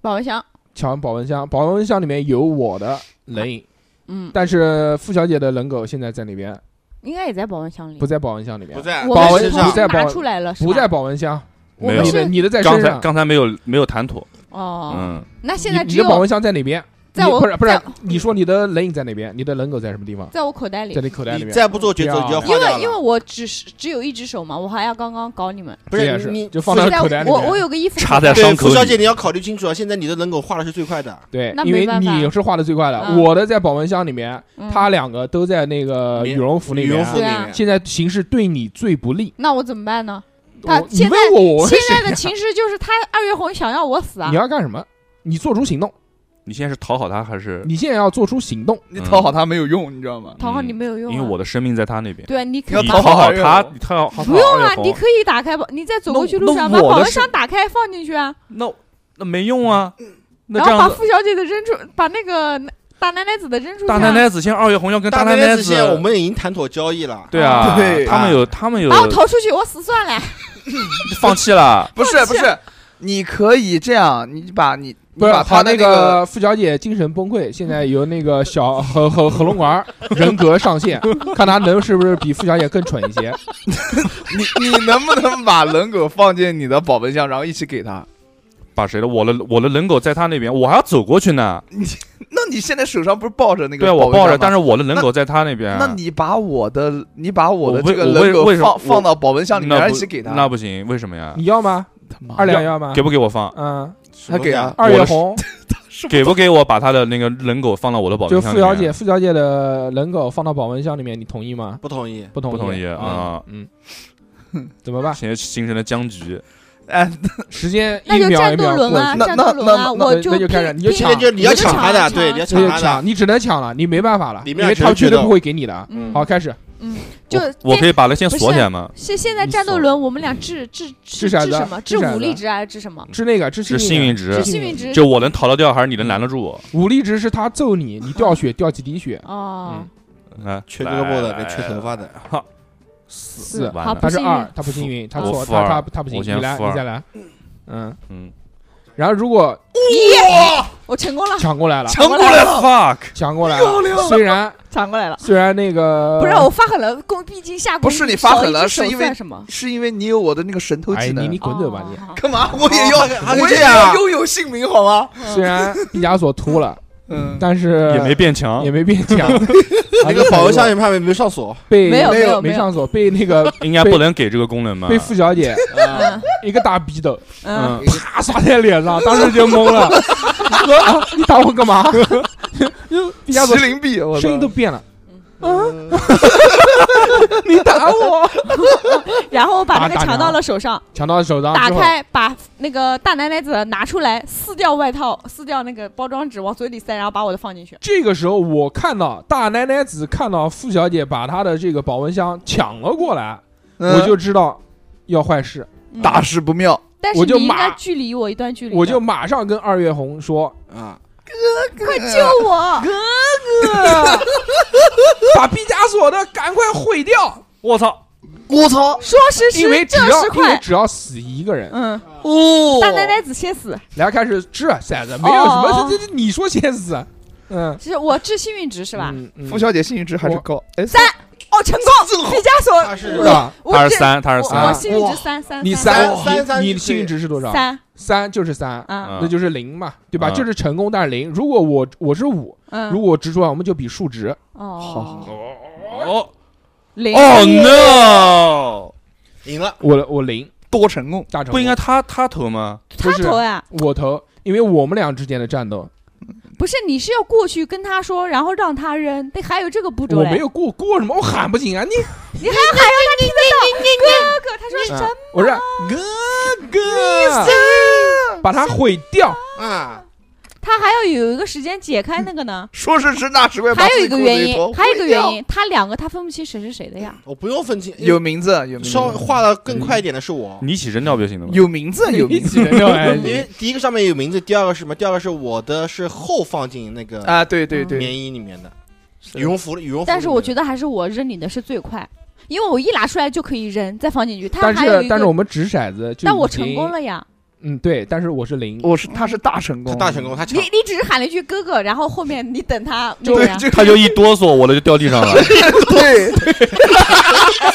D: 保温箱，
A: 抢保温箱，保温箱里面有我的人影，
D: 嗯，
A: 但是傅小姐的人狗现在在那边，
D: 应该也在保温箱里
A: 不。在保温箱里面
F: 不，在
D: 我
A: 保
D: 们
A: 温
D: 是
F: 身
A: 不
F: 上
A: 在保
D: 拿出来了，是吧
A: 不在保温箱，
D: 我
E: 没有
D: 们
A: 你的
D: 是
A: 你的在
E: 刚
A: 身
E: 才
A: 上，
E: 刚才没有没有谈妥，
D: 哦，
E: 嗯，
D: 那现
A: 你
D: 在
A: 你
D: 只
A: 的保
D: 有
A: 温箱在哪边？
D: 在
A: 你
D: 我
A: 不是不是
D: 在，
A: 你说你的人影在哪边？你的人狗在什么地方？
D: 在我口袋里
A: 在，你口袋里
F: 你
A: 面。
F: 再不做抉择，你就要花
D: 因
F: 掉
D: 为
F: 了。
D: 因为我只是只有一只手嘛，我还要刚刚搞你们。
F: 不
A: 这也
F: 是
A: 是
F: 你
A: 就放到
D: 现在
A: 口袋里
D: 我
A: 面
D: 我有个衣服
E: 插在
F: 对
E: 伤口
F: 付
E: 里
F: 小姐，你要考虑清楚啊！现在你的人狗化的是最快的，
A: 对
D: 那，
A: 因
D: 没
A: 为
D: 办法
A: 你是画的最快的，
D: 嗯
A: 我的在保温箱里面，
D: 嗯
A: 他两个都在那个
F: 棉
A: 羽绒服里
F: 羽
A: 面
F: 绒服
A: 啊。
F: 里
D: 对啊
F: 面。
A: 现在形势对你最不利。
D: 那我怎么办呢？他
A: 我你
D: 现在
A: 问我，我会
D: 现
A: 谁
D: 在的情势就是他二月红想要我死啊 (laughs)
A: 你！要干什么？你做出行动，
E: 你现在是讨好他还是？
A: 你现在要做出行动。
C: 你讨好他没有用，你知道吗？
D: 讨好
E: 嗯
D: 你没有用啊，
E: 因为我的生命在他那边，
D: 对啊，你
C: 你
D: 可
C: 要
D: 以
E: 你
D: 把
E: 讨
C: 讨好
E: 好
C: 二月
E: 他，
C: 红
E: 你讨好
D: 不用啊，
E: 二月红
D: 你可以打开保，你在走过去
E: 那
D: 路上
E: 那
D: 把
E: 我
D: 保
E: 的
D: 温
E: 是
D: 箱打开放进去啊，
E: 那那没用啊，那
D: 然
E: 这
D: 后把
E: 样子。
D: 付小姐的扔出，把那个大奶奶子的扔出去
E: 大
D: 啊。
E: 奶奶子现在二月红要跟
F: 大
E: 奶
F: 奶子，
E: 子
F: 现在我们已经谈妥交易了，
E: 对啊，
C: 对
E: 他们有他们有
D: 把我投出去，我死算了。
E: 放弃了，
C: 不是
D: 放
C: 不
D: 弃
C: 是，你可以这样，你把你你
A: 不是，
C: 把他
A: 好，
C: 的
A: 那
C: 那个
A: 个付小姐精神崩溃，现在由那个小和和和龙丸儿人格上线，看他能是不是比付小姐更蠢一些。
C: 你你能不能把冷狗放进你的保温箱，然后一起给他？
E: 把谁的我的我的人狗在他那边，我还要走过去呢。
C: 那你现在手上不是抱着那个？
E: 对啊，我抱着，但
C: 是。
E: 是我的人狗在他那边。
C: 那你把我的，你把我的
E: 啊我为
C: 这个
E: 我为
C: 冷狗
E: 为什么
C: 放
E: 我
C: 放到保温箱里面，
E: 那
C: 然后
E: 不
C: 一起给他。
E: 那不行，为什么呀？
A: 你要吗？
C: 他妈
A: 二两
C: 要
A: 要吗
E: 给？不给我放？
A: 嗯，
F: 什么
C: 他给啊
F: 呀
A: 二月
E: 我是
A: 红
E: 给不给我把他的那个人狗放到我的保
A: 就
E: 温箱
A: 付
E: 里面？
A: 小姐，付小姐的人狗放到保温箱里面，你同意吗？
F: 不同意。
A: 不同意，
E: 不同意啊
A: 嗯， (laughs) 嗯怎
D: (laughs)
A: 么办？
E: 现在形成了僵局。
C: 哎，
A: 时间
D: 那
A: 一
D: 就
A: 秒一
D: 战斗
A: 秒过
D: 轮啊，
A: 去，
C: 那
D: 战斗轮
C: 那
D: 啊，
C: 那
D: 我
A: 那那就开始
D: 拼
A: 你就
D: 拼
A: 抢
F: 现在就你要
D: 我就
F: 抢他的，
D: 抢
F: 对，
D: 抢
F: 你要
A: 那就
F: 他的。
E: 啊
A: 抢，你只能抢了，你没办法了，
F: 里
A: 因
F: 面
A: 为他们
F: 全
A: 绝
F: 是
A: 对
F: 决
A: 不
F: 斗
A: 会给你的。
D: 嗯，
A: 好，开始，
D: 就
E: 我我可
D: 这
E: 以把它先
D: 不
E: 锁
D: 是
E: 起来吗？
D: 现现在
A: 你
D: 战斗
A: 扫
D: 轮，我们俩掷掷
A: 掷
D: 掷
A: 骰子
D: 什么？
A: 掷
D: 掷
A: 骰
D: 武力
A: 子
D: 值还是掷什么？
A: 掷那个，掷
E: 是
A: 幸
E: 幸
A: 运
E: 运
A: 的。
E: 值
D: 掷，幸运值。
E: 就我能逃得掉，还是你能拦得住我？
A: 武力值是他揍你，你掉血掉几滴血，
D: 哦，
E: 啊，
F: 缺胳膊的
E: 来
F: 跟缺头，发的，
A: 四
E: 完
D: 好
E: 了
A: 他是
D: 不幸运
A: 二，他不幸运，他
E: 我
A: 错，
E: 负
A: 他
E: 二
A: 他他不行，
E: 我
A: 你
E: 先
A: 来，
E: 负
A: 你
E: 二
A: 再来，嗯，
E: 嗯
A: 然后如果
D: 我成功了，
A: 抢过
D: 啊
A: 来了，
C: 抢过来了，
E: ，fuck，
A: 抢过来了，虽然
D: 抢过来了。
A: 虽然那个
D: 不是我发狠了，攻毕竟下
C: 不
D: 攻
C: 是
D: 力
C: 你发
D: 少
C: 狠
D: 一
C: 了
D: 只手
C: 是因为
D: 算什么？
C: 是因为你有我的那个神偷
A: 哎你
C: 技能
A: 你。滚走吧你，
D: 哦
C: 干嘛？我也要，
F: 还
C: 我
F: 会
C: 也
F: 这样
C: 要拥有姓名好吗？
D: 好好
A: 虽然毕加索秃
D: (laughs)
A: 了，
C: 嗯，
A: 但是
E: 也没变强
A: 呃也，没啊变强，
F: 那个保温箱里面有没有上锁？
A: 被
D: 没有没有
A: 没
D: 没有
A: 上锁，被那
E: (laughs)
A: 个
E: 应该不能给这个功能吧？
A: 被付小
D: (laughs)
A: 姐
D: 嗯
A: 一个大逼斗，
D: 嗯，
A: 嗯，啪砸在脸上，当时就懵了，说啊你打我干嘛？就毕加索
C: 麒麟臂，啊我操
A: 声音都变了，
C: 嗯
A: 你打我，
D: 嗯然后我把那
A: 打
D: 个
A: 打
D: 抢到了手上，
A: 抢到手上
D: 打
A: 啊之后。
D: 开，把那个大奶奶子拿出来，撕掉外套，撕掉那个包装纸，往嘴里塞，然后把我的放进去。
A: 这个时候，我看到大奶奶子看到付小姐把她的这个保温箱抢了过来，我就知道要坏事，
D: 嗯
C: 嗯大，事不妙。
D: 但是
A: 我就
D: 你应该
A: 骂
D: 距离我一段距离的，
A: 我就马上跟二月红说
F: 啊，
D: 快救我！：“
A: (laughs) 把毕加索的赶快毁掉，
E: 我操，
C: 我操！
D: 说时迟
A: 因为，只
D: 这
A: 要
D: 时
A: 因为
D: 快。
A: 只要死一个人，
D: 嗯，
C: 哦
D: 大奶奶子先死，
A: 来开始掷骰子，没有什
D: 哦哦
A: 么
D: 哦
A: 这这这你说先死，嗯，
D: 是我掷幸运值是吧？
A: 嗯？嗯
C: 付小姐幸运值还是高，哎，
D: 三
C: 三
D: 哦哦，成功！毕加
F: 他
D: 索，
F: 是
A: 是吧？
D: 我
E: 他是
D: 这
E: 三，他是
D: 我
E: 三，
D: 我幸运值
F: 哇
D: 三三，
A: 你
F: 三三
A: 三，
F: 三
A: 你你
F: 就可以
A: 幸运值是多少？
D: 三
A: 三就是三，
D: 啊，
E: 嗯
A: 那就是零嘛，对吧？
E: 嗯
A: 就是成功，但是零。如果我我是五，
D: 嗯，
A: 如果我值出来，我们就比数值。
D: 哦，
E: 哦
D: 零
E: 哦 no，
F: 赢了，
A: 我我零
C: 多成功，
A: 大成功
E: 不应该他他投吗？
A: 不
D: 他
A: 是
D: 投呀，
A: 我投，因为我们俩之间的战斗，
D: 不是，你是要过去跟他说，然后让他扔，那还有这个步骤
A: 我没
D: 嘞。
A: 有过过什么，我喊不行啊！你
D: 你还要喊让他听得到，哥哥，他说
A: 啊
D: 什
A: 我让哥哥把它毁掉。
F: 啊，
D: 他还要有一个时间解开那个呢。
C: 说时迟，那时
A: 嗯
C: 快，
D: 还有一个原因，还有一个原
C: 毁掉，
D: 因，他两个他分不清谁是谁的呀。
A: 嗯
F: 我不用分清，
C: 有名字，有名字
F: 稍微画的更快一点的是我，
E: 你一起扔掉不就行了吗？
C: 有名字，有名
A: (laughs)
C: 字
A: 哎
F: 因为第一个上面有名字，第二个是什么？第二个是我的是后放进那个
C: 啊！对对对，
F: 棉衣里面的羽绒服，羽绒服里面的。
D: 但是我觉得还是我扔你的是最快，因为我一拿出来就可以扔，再放进去。他
A: 但
D: 还有一
A: 是但是我
D: 个，
A: 们掷骰子就，
D: 但我成功。了呀！
A: 嗯，对，但是我是零，
C: 我是他是大成
F: 他
C: 功，
F: 大成功，他
D: 你
F: 抢
D: 你只是喊了一句哥哥，然后后面你等他那个
C: 对
D: 呀，
C: 就
E: 他就一哆嗦，我的就掉地上了。
C: 对，
A: (laughs)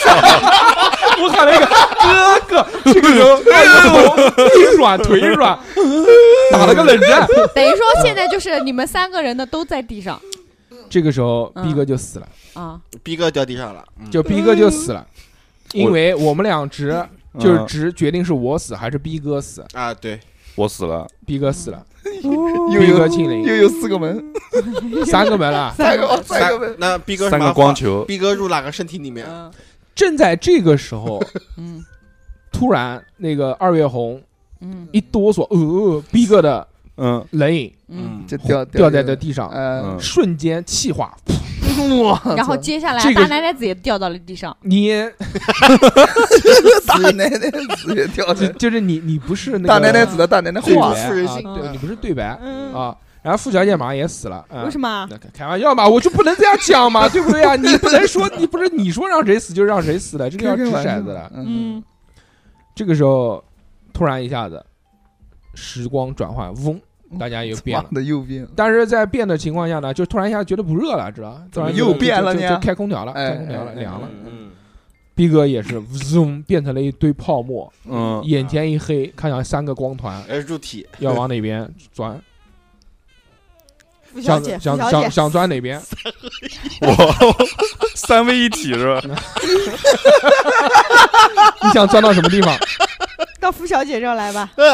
A: 我喊了一个哥哥，这个时候哎呦，腿软腿
C: (laughs)
A: 软，打了个冷战。
D: 等于说现在就是你们三个人的都在地上
A: 这个时候
D: 嗯
A: 逼哥就死了， (laughs)
D: 啊，
F: 逼哥掉地上了，嗯
A: 就逼哥就死了，因
C: 嗯
E: 我
A: 为我们俩值就是
E: 嗯
A: 值决定是我死还是逼哥死，
F: 啊，对，
E: 我死了，
A: 逼哥死了，
C: (laughs) 又
A: 逼哥
C: 有
A: 清
C: 又
A: 零，
C: 有四个门，
A: 三个门啊了。
C: 三个门
F: 三
C: 三个门，
F: 那逼哥
E: 三
F: 什
E: 个
F: 么
E: 光
F: 话，
E: 球，
F: 逼哥入哪个身体里面？
A: 嗯正在这个时候，
D: 嗯
A: 突然那个二月红
D: 嗯
A: 一哆嗦，呃，逼哥的
E: 嗯，
A: 冷饮
D: 嗯，
C: 就掉
A: 哦掉在这
C: 这，
A: 地嗯上，
C: (laughs) 呃，
A: 瞬间气化，
C: 哇 (laughs) 操
D: 然后接下来
A: 这个
D: 大
A: 是
D: 奶奶子也掉到了地上，
A: 你
C: 大奶奶子也掉
A: 就
C: 进，
A: 就是你你不是 (laughs) 那个
C: 大奶奶子的大奶奶
A: 对白
C: 话，
A: 啊
F: 是人性
A: 对
D: 嗯
A: 你不是对白
D: 嗯，
A: 啊。然后付小姐马上也死了，啊
D: 为什么？
A: 那开开玩笑嘛，我就不能这样讲嘛，对不对啊？你不能说你不是你说让谁死就让谁死的，这个要
C: 开
A: 掷
C: 开玩笑
A: 骰子了。
C: 嗯，
D: 嗯，
A: 这个时候，突然一下子，时光转换，嗡，
C: 嗯
A: 大家又变了
C: 妈。的又变了，
A: 但是在变的情况下呢，就突然一下觉得不热了，知道吧？突
C: 么
A: 然
C: 又
A: 就就
C: 变了
A: 就
C: 呢
A: 就开空调了，
C: 哎
A: 开空调了，
C: 哎哎
A: 凉了。
F: 嗯，
A: 逼哥也是，嗡，变成了一堆泡沫，
E: 嗯，
A: 眼前一黑，看向三个光团
F: 而呃入体，
A: 要往哪边钻，
D: 付
A: 想想想想钻哪
D: (laughs)
A: 边？
E: 我三位一体是吧？
A: 你想钻到什么地方？
D: 到付小姐这儿来吧，
E: 然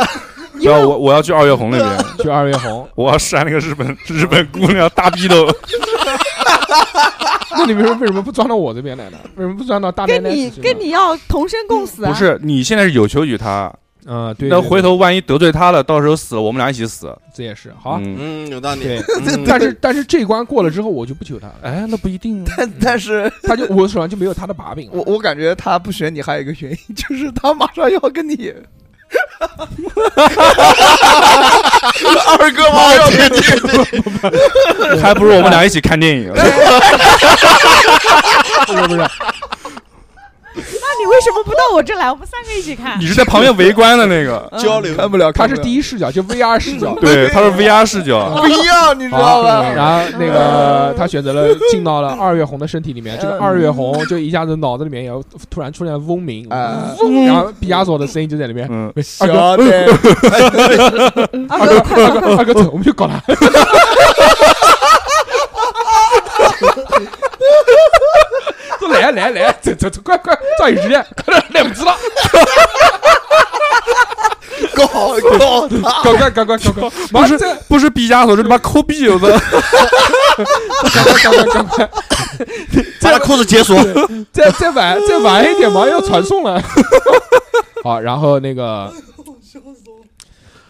E: 啊后我我要去二月红那边，
A: 去二月红，
E: 我要扇那个日本 (laughs) 日本姑娘大逼斗。
A: 那你为什么为什么不钻到我这边来呢？为什么不钻到大奶
D: 跟
A: 奶
D: 你
A: 子身上？
D: 跟你要同生共死啊，
E: 不是，你现在是有求于他，
A: 啊，对，对
E: 那回
A: 对
E: 头万一得罪他了，到时候死了，我们俩一起死。
A: 这也是好啊。
E: 嗯 (laughs)
F: 嗯，有道理。
A: 对
F: 嗯
A: (laughs) 但是但是这关过了之后，我就不求他了，
E: 哎，那不一定啊。
C: (laughs)
A: 嗯
C: 但但是
A: 他就我手上就没有他的把柄
C: 我
A: 了。
C: 我感觉他不选你还有一个原因，就是他马上要跟你。
F: 二哥嘛，对对对，
E: 还不如我们俩一起看电
A: (laughs)
E: 影。
A: 不是不是，
D: 那你为什么不到我这来？我们三个一起看
E: 你。
G: 啊
E: 是在旁边围观的那个，
F: 交流
C: (laughs) 看不了，
A: 他是
C: 一
A: 第一视角，就 VR 视角。
E: 对，他是 VR 视角。
C: 不一样，你知道
A: 好啊，
C: 吧？
A: 然后那个他选择了进到了二月红的身体里面，这个二月红就一下子脑子里面也突然出现了嗡鸣，
C: 啊
A: 嗡，然后毕加索的声音就在里面。
E: 嗯，
A: 二哥，
C: (laughs) 小奶
D: 嗯
A: 二哥，二哥，二哥走，我们去搞他。 (laughs) 都来啊来啊来啊，走走走，快快，抓紧时间，快点，来不及了，
C: 搞搞他，
A: 赶快赶快赶快，马上再
E: (laughs) 不是毕加索，是他妈抠鼻子。
A: 赶快赶快赶快，
F: 把他裤子解锁，
A: 再再晚再晚一点，马上要传送了。好，然后那
D: (laughs)
A: 个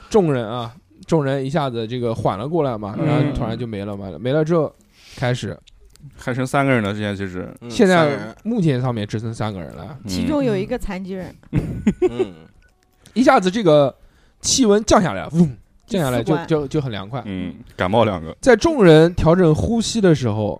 A: 众人啊，众人一下子这个缓了过来嘛，然后突然就没了嘛，没了之后开始，
E: 还剩三个人了，现在其实。
F: 嗯
A: 现
F: 三个
A: 在
F: 人
A: 目前上面只剩三个人了。
D: 其中有一个残疾人，
F: 嗯，
A: 一下子这个气温降下来，嗡，降下来
D: 第四
A: 就就
D: 关
A: 就很凉快。
E: 嗯，嗯感
A: (laughs)
E: 冒两个。
A: 在众人调整呼吸的时候，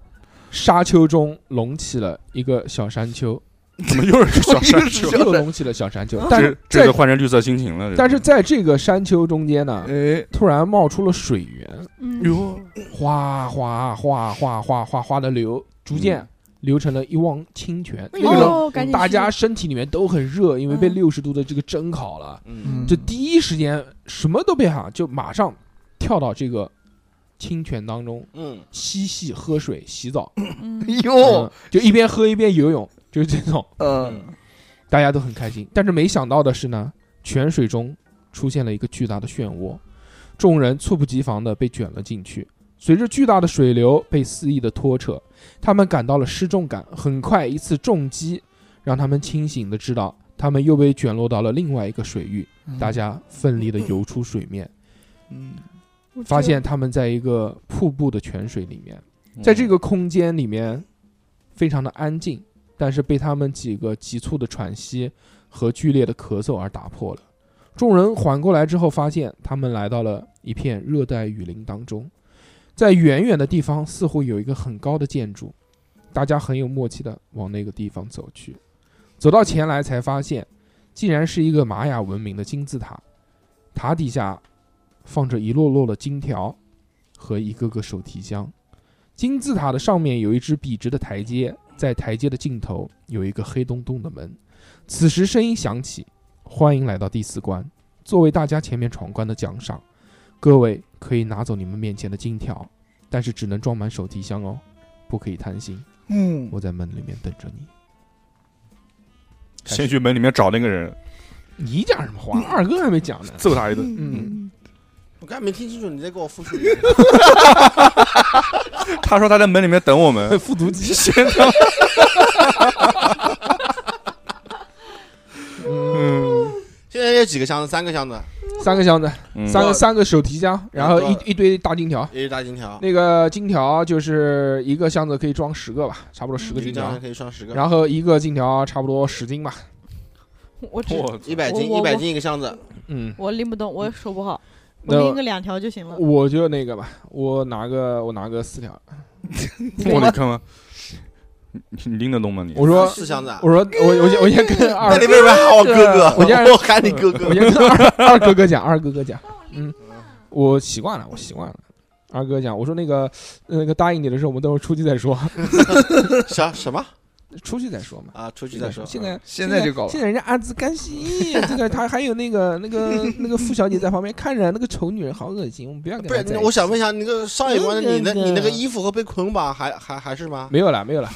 A: 沙丘中隆起了一个小山丘，
E: 怎么又是
C: (laughs)
E: 小山丘？
A: 又隆起了小山丘。但
E: 这
A: 是
E: 这
A: 在
E: 就换成绿色心情了。这
A: 但是在这个山丘中间呢，
C: 哎，
A: 突然冒出了水源，
D: 嗯，
E: 哟，
A: 哗哗哗哗哗哗哗的流，逐渐流成了一汪清泉。
C: 那个
D: 哦，赶紧
A: 大
D: 去
A: 家身体里面都很热，因为被
D: 嗯
A: 六十度的这个蒸烤了。
E: 嗯，
A: 这第一时间什么都别想，就马上跳到这个清泉当中
F: 嗯，
A: 嬉戏、喝水、洗澡，
D: 嗯
C: 哟
A: 嗯，就一边喝一边游泳，就是这种，
C: 嗯，
A: 大家都很开心。但是没想到的是呢，泉水中出现了一个巨大的漩涡，众人猝不及防的被卷了进去。随着巨大的水流被肆意的拖扯，他们感到了失重感。很快，一次重击让他们清醒的知道，他们又被卷落到了另外一个水域。大家奋力的游出水面，
C: 嗯，
D: 我
A: 发
D: 这
A: 现他们在一个瀑布的泉水里面。
E: 嗯
A: 在这个空间里面，非常的安静，但是被他们几个急促的喘息和剧烈的咳嗽而打破了。众人缓过来之后，发现他们来到了一片热带雨林当中，在远远的地方似乎有一个很高的建筑，大家很有默契的往那个地方走去。走到前来才发现，竟然是一个玛雅文明的金字塔，塔底下放着一摞摞的金条和一个个手提箱。金字塔的上面有一只笔直的台阶，在台阶的尽头有一个黑洞洞的门。此时声音响起：“欢迎来到第四关，作为大家前面闯关的奖赏，各位可以拿走你们面前的金条，但是只能装满手提箱哦，不可以贪心。
C: 嗯，
A: 我在门里面等着你。
E: 先去门里面找那个人，
A: 你讲什么话？嗯二哥还没讲呢。
E: 揍他一顿。
A: 嗯，
F: 我刚才没听清楚，你再给我复述一遍。
E: 他说他在门里面等
A: (laughs)
E: 我们，
A: 复读机。
E: 先他
A: 嗯，
F: 现在有几个箱子？三个箱子，
A: 三个箱子，
E: 嗯
A: 三个三个手提箱，然后一一堆大金条。
F: 也有大金条，
A: 那个金条就是一个箱子可以装十个吧，差不多十个
F: 嗯一个
A: 金
F: 箱
A: 条
F: 子，可以上十个，
A: 然后一个金条差不多十斤吧。
G: 我只
E: 我
F: (laughs) 一百斤，
G: 我我
F: 一百斤一个箱子。
A: 嗯，
G: 我拎不动，我手不好，我拎
A: 那
G: 个两条就行了。
A: 我就那个吧，我拿个我拿个四条。
E: 我你看吗？你你拎得动吗你？
A: 我说
F: 四箱子啊，
A: 我说我我先我先跟二
F: 那你为什么喊我哥哥？
A: 我家人
F: 我喊你
A: (laughs)
F: 哥啊哥
A: 我。先跟
F: (laughs)
A: 二二哥哥讲，二哥哥讲，嗯，我习惯了，我习惯了。二哥讲，我说那个呃那个答应你的事，我们等会儿出去再说，
F: 啥什么
A: 出去再说嘛。
F: 啊？出去再说。
A: 现在
C: 现在就搞了
A: 现在人家阿兹干 (laughs) 西，这个他还有那个那 (laughs) 个那个付小姐在旁边看着，那个丑女人好恶心，我们不要跟
F: 不
A: 她在
F: 是
A: 一起。，
F: 我想问一下，那个上一关的你
A: 真
F: 那
A: 的
F: 你那个衣服和被捆绑还还还是吗？
A: 没有了，没有了，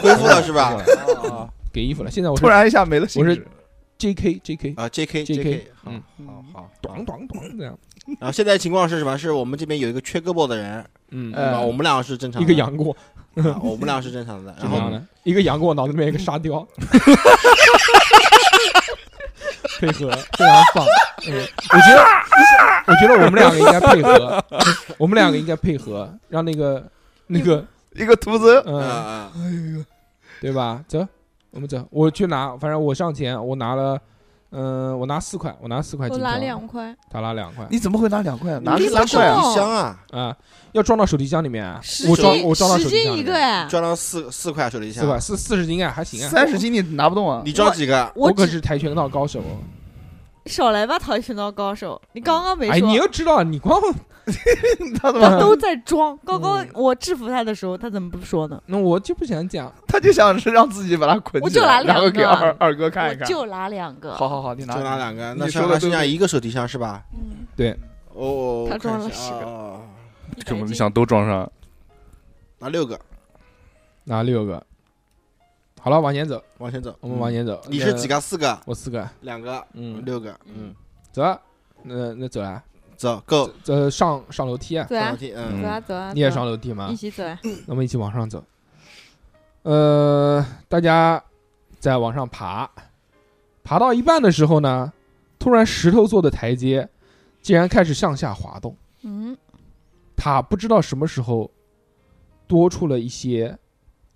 F: 恢复了是吧？哦
A: 给衣服了。现在我
C: 突
A: 是
C: 然一下没了兴
A: 我是
C: 致，
A: J K J K，
F: 啊，J K
A: JK
F: K，好
A: 嗯
F: 好好。
A: 短短短这样，
F: 然后现在情况是什么？是我们这边有一个缺胳膊的人，
A: 嗯，
C: 呃
F: 啊我们俩是正常
A: 一
F: 的，
A: 个杨过，
F: 啊，我们俩是正常的。
A: 怎
F: 然
A: 么
F: 后
A: 样呢？一个杨过，脑子里面一个沙雕，配合非常棒。嗯，我觉得，我觉得我们两个应该配合， (laughs) 我们两个应该配合，让那个那个，
C: 一个徒子，
F: 啊
A: 嗯，
F: 啊，
A: 对吧？走，我们走，我去拿，反正我上前，我拿了。嗯，我拿四块，我拿四块
D: 我
A: 金
D: 拿
A: 条，
D: 两块，
A: 他拿两块
C: 你怎么会拿两块？拿
F: 你
C: 三
F: 拿手
C: 块啊？
F: 提箱啊，
A: 啊，要装到手提箱里面啊，
F: 十
A: 我
F: 斤
A: 装我装到手
D: 十
A: 提
D: 斤
A: 箱里
D: 一个
A: 面，
G: 啊
D: 哎，
F: 装了四四块手提
A: 四
F: 箱
A: 块，四四十斤啊，还行啊，
C: 三十斤你拿不动 (laughs) 啊？
F: 你装几个？
A: 我
G: 我
A: 可
G: 只
A: 是跆拳道高手哦。
G: 少来吧，跆拳道高手，你刚刚没
A: 哎，
G: 说，
A: 你又知道，你光
C: 他怎
G: 他
C: 么？
G: 都在装。刚刚
A: 嗯
G: 我制服他的时候，他怎么不说呢？
A: 那我就不想讲。
C: 他就想是让自己把它捆
G: 我
C: 起
G: 就拿
C: 来，然
G: 两
C: 后给
G: 个
C: 二二哥看一
G: 我
C: 看。
G: 就拿两个，
C: 好好好，你拿
F: 就拿两个，那
C: 你
F: 剩
C: 说
F: 下
C: 的
F: 剩下
C: 对，
F: 一个手提箱是吧？
G: 嗯，
F: 哦，
G: 他
F: 我看
G: 装了
F: 一下
G: 十个
F: 哦
G: 一
E: 怎
G: 百
E: 么
G: 斤
E: 想都装上？
F: 拿啊六个，
A: 拿六个。好了，往前走，
F: 往前走。
A: 我们往前走。
F: 嗯你是几
A: 个？
F: 个？四个，
A: 我四个。
F: 两个，
A: 嗯，
F: 六个，
D: 嗯
F: 嗯，
A: 走啊，那那走啊，
F: 走，Go，
A: 这上上楼梯啊，
D: 走
F: 上
D: 啊
F: 楼，梯，
D: 走
E: 嗯
F: 嗯，
D: 啊，走啊，
A: 你也
D: 走啊
A: 上楼梯吗
D: 一？起走啊，
A: 那么一起往上走。呃，大家在往上爬，爬到一半的时候呢，突然石头做的台阶竟然开始向下滑动。
D: 嗯，
A: 塔不知道什么时候多出了一些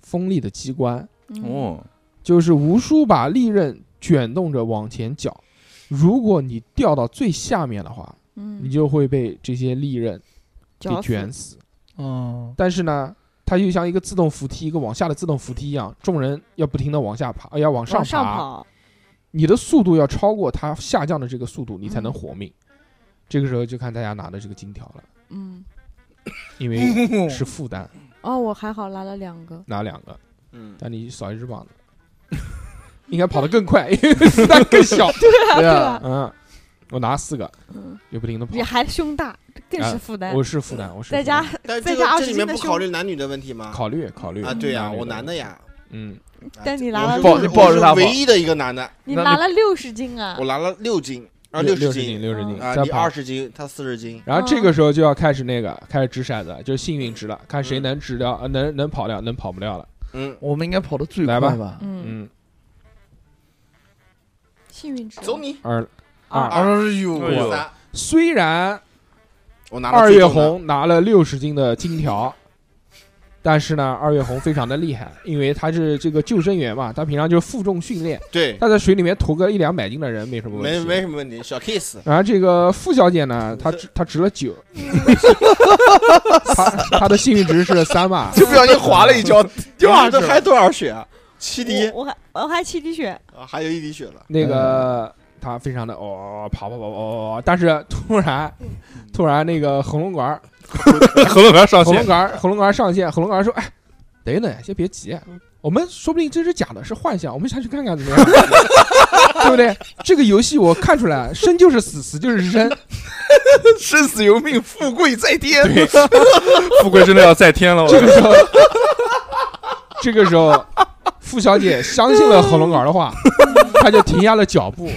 A: 锋利的机关，
D: 嗯，
E: 哦，
A: 就是无数把利刃卷动着往前搅。如果你掉到最下面的话，
D: 嗯，
A: 你就会被这些利刃给
D: 绞死
A: 卷死。
C: 嗯，
A: 但是呢，它就像一个自动扶梯，一个往下的自动扶梯一样，众人要不停的往下爬，呃要往上
G: 往
A: 爬。
G: 上跑，
A: 你的速度要超过它下降的这个速度，你才能活命。这个时候就看大家拿的这个金条了，
D: 嗯，
A: 因为是负担，
C: (laughs) 嗯
D: 哦，我还好拿了两个，
A: (laughs) 拿两个。
F: 嗯，
A: 但你少一只膀子， (laughs) 应该跑得更
D: (laughs)
A: 快，因为子弹更小。
C: 对啊，
A: 嗯，我拿四个，
D: 嗯，
A: 就不停的跑
D: 你。还胸大，这更是负担。
A: 啊我是负担，我是
D: 嗯在
A: 负担
D: 家
F: 但
D: 再
F: 这个
D: 加
F: 这里面
D: 20斤的
F: 不
D: 胸
F: 考虑男女的问题吗？
A: 考虑考虑
F: 啊，对呀，
A: 考虑
F: 我男的，呀，
A: 嗯，
F: 啊
D: 但你
F: 这
D: 拿
F: 我
D: 了
F: 是
D: 六
C: 抱着抱着
F: 我是
C: 他跑
F: 唯一的一个男的，
D: 你
C: 那
D: 拿
C: 你
D: 了六十斤啊
F: 我！拿了六斤啊，
A: 六
F: 十
A: 十斤，六十斤，
F: 啊，
A: 再
F: 你
A: 跑
F: 二十斤，他四十斤，
A: 然后这个
D: 嗯
A: 时候就要开始那个开始掷骰子，就是幸运值了，看谁
F: 嗯
A: 能掷掉，呃能能跑掉，能跑不掉了。
F: 嗯，
C: 我们应该跑得最快
A: 来吧
C: (laughs) 吧？
D: 嗯，
A: 嗯，
D: 幸运值
F: 走你，
A: 嗯二
D: 二
A: 二。
F: 二
C: 呦
E: 哎呦
F: 三，
A: 虽然
F: 我拿了
A: 二
F: 最
A: 月
F: 重的，
A: 红拿了六十斤的金条，但是呢，二月红非常的厉害，因为他是这个救生员嘛，他平常就是负重训练，
F: 对，
A: 他在水里面驮个一两百斤的人没什么问
F: 没
A: 题。
F: 没什么问题，小 case，
A: 然后这个付小姐
E: 嗯
A: 呢，她值她值了九，她 (laughs) 她的幸运值是三吧？
F: 就不小心滑了一
C: (laughs)
F: 跤，多少这还多少血啊？七滴，
G: 我我还我还七滴
A: (laughs)
G: 血，
F: 啊还有一滴血了，
A: 那个他非常的哦，跑跑跑跑跑，但是突然突然那个喉咙管儿
E: 喉咙要上
A: 喉 (laughs) 咙
E: 线，
A: 管儿喉咙管儿上线，喉咙管儿说：“哎，等一等，先别急，我们说不定这是假的，是幻象，我们下去看看怎么样， (laughs) 对不对？这个游戏我看出来，生就是死，死就是生，
C: 生死由命，富贵在天。
E: 富贵真的要在天了。我
A: 这个时候， (laughs) 这个时候，付小姐相信了喉咙杆儿的话，她就停下了脚步，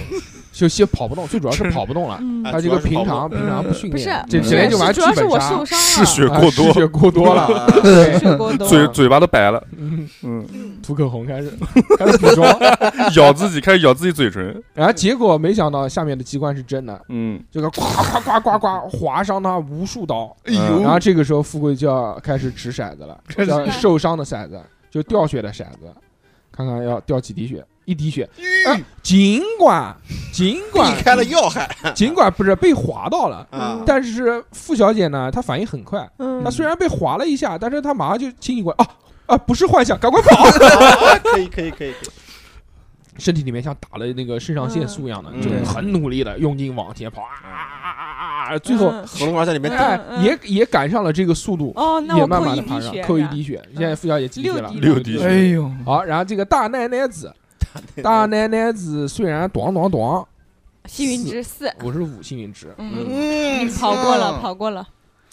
A: 就先跑不动，最主要是跑不动了。
G: 嗯
F: 啊
A: 她这个平
F: 主要
A: 常
F: 是跑不动嗯
A: 平常不训
D: 不是
A: 练，这
E: 不
A: 整
E: 是
A: 天就玩剧
D: 是主要是
A: 本
D: 我
A: 杀
D: 失，
E: 嗜血
D: 伤
E: 过
A: 啊
E: 多
A: 失，血过多
F: (laughs)
A: 了，
D: 了，
C: (laughs)
D: (laughs)
A: 对 (laughs)
D: 血过
E: (laughs)
D: 多，
E: 嘴嘴巴都白了，
A: 嗯，
E: 嗯，
A: 涂口红开始开始补妆，
E: 咬自己，开始咬自己嘴唇，
A: 然后结果没想到下面的机关是真的，
E: 嗯，
A: 这个咵咵咵咵咵划伤他无数刀，
C: 哎
E: 嗯
A: 然后这个时候富贵就要开始掷骰子
F: (laughs)
A: 了，
C: 开始
A: 要
F: 啊
A: 受伤的骰子，就掉血的骰子，看看要掉几滴血，一滴血。哎尽管尽管
F: 避开了要害
A: 尽管不是被划到了，
F: 啊，
A: 但是付小姐呢，她反应很快，
G: 嗯
A: 她虽然被划了一下，但是她马上就清醒过来，啊啊，不是幻想，赶快跑！ (laughs)
F: 啊可以可以可以，可以
A: 身体里面像打了那个肾上腺素一样的，
F: 嗯
A: 就
F: 嗯
A: 很努力的用劲往前跑啊啊啊啊啊啊！最后
G: 嗯
F: 喉咙丸在里面打，
A: 哎
G: 嗯
A: 也也赶上了这个速度，
G: 哦，那
A: 也
G: 我
A: 慢慢
G: 扣
A: 的
G: 一
A: 爬
G: 滴
A: 上
G: 血，，嗯
A: 扣一滴血。现在付小姐几滴血了？
G: 六
E: 滴血
C: (laughs) 哎呦，
A: 好，然后这个大奶奶子，大奶奶子虽然咣咣咣，
D: 幸运值四，
A: 我是五幸运值，
D: 嗯，
F: 嗯
D: 你跑过了，跑过了，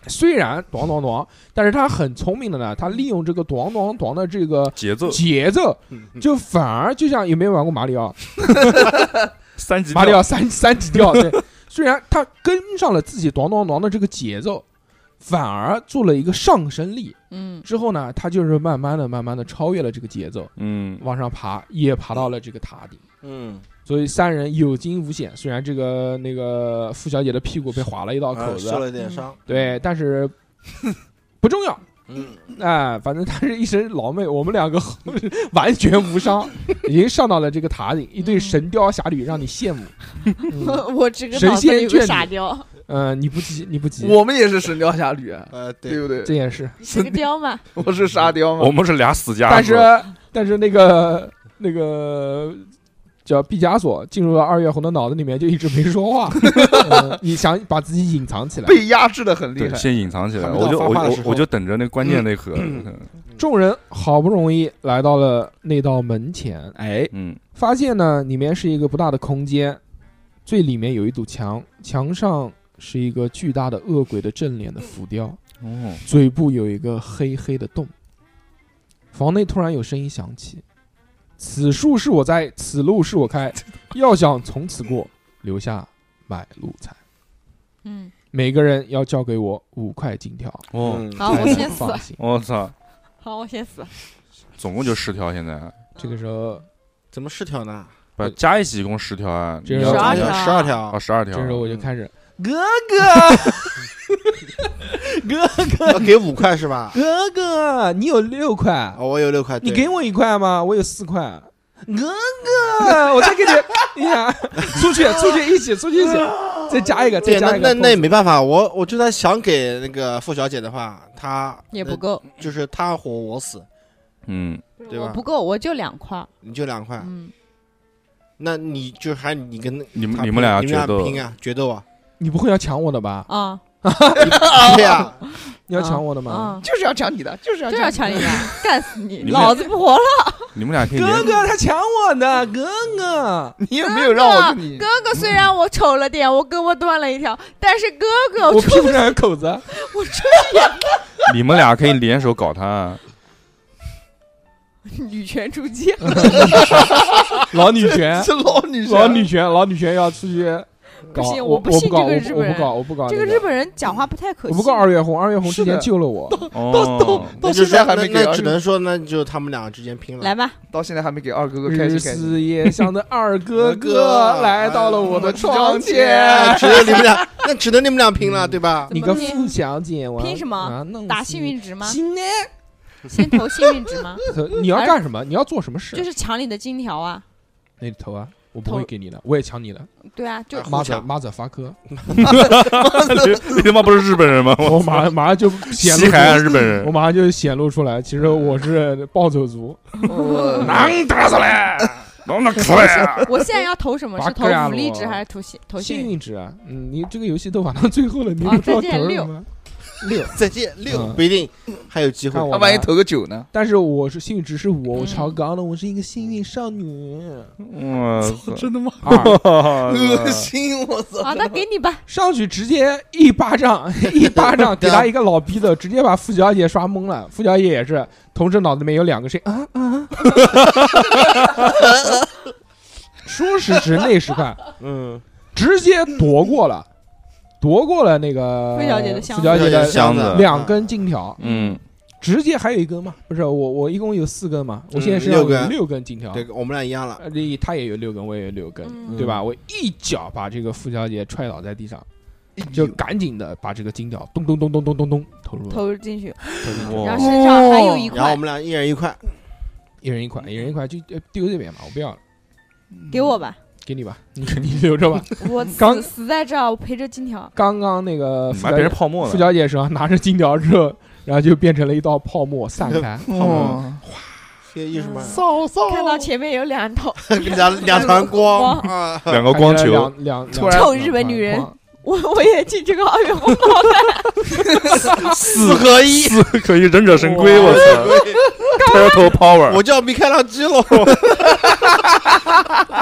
A: 虽然咣咣咣，但是她很聪明的呢，她利用这个咣咣咣的这个
E: 节
A: (laughs)
E: 奏
A: 节奏，
F: 嗯
A: 就反而就像有没有玩过马里奥？
E: 三级
A: 马里
E: 跳
A: 奥
F: (laughs)
A: 三三级跳，对，虽然她跟上了自己咣咣咣的这个节奏，反而做了一个上升力，
D: 嗯，
A: 之后呢，她就是慢慢的、慢慢的超越了这个节奏，
E: 嗯，
A: 往上爬，也爬到了这个塔顶。
F: 嗯，
A: 所以三人有惊无险，虽然这个那个付小姐的屁股被划了一道
F: 啊
A: 口子，
F: 受了点伤，
A: 对，但
F: (laughs)
A: 是不重要，
F: 嗯，
A: 哎、反正她是一身劳累，我们两个 (laughs) 完全无伤，已经上到了这个塔顶，一对神雕侠侣让你羡慕。嗯 (laughs)
D: (laughs) 我这个
A: 神
D: 脑子
A: 仙
D: 里有
A: 眷
D: 个
A: 侣
D: 傻
A: (laughs)
D: 雕，
A: 呃，你不急，你不急，
C: 我们也是神雕侠侣啊，
F: 呃，
C: 对
F: 对，
C: 不对？
A: 这也是，
D: 你是个雕嘛？
C: 我是沙
E: (laughs)
C: 雕
E: 我
C: 嘛，
E: 们是俩死家，
A: 但是但是那个那个。叫毕加索进入了二月红的脑子里面，就一直没说话。嗯你想把自己隐藏起来，
C: 被压制的很厉
E: 对
C: 害。
E: 先隐藏起来，
F: 还没到
E: 我就
F: 发
E: 我
F: 话的
E: 我
F: 时候
E: 我就等着那关键那盒，
A: 众人好不容易来到了那道门前，哎，
E: (clears throat) 嗯，
A: 发现呢里面是一个不大的空间，最里面有一堵墙，墙上是一个巨大的恶鬼的正脸的浮雕，
E: 哦，
A: 嘴部有一个黑黑的洞。房内突然有声音响起：“此树是我栽，此路是我 (laughs) 开，要想从此过，留下买路财。
D: 嗯，
A: 每个人要交给我五块金条。”
F: 嗯
E: 哦，
D: 好，啊我先死，
A: 放心。
E: 我操，
D: 好，我先死，
E: 总共就十条，现在
A: 这
D: 嗯
A: 个时候，
F: 怎么失调呢？
E: 不加一起一共十条啊，
A: 这是
E: 你要
A: 十二
D: 条
F: 十二条
E: 哦，，十二
A: 这
E: 条，
A: 时候我就开始
B: 哥哥，
F: 要给五块是吧？
A: 哥哥，你有六块
F: 啊，，我有六块，
A: 你
F: 对
A: 给我一块吗？我有四块。哥哥，哎我再给你，你俩 (laughs) 出去，出去一起，出去一起，
D: (laughs)
A: 再加一个，再
F: 对，
A: 加
F: 那
A: 一个。
F: 那那也没办法，我我就算想给那个付小姐的话，她
D: 也不，够，
F: 呃就是她活我死，
E: 嗯，
F: 对
D: 我
F: 吧啊
D: 不？够，我就两块，
F: 你就两块，
D: 嗯，
F: 那你就还你跟
E: 你
F: 你
E: 们你们俩
F: 你
E: 决
F: 们
E: 斗
F: 拼啊，决斗啊，
A: 你不会要抢我的吧？
D: 啊，
F: 对呀，
A: 你要抢我的吗？
D: 啊，
C: 就是要抢你的，就是要
D: 就要抢你的，干死你，
E: 你们
D: 老子不活了！
E: 你们俩可以
A: 哥
E: 联，
A: 哥他抢我的，哥哥，
C: (laughs) 你也没有让我跟你
D: 啊哥哥虽然我丑了点，我胳膊断了一条，但哦是哥哥
A: 我
D: 我
A: 屁股上有口
D: (laughs)
A: 子， (laughs)
E: 你们俩可以联手搞他。啊
D: 女权出击，
A: 嗯老女权，
C: (laughs) 是老女
A: 老女权，老女权要出去搞，
D: 啊不行
A: 我
D: 我不
A: 我
D: 信
A: 搞，
D: 这个
A: 我不我
D: 日本
A: 不搞，我不搞
D: 这
A: 那
D: 个
A: 个
D: 日本人讲话不太可
A: 我
D: 信。
A: 不告二月红，二月红之前
C: 是的
A: 救了
D: (laughs)
A: 我。
E: 哦，
C: 到
F: 那就
C: 现
F: 是
C: 在还没
F: 那
C: 给
F: 那
C: 二
F: 只能说那就他们俩之间拼了。
D: 来吧，
C: 到现在还没给二哥哥开
A: 日
C: 心开心。
A: 思夜想的二哥
F: 哥哥
A: 哥来到了我的床前。
F: (laughs) 哎只能你们俩，那只能你们俩拼了，对吧？
A: 你个付小姐，我要
D: 拼什么
A: 啊、弄死
D: 打幸运值吗
A: 你？行呢？
D: 先投幸运
A: (laughs)
D: 值吗？
A: 你要干什么？你要做什么事？
D: 就是抢你的金条啊！
A: 那投啊，我不会
D: 投
A: 给你的，我也抢你的。
D: 对啊，就
F: 啊
A: 妈
F: 互
A: 的，
F: 抢
A: 妈的，发哥，
E: (laughs) 你他妈不是日本人吗？
A: 我马上马上就显
E: (laughs) 西
A: 露
E: 海岸
A: 出，
E: 日本人
A: 我，马上就显露出来，其实我是暴走族。
E: 能打死嘞，能打死
D: (laughs)
E: 嘞。
D: 我现在要投什么？
A: 八
D: 是投
A: 个呀
D: 武力值
A: 罗
D: 还是投幸投
A: 幸
D: 幸运？
A: 运值啊，嗯，你这个游戏都玩到最后了，你也
D: 哦
A: 不知道
D: 再见
A: 投什
D: 六
A: 么。
F: 再见，六
A: 嗯
F: 不一定还有机会
A: 看。我
C: 他万一
A: 吧
C: 投个九 (laughs) 呢？
A: 但是我是幸运值是五，我
D: 嗯
A: 超高了，我是一个幸运少女。
E: 我操！
C: 的吗？
A: 二
F: 恶心，我操！
D: 好的，啊给你吧。
A: 上去直接一巴掌，一巴掌给他一个老逼的，直接把付小姐刷懵了。付小姐也是，同时脑子里面有两个声音啊啊。说时迟，那时快，
F: 嗯，
A: 直接夺过了，夺过了那个
D: 付小姐的箱子
A: 付小姐的
E: 箱子
A: 两根金条，
E: 嗯，
A: 直接还有一根嘛？不是我，我一共有四根嘛，我现在
F: 嗯
A: 身上
F: 六根
A: 有六根金条，
F: 对，我们俩一样了。
A: 呃，你他也有六根，我也有六根，
D: 嗯
A: 对吧？我一脚把这个付小姐踹倒在地上，就赶紧的把这个金条咚咚咚咚咚咚咚投入了，
D: 投进去，
E: 哇
D: 然后身上还有一
F: 嗯哦然后我
D: 块，
F: 们俩一人一块，
A: 一人一
D: 嗯
A: 块，一人一块就呃丢这边嘛，我不要了，
D: 给我吧，
A: 给你吧，你你留着吧。
D: 我
F: 嗯
A: 刚
D: 死死在这儿，我陪着金条。
A: 刚刚那个
E: 你
A: 付
E: 妈
A: 小
E: 别人
A: 姐，
E: 泡沫
A: 付
E: 了。
A: 小姐手上拿着金条之后，然后就变成了一道泡沫散开，
E: 哦
F: 些艺术嘛，
C: 骚
F: 哦
C: 骚
D: 看到前面有两头， (laughs)
F: 两两团光啊，
E: 两个光
A: 看起来
E: 球，
A: 两两两
C: 突然
A: 两
D: 臭日本女人
A: 两
E: (laughs)
A: 团
D: 我我也进这个二月红包了。
F: 四合一，
E: 四可以忍者神龟，我操！Turtle Power，
F: 我叫米开朗基罗，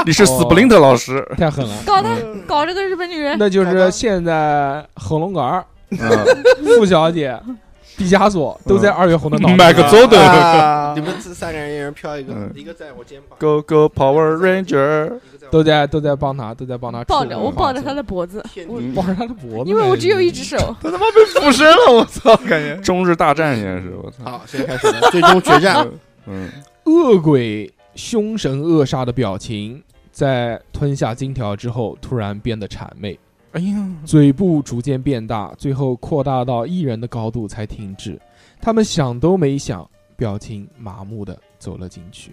E: 你是 Splinter 老师，
A: 太狠了。
D: 搞他，
F: 嗯
D: 搞这个日本女
A: (laughs)
D: 人，
A: 那就是现在恒隆杆儿、
E: 嗯，
A: 付小姐、毕加索都在二月
E: (laughs)
A: 红的脑袋
E: 麦克
A: 上。
E: 佐顿
C: 啊
F: 你！们这三个人一人飘一个
E: 嗯，
F: 一个在我肩膀，
E: ，Go Go Power Ranger，
F: 一个在我
A: 都在都在帮他，都在帮他
D: 抱
A: 处理
D: 着我
A: 房
D: 抱着
A: 子
D: 他的脖子，
F: 天
D: 我
F: 地
A: 抱着他的脖子，嗯
D: 因为我只有一只手。
C: 他他妈被附身了，我操！感觉
E: 中日大战现在是，我操，
F: 好，现在开始了，最终决战，
E: 嗯，
A: 恶鬼凶神恶煞的表情，在吞下金条之后突然变得谄媚，
E: 哎呀，
A: 嘴部逐渐变大，最后扩大到一人的高度才停止。他们想都没想，表情麻木的走了进去。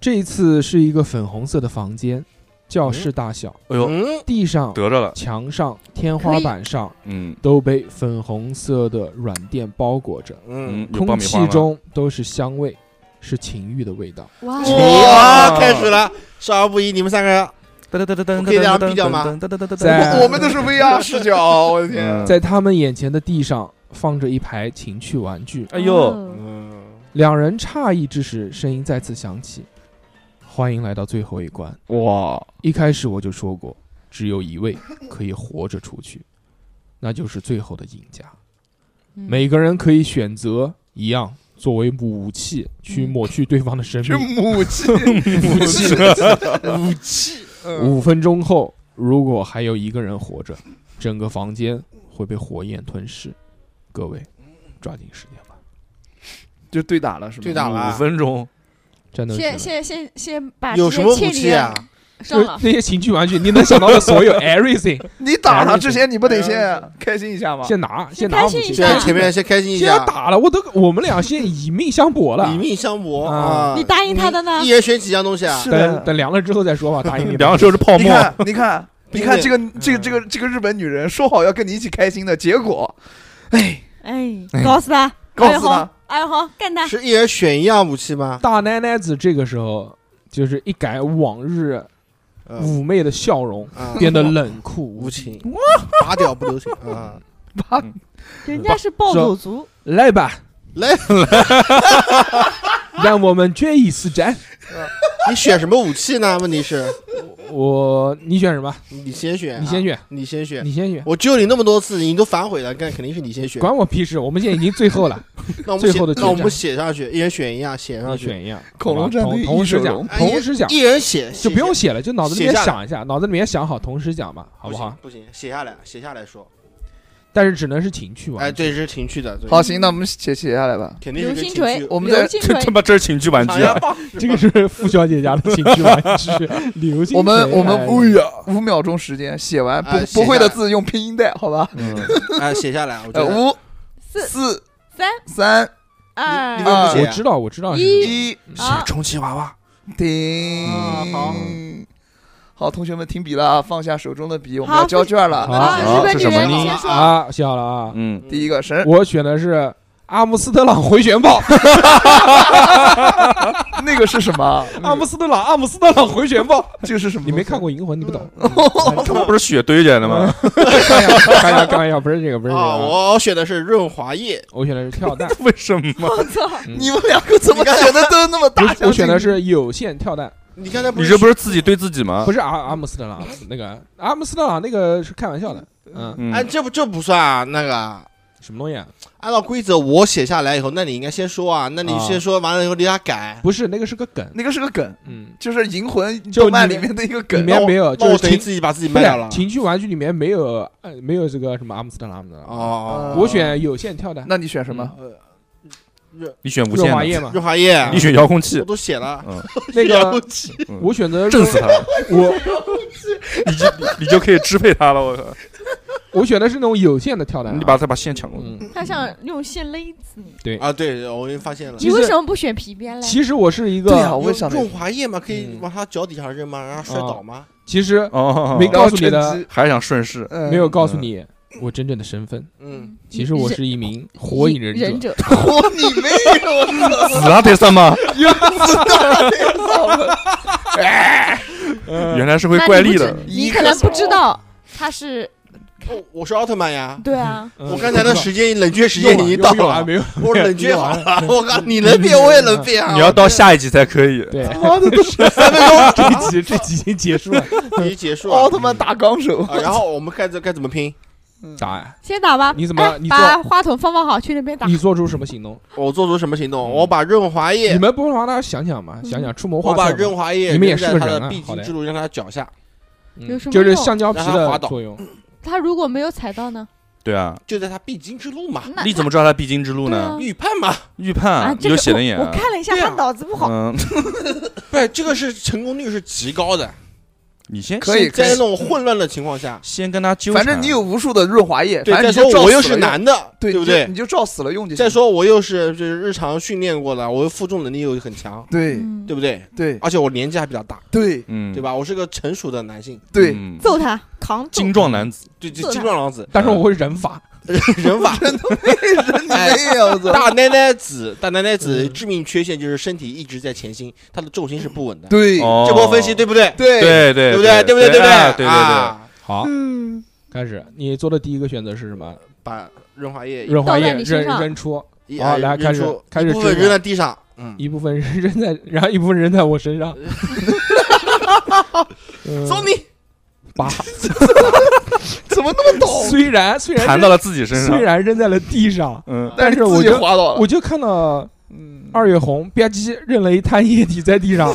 A: 这一次是一个粉红色的房间，教室大小，
E: 哎呦，
F: 嗯，
A: 地上、
E: 得着了，
A: 墙上、天花板上
E: 嗯
A: 都被粉红色的软垫包裹着。
E: 嗯
F: 嗯，，
E: 有爆
A: 空
E: 米
A: 气
E: 花吗？
A: 中都是香味，是情欲的味道。
D: 嗯哇
F: 哇，开始了，少儿不宜，你们三个
E: 噔噔噔噔
F: 可以这样比较吗？
A: 在
C: 我们都是 VR 视角，我的天！啊
E: 嗯
A: 在他们眼前的地上放着一排情趣玩具，
E: 哎呦，
D: 哦
F: 嗯，
A: 两人诧异之时，声音再次响起：“欢迎来到最后一关。
C: 哇，
A: 一开始我就说过，只有一位可以活着出去，那就是最后的赢家。
D: 嗯
A: 每个人可以选择一样作为武器去抹去对方的生
C: 这
A: 命。
C: 母
A: (laughs)
C: 鸡，
A: 武器。
C: 母鸡，嗯
A: 五分钟后，如果还有一个人活着，整个房间会被火焰吞噬。各位，抓紧时间吧，
C: 就对打了是吗？
F: 对打
E: 五
F: 了，
E: 分钟，
A: 战斗起来
D: 先。先先先把
F: 有什
D: 这些
F: 么武
D: 倩
F: 器
D: 女
F: 啊？
A: 就
D: 上了，
A: 那些情趣玩具，你能想到的所
D: (laughs)
A: 有 everything，
C: 你打他之前，你不得先开心一下吗？
A: 先拿，先拿
D: 开
A: 武
D: 心
A: 器，
D: 一
F: 现在
D: 下
F: 前面先开心一
A: 先要
F: 下，
A: 打了，我都我们俩先以命相搏了
F: 以。命相搏
A: 啊
F: 啊！
D: 你答应他的呢
F: 一人选几样东西啊？
C: 是
A: 等
C: 的，
A: 等凉了之后再说吧，答
F: (laughs)
A: 应你
E: 两个手是泡
C: 你
E: 沫，
C: 看，你看，你看这
F: 冰
C: 个这个这个这个日本女人，说好要跟你一起开心的，结果，哎，
G: 哎，搞死他！
C: 告
G: 哎
C: 诉他
G: 好，哎好，干
D: 啊
G: 他！
F: 是一人选一样武器吗？
A: 大奶奶子这个时候就是一改往日
F: 嗯
A: 妩媚的笑容，
F: 啊
A: 变得冷酷无
F: 无
A: 情
F: 情。，拔屌不留情啊！
C: 吧，
G: 人家是暴走族，
A: 来吧，
F: 来
A: 来， (laughs) 让我们决一死战。
F: 你选什么武器呢？问题是，
A: 我，你选什么？
F: 你先选啊，
A: 你先选，
F: 你先选。
A: 你先选，
F: 我救你那么多次，你都反悔了，那肯定是你先选。
A: 管我屁事！我们现在已经最后
F: (laughs)
A: 了，
F: 那我们
A: 最
F: 写
A: 后的
F: 那我
A: 决战
F: 们写上去，一人选一样，写上
A: 你
F: 去，
A: 选一样。
C: 恐龙战
A: 好吧
C: 队
A: 同同
C: 异
A: 时
C: 兽
A: 讲，
C: 龙
F: 哎
A: 同时讲，
F: 一人写，
A: 就不用写了，就脑子里面
F: 写下来
A: 想一下，脑子里面想好，同时讲嘛，好
F: 不
A: 不好？
F: 不行，写下来，写下来说。
A: 但是只能是情趣玩
F: 哎，，对，是情趣的，对
C: 好，行，那我们写写下来吧。
F: 肯定是
D: 流
F: 个情
D: 星
F: 趣。
D: 锤，
C: 我们
D: 流
C: 在
D: 星
E: 这
D: 锤
E: 他，妈这是情趣玩具
F: 哎
E: 啊
F: 呀！棒
A: 这个是付小姐家的情趣玩具，流星锤。
C: 我们我们
A: 哎
C: 五五秒钟时间写完不
F: 哎写下来
C: 不会的字用拼音带，好吧？
F: 哎，写下来，我觉
C: 呃，
F: 得
C: 五
D: 四
C: 四
D: 三
C: 三
D: 二
F: 你为什么不写
A: 我
F: 啊
A: 知道，我知道是
D: 一
A: 什么。
C: 一，
D: 啊
E: 写充气娃娃，
C: 停
F: 啊好。
C: 好，同学们停笔了啊，放下手中的笔，我们
D: 好
C: 要交卷了。
A: 好啊
D: 日本
E: 是
D: 女
E: 什么
D: 人
E: 呢
D: 先说，
A: 啊，写好了啊，
E: 嗯，
C: 第一个神，
A: 我选的是阿姆斯特朗回旋炮，
C: 那个是什么？
A: 阿姆斯特朗，阿姆斯特朗回旋炮。
C: 这个是什么？
A: 你没看？过《银魂》，你不懂。
E: 他
A: (laughs)
E: 妈不是血堆起来的吗？
A: 开玩笑，开玩笑，开玩笑，不是这个，不是这个
F: 啊，
A: 啊。
F: 我选的是润滑液，
A: 我选的是跳蛋，
E: 为什么？
D: (laughs) 我操，
C: 你们两个怎么选的都那么大
A: 不是
C: 相径庭？
A: 我选的是有线跳蛋，
F: 你刚才不
E: 你
F: 是
E: 这不是自己对自己吗
A: 不？是阿阿姆斯特朗阿姆斯那个阿姆斯特朗那个是开玩笑的，嗯，
E: 嗯
F: 哎，这不这不算啊，那个啊
A: 什么东西啊？
F: 按照规则我写下来以后，那你应该先说啊，那你
A: 啊
F: 先说完了以后，你俩
A: (laughs)
F: 改。
A: 不是那个是个梗，
C: 那个是个梗，
A: 嗯，
C: 就是《银魂》
A: 就
C: 动漫
A: 里
C: 里
A: 面
C: 面的一个
A: 里
C: 梗。
A: 面没有，
F: 那
A: 哦就
F: 我
A: 是
F: 等于
A: 情
F: 自己把自己
A: 不
F: 卖
A: 是啊
F: 掉了。
A: 情趣玩具里面没有呃没有这个什么阿姆斯特朗阿姆斯特朗，
F: 哦，呃
A: 我选有线跳蛋，
C: 那你选什
A: 嗯
C: 么？
E: 你选无
A: 润
E: 限
A: 滑液
E: 的，
A: 嘛，
F: 润滑液，
E: 你选遥控器
F: 我，都写 (laughs) 了。
A: 啊那
F: 遥
A: 个
F: 控器
A: 我选择
E: 震死他，
A: 我
E: 你就你就可以支配他了。我靠，
A: 我选的是那种有线的跳蛋啊，
E: 你把他把线抢过来。
A: 嗯，
G: 他想用线勒死你。
F: 啊，对，我也发现了
A: 其。
D: 你
A: 实
D: 为什么不选皮鞭嘞？
A: 其实我是一
C: 对啊，
A: 个，
C: 我也想
F: 用
C: 那
F: 润
C: 个
F: 滑液嘛，可以
A: 嗯
F: 往他脚底下扔嘛，让他摔倒嘛。
A: 其实
E: 哦，
A: 没告诉你的
C: 然后趁机
E: 还想顺
C: (laughs)
E: 势，
C: 呃
A: 没有告诉你我真正的身份，
F: 嗯，
A: 其实我是一名火影忍者 (laughs)
D: 忍。者，
C: 嚯，你没有，
E: 死啊得算 (laughs) 吗？
A: 嗯
E: 原来是会
D: 那
E: 怪
D: 你
E: 力
D: 不知
E: 的，
D: 你可能不知道他是
F: 哦，我是奥特曼呀。
D: 对啊，
A: 嗯
F: 我刚才的时间冷却时
A: 用
F: 间
A: 完
F: 已经到
A: 用完
F: 了，
A: 没有？
F: (laughs) 我冷却好了。我靠，你能变我也能变啊！
E: 你要到下一集才可以。
A: 对，
C: 妈
A: (laughs)
C: 的，都是
F: 三分钟
A: 这集这集已经结束了。
F: 已经结束了
E: 啊
C: 奥。特曼打纲手。
F: (laughs) 啊，然后我们该怎该怎么拼？
A: 答案，
D: 先打吧。
A: 你怎么
D: 哎
A: 你
D: 把话筒放放好，去那边打
A: 你。做出什么行动？
F: 我做出什么行动？我把润滑
A: 你
F: 液，
A: 们不妨大家想想
D: 嗯
A: 嘛，想想出谋
F: 我
A: 划
F: 把
A: 策嘛。
F: 润滑液
A: 你们也是
F: 扔在
A: 个
F: 他
A: 人
F: 的
A: 啊
F: 必
A: 好
F: 经
A: 嘞
F: 之路，让他脚下。
A: 嗯
D: 有什么
A: 就是
D: 用
A: 橡胶皮
F: 让它滑
A: 的
F: 倒
A: 作用，
D: 他如果没有踩到呢？
E: 对啊，
F: 就在他必经之路嘛，
D: 那啊
E: 你怎么知道他必经之路
D: 对
E: 呢？
D: 啊，
F: 预判嘛。
E: 预判
G: 这
E: 你就
G: 个
E: 写
G: 我
E: 的眼
G: 我。看了一下，
F: 对啊
G: 他脑子不好。
E: 嗯，
F: 对，这个是成功率是极高的，
E: 你先
C: 可以，可
F: (laughs) 在那
C: 以，
F: 种混乱的情况下，
E: 先跟他纠缠。
C: 反正你有无数的润滑液，
F: 对，
C: 反
F: 再
C: 正
F: 说
C: 你就
F: 我
C: 照
F: 又
C: 死了
F: 是
C: 用，
F: 男的，对
C: 对
F: 不
C: 你就
F: 对
C: 你？就照死了用就行。
F: 再说我又是就是日常训练过的，我又负重能力又很强，
C: 对
D: 嗯
F: 对不对？
C: 对
F: 而且我年纪还比较大，
C: 对
E: 嗯，
F: 对吧？我是个成熟的男性，
C: 对，
E: 嗯
D: 揍他，扛揍
E: 精。壮男子，
F: 对，
D: 揍
F: 就
D: 他
F: 精壮男子，
A: 但是我会忍法。
F: 人法哎
C: 你没有，我操
F: 大奶奶子，大奶奶子致命缺陷就是身体一直在前倾，她的重心是不稳的。
A: 嗯
C: 对
E: 哦
F: 这波分析对不对？
C: 对
E: 对对
F: 对不
E: 对
F: 对？对不对？对不
E: 啊
F: 对？
E: 对对，
F: 啊
A: 好，
G: 嗯，
A: 开始。你做的第一个选择是什么？
F: 把润滑液
A: 润滑
D: 倒在
A: 液
D: 你
A: 扔
D: 身上
A: 扔出，
F: 一
A: 好
F: 啊
A: 来
F: 扔
A: 开始
F: 出
A: 开始
F: 一部分
A: 追
F: 扔在地上，嗯，
A: 一部分是扔在，然后一部分扔在我身上。嗯
F: 送你
A: 八，
C: 怎么那么懂？
A: 虽然虽然
E: 弹到了自己身上
A: 虽。然扔在了地上，
E: 嗯，
A: 但是我
C: 自己
A: 就
C: 滑倒了
A: 我。就看到
C: 嗯
A: 二月红吧唧扔了一滩液体在地上，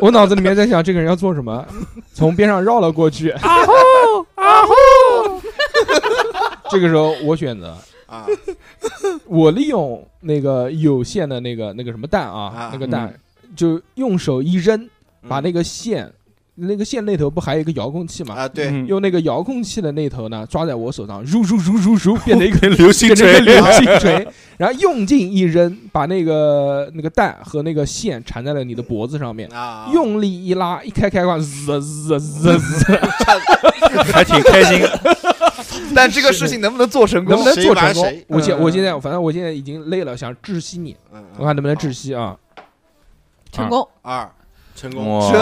A: 我脑子里面在想这个人要做什么，从边上绕了过去。
D: (laughs)
A: 啊呼啊呼！这个时候我选择，
F: 啊！
A: 我利用那个有线的那个那个什么蛋啊
F: 啊，
A: 那个蛋就用手一扔，把那
F: 个
A: 个线，那个线那头不还有一个遥控器吗？
F: 啊，对，
E: 嗯
A: 用那个遥控器的那头呢，抓在我手上，如如如如如， (laughs) 变成一个
F: 哦
E: 跟 (laughs) 流星
A: 跟那
E: 锤
A: 个流星锤，然后用劲一扔，把那个那个蛋和那个线缠在了你的脖子上面，
F: 啊，
A: 嗯用力一拉，一开开关，滋滋滋
F: 嗯
A: 滋，
E: (laughs) 还挺开心。
C: 但这个事情能不能做成
A: 能
C: 功
A: 不？能
F: 谁
A: 做成
F: 玩
A: 功
F: 谁？
A: 我现
C: 嗯
A: 我现在反正我现在已经累了，想窒息你，
F: 嗯
A: 我看能不能
F: 好
A: 窒息啊？
D: 成功，
F: 二成功，啊
E: 哇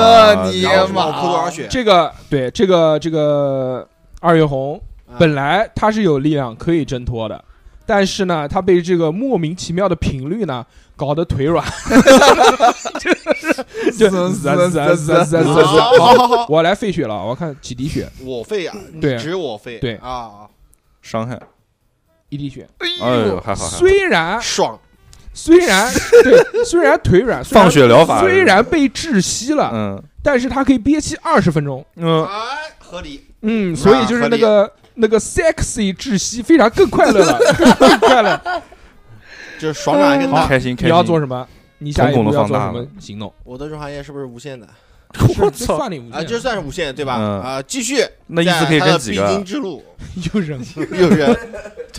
C: 这你也
F: 然后
C: 妈
F: 我哭多少血？
A: 这个对这个这个二月红
F: 嗯
A: 本来他是有力量可以挣脱的，但是呢，他被这个莫名其妙的频率呢搞得腿软， (laughs) 就是就死啊死啊死啊死啊死啊死啊！
F: 好好好，
A: 我来费血了，我看几滴血，
F: 我废啊，
A: 对
F: 只有我废，
A: 对
F: 啊，
E: 伤害。
A: 一滴血。
E: 哎呦，还好还好。
A: 虽然
F: 爽，
A: 虽然对，虽然腿软，虽然
E: 放血疗法。
A: 虽然被窒息了，
E: 嗯
A: 但是他可以憋气二十分钟。
E: 嗯，
F: 哎，合理，
A: 嗯，所以就是那个、那个 sexy 窒息非常更快乐了，更快乐。
F: 就是爽感还更大。
E: 开心开
A: 你要做
E: 心。
A: 什么？你下一步
E: 瞳孔都
A: 要
E: 放
A: 做
E: 大
A: 什
E: 了
A: 么行动？
F: 我的润滑液是不是无限的
E: (laughs) 我
A: 是
E: 操，
A: 算你无
F: 啊？
A: 限， (laughs)
F: 就算是无限的，对吧？
E: 嗯
F: 啊，继续，
E: 那一次可以
F: 在他
E: 扔
F: 的
E: 几
F: 必
E: 个
F: 经？之路，
A: 又扔，
F: (laughs) 又是，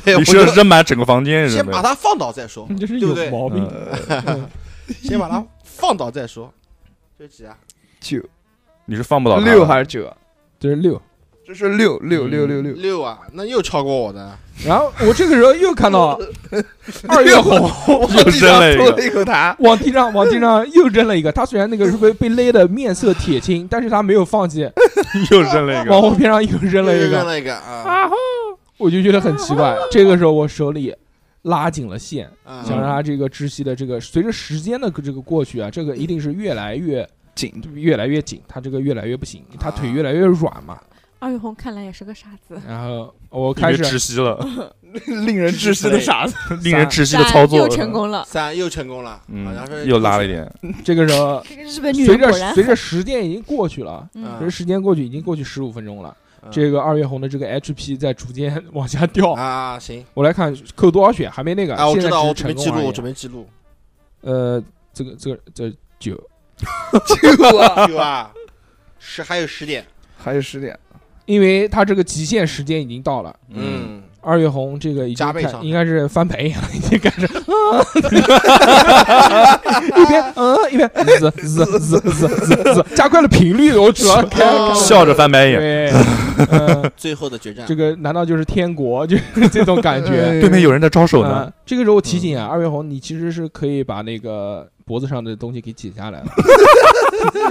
F: 对，我
E: 你是
F: 就
E: 扔满整个房间是
F: 先
E: 吗
F: 把？它放倒
A: (laughs)
F: 再说，
A: 你这是
F: 对
A: 有
F: 不对
A: 毛病。
E: 嗯 (laughs)
F: 先把它放倒再说。这几啊？
C: 九
E: 你是放不倒它的
C: 六还是九啊？
A: 这是六。
C: 这是六六六六
A: 嗯
C: 六，
F: 六啊，那又超过我的。
A: 然后我这个时候又看
E: (laughs)
A: 到二月
C: (laughs)
A: 红
E: 又扔了一
C: 吐
E: 个，
C: 了一口痰。
A: 往地上往地上又扔了一个，他虽然那个是被被勒的面色铁青，但是他没有放弃，
E: (laughs) 又扔了
A: (laughs)
E: 一
A: 往
E: 个。
A: 我边上又扔了一
F: 扔
A: 个。
F: 了一个啊
A: 我就觉得很奇怪。这个时候我手里拉紧了线，
F: 啊！
A: 想让他这个窒息的这个，随着时间的这个过去啊，这个一定是越来越
C: 紧，
A: 越来越紧，他这个越来越不
F: 啊
A: 行，他腿越来越软嘛。
D: 二月红看来也是个傻子。
A: 然后我
E: 因
A: 开
E: 为
A: 始
E: 窒息了，
C: (laughs) 令人窒息的傻子。
E: 令人窒息的操作
D: 又成。功了，
F: 三又成功了，啊然后说
E: 嗯，又拉了一点，
A: 这个时候，
G: (laughs) 这个日本女
A: 随
G: 人
A: 着
G: 果然
A: 随着时间已经过去了，
F: 嗯
A: 随着时间过去已经过去十五分钟了，
F: 嗯
A: 这个二月红的
F: (laughs)
A: 这个 HP 在逐渐往下掉。
F: 啊，行
A: 我来看扣多少血，还没那个，
F: 啊，我
A: 现
F: 知
A: 在
F: 道，我
A: 只
F: 准
A: 是
F: 备
A: 成
F: 记
A: 功
F: 录，
A: 而
F: 我
A: 已
F: 准备记录。
A: 呃，这个这个这个九
F: 有啊，十还有十点，
C: 还有十点，
A: 因为他这个极限时间已经到了。
F: 嗯，
A: 二月红这个已经
F: 加倍
A: 看
F: 上
A: 应该是翻白眼了， (laughs) 已经开始，啊、一边 (laughs) 嗯一边滋滋滋滋滋滋，加快了频率，我主要看看
E: 笑着翻白眼。
A: 对，嗯， (laughs)
F: 最后的决战
A: 这，个难道就是天国就是这种感 (laughs) 觉？
E: 对面有人在招手呢
A: 嗯，，这个时候我提醒啊，二月红，你其实是可以把那个脖子上的东西给解下来的，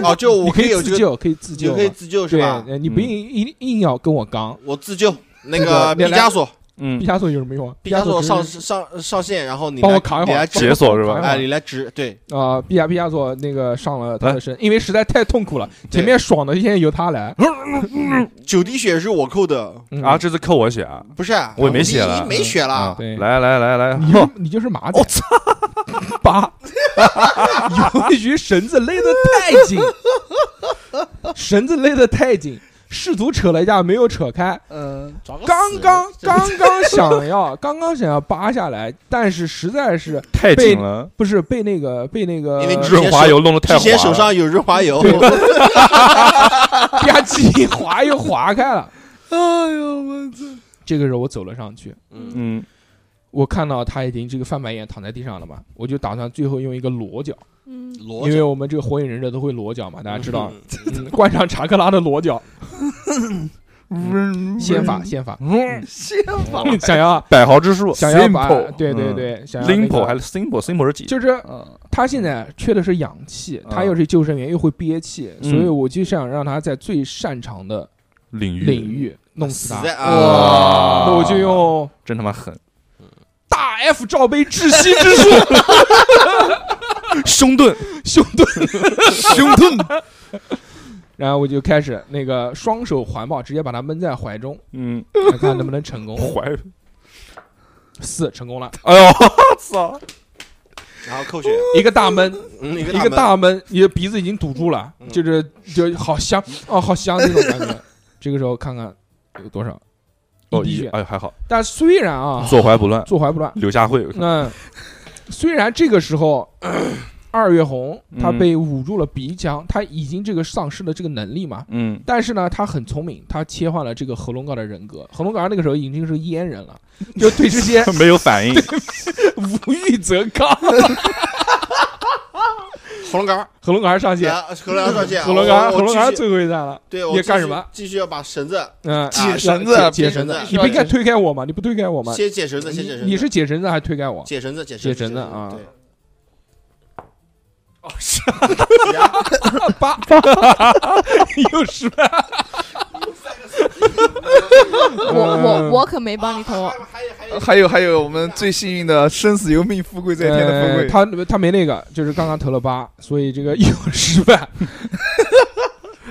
F: 哦，就我
A: 你可
F: 以有这
A: 自
F: 个，
A: 救，可以自
F: 就
A: 救
F: 可以
A: 嘛，
F: 自救是
A: 对，
F: 吧？
A: 呃你不
E: 嗯
A: 硬硬硬要跟我刚，
F: 我自救，那
A: 个
F: 个
A: 你
F: 毕
A: 来
F: 加索，
E: 嗯
A: 毕，加索有什么用啊？
F: 毕加索
A: 只
F: 上
A: 是
F: 上上线，然后你
A: 帮
F: 来
A: 我扛一
F: 你
A: 会儿
F: 来指
E: 解锁是吧？
A: 哎
F: 哎，你来指对，
A: 啊，毕加毕加索那个上了他
E: 哎
A: 的身，因为实在太痛苦了，
F: 对
A: 前面爽的现在由他来
F: 九滴血是我扣的，
A: 嗯
E: 啊，这次扣我血啊！
F: 不是啊，
E: 我也没血了
F: 你没血
E: 啊
F: 了，
A: 对
E: 来来来来，
A: 哎你就是你就是麻子，我操，八， (laughs) 由于绳子勒得太紧，绳子勒得太紧，试图扯了一下没有扯开，
C: 嗯，
F: 找个死
A: 刚刚
F: 这
A: 刚刚想要刚刚想要扒下来，但是实在是
E: 太紧了，
A: 不是被呃那个被那个
F: 因为你
E: 润滑油弄得太
F: 之前
E: 滑
F: 手
E: 了，
F: 上有润滑
A: (laughs)
F: 油，
A: 吧唧一划又划开了。
C: 哎呦我操！
A: 这个时候我走了上去，
F: 嗯
E: 嗯，
A: 我看到他已经这个翻白眼躺在地上了嘛，我就打算最后用一个裸脚，
G: 嗯
F: 逻
A: 因
F: 辑
A: 为我们这个火影忍者都会裸脚嘛，大家知道，
F: 嗯
A: 嗯灌上查克拉的裸脚，
C: 嗯
A: 仙法仙法，
C: 先法
A: 想要
E: 百豪之术
A: 想要把
E: 嗯 Simple，
A: 对对
E: 嗯
A: 对，想要那个
E: ，Simple 还是嗯 Simple，Simple 是几？
A: 就是
C: 啊，
A: 他现在缺的是氧气，
E: 啊
A: 他又是救生员，又会憋气，
E: 嗯
A: 所以我就想让他在最擅长的
E: 领域
A: 领域弄
F: 死
A: 死他。
F: 在
A: 哇
F: 啊，
A: 那我就用
E: 真他妈狠，
A: 大 F 罩杯窒息
E: (laughs)
A: 之术，
E: 凶盾，
A: 兄弟。
E: (laughs) 凶盾，
A: 然后我就开始那个双手环抱，直接把他闷在怀中，
E: 嗯，
A: (laughs) 看看能不能成功。
E: 怀，
A: 四成功了，
E: 哎呦，我操，
F: 然后扣血，
A: 一个大闷，
F: 嗯，一
A: (laughs) 一个
F: 个
A: 大闷，你的鼻子已经堵住了，
F: 嗯
A: 就是就好香哦，好香那种感 (laughs) 觉。这个时候看看有多少，
E: 哦
A: 滴
E: 一，
A: 血
E: 哎还好，
A: 但虽然啊，
E: 坐怀不乱，
A: 坐怀不乱，
E: 柳下惠，
A: 那虽然这个时候， (clears throat) 二月红他
E: 嗯
A: 被捂住了鼻腔，他已经这个丧失了这个能力嘛。
E: 嗯，
A: 但是呢，他很聪明，他切换了这个合龙高的人格。合龙高那个时候已经是阉人了，就对这些
E: (laughs) 没有反应，
A: (laughs) 无欲则 (laughs) 刚。
F: 喉咙杆儿，
A: 合龙高上线，
F: 啊喉咙杆儿 (laughs) 上线，啊
A: 合龙高
F: 我
A: 合龙
F: 我
A: 高
F: 继续
A: 最后一站了。
F: 对，我
A: 你
F: 继
A: 干
F: 续
A: 什么？
F: 继续要把绳子
A: 嗯，
F: 解
A: 啊
C: 绳子
A: 解
F: 解
A: 绳
F: 绳
A: 子
F: 子，
A: 你不应该推开我吗？你不推开我吗？
F: 先解绳子，先
A: 你
F: 解绳子，
A: 你是解绳子还是推开
F: (laughs)
A: 我？
F: 解绳子，解
A: 解绳子
F: 子
A: 啊
F: 对，
A: (laughs) 哦，
F: (laughs)
A: 是八又失败了。
D: (laughs) 我
A: 嗯
D: 我我可没帮你投，
C: 还有还有，我们最幸运的生死由命，富贵在天的富
A: 呃
C: 贵，
A: 他他没那个，就是刚刚投了八，所以这个 (laughs) 又失败，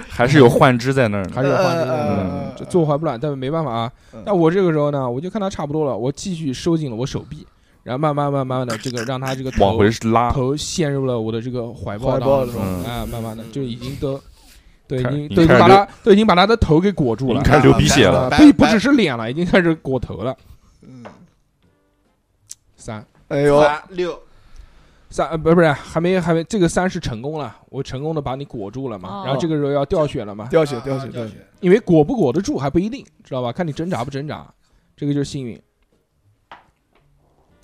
E: 还是有幻肢在那儿呢。
A: 还是有换这
C: 呃
A: 个
C: 呃
A: 嗯这坐怀不乱，但是没办法啊
C: 嗯。
A: 那我这个时候呢，我就看他差不多了，我继续收紧了我手臂，然后慢慢慢慢的这个让他这个头
E: (laughs) 往回拉，
A: 头陷入了我的这个怀抱
C: 怀
A: 当
C: 抱
A: 中，
E: 中
A: 啊，慢慢的就已经都，对，已
E: 开
A: 经
E: 已经
A: 都已经
E: 开始
A: 把
E: 流
A: 他都已经把他的头给裹住
E: 已
A: 了
E: 经，开始流鼻血了。
A: 啊
F: 白
A: 不不
F: 白
A: 只是脸了，已经开始裹头了。三
C: 嗯哎呦，
F: 八六，
A: 三呃不不是还没还没这个三是成功了，我成功的把你裹住了嘛，
G: 哦
A: 然后这个时候要掉血了嘛，
C: 掉血
F: 啊
C: 掉血
F: 掉
C: 血，
A: 因为裹不裹得住还不一定，知道吧？看你挣扎不挣扎，这个就是幸运。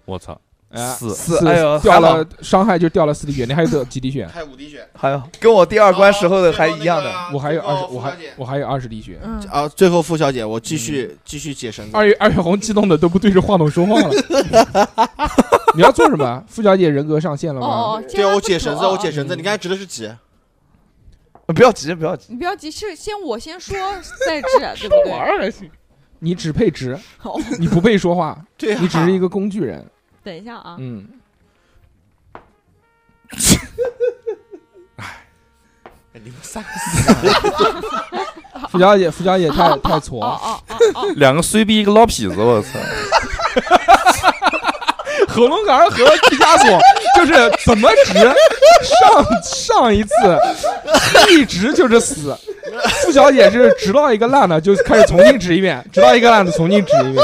E: 我操，
A: 哎，
E: 四
A: 四
C: 哎呦
A: 掉
C: 还好
A: 了伤害就掉了四滴血，你还有得几
F: (laughs)
A: 滴血？
F: 开五滴血，
C: 还有跟我第二关时候的还一样的，
F: 的
A: 我还有二十，我还我还有二十滴
F: (laughs)
A: 血。
D: 嗯，
F: 啊，最后付小姐，我继续
A: 嗯
F: 继续解绳子，
A: 二月二月红激动的都不对着话筒说话了。你要做什么？付小姐人格上线了
D: 哦
A: 吗？
D: 哦，
F: 对我解绳子，我解
D: 绳，
F: 绳子，你刚才指的是几？
A: 呃
C: 不要急不要急，
D: 你不要急，是先我先说再啊治，对不对？
A: 儿还行。你只配值
D: 哦，
A: 你不配说话，
F: 对啊，
A: 你只是一个工具
D: (laughs)
A: 人。
D: 等一下啊，
A: 嗯，
F: 你们三个
A: 付小姐，付小姐太太挫
D: 哦
A: 了，
D: 哦哦哦，
E: 两个衰逼，一个老痞子，我 (laughs) 操！
A: 合龙杆儿和毕加索 (laughs) 就是怎么值，上上
D: (laughs)
A: 一次一直就是死。付小姐是直到一个烂的就开始重新值一遍，直到一个烂的重新值一遍，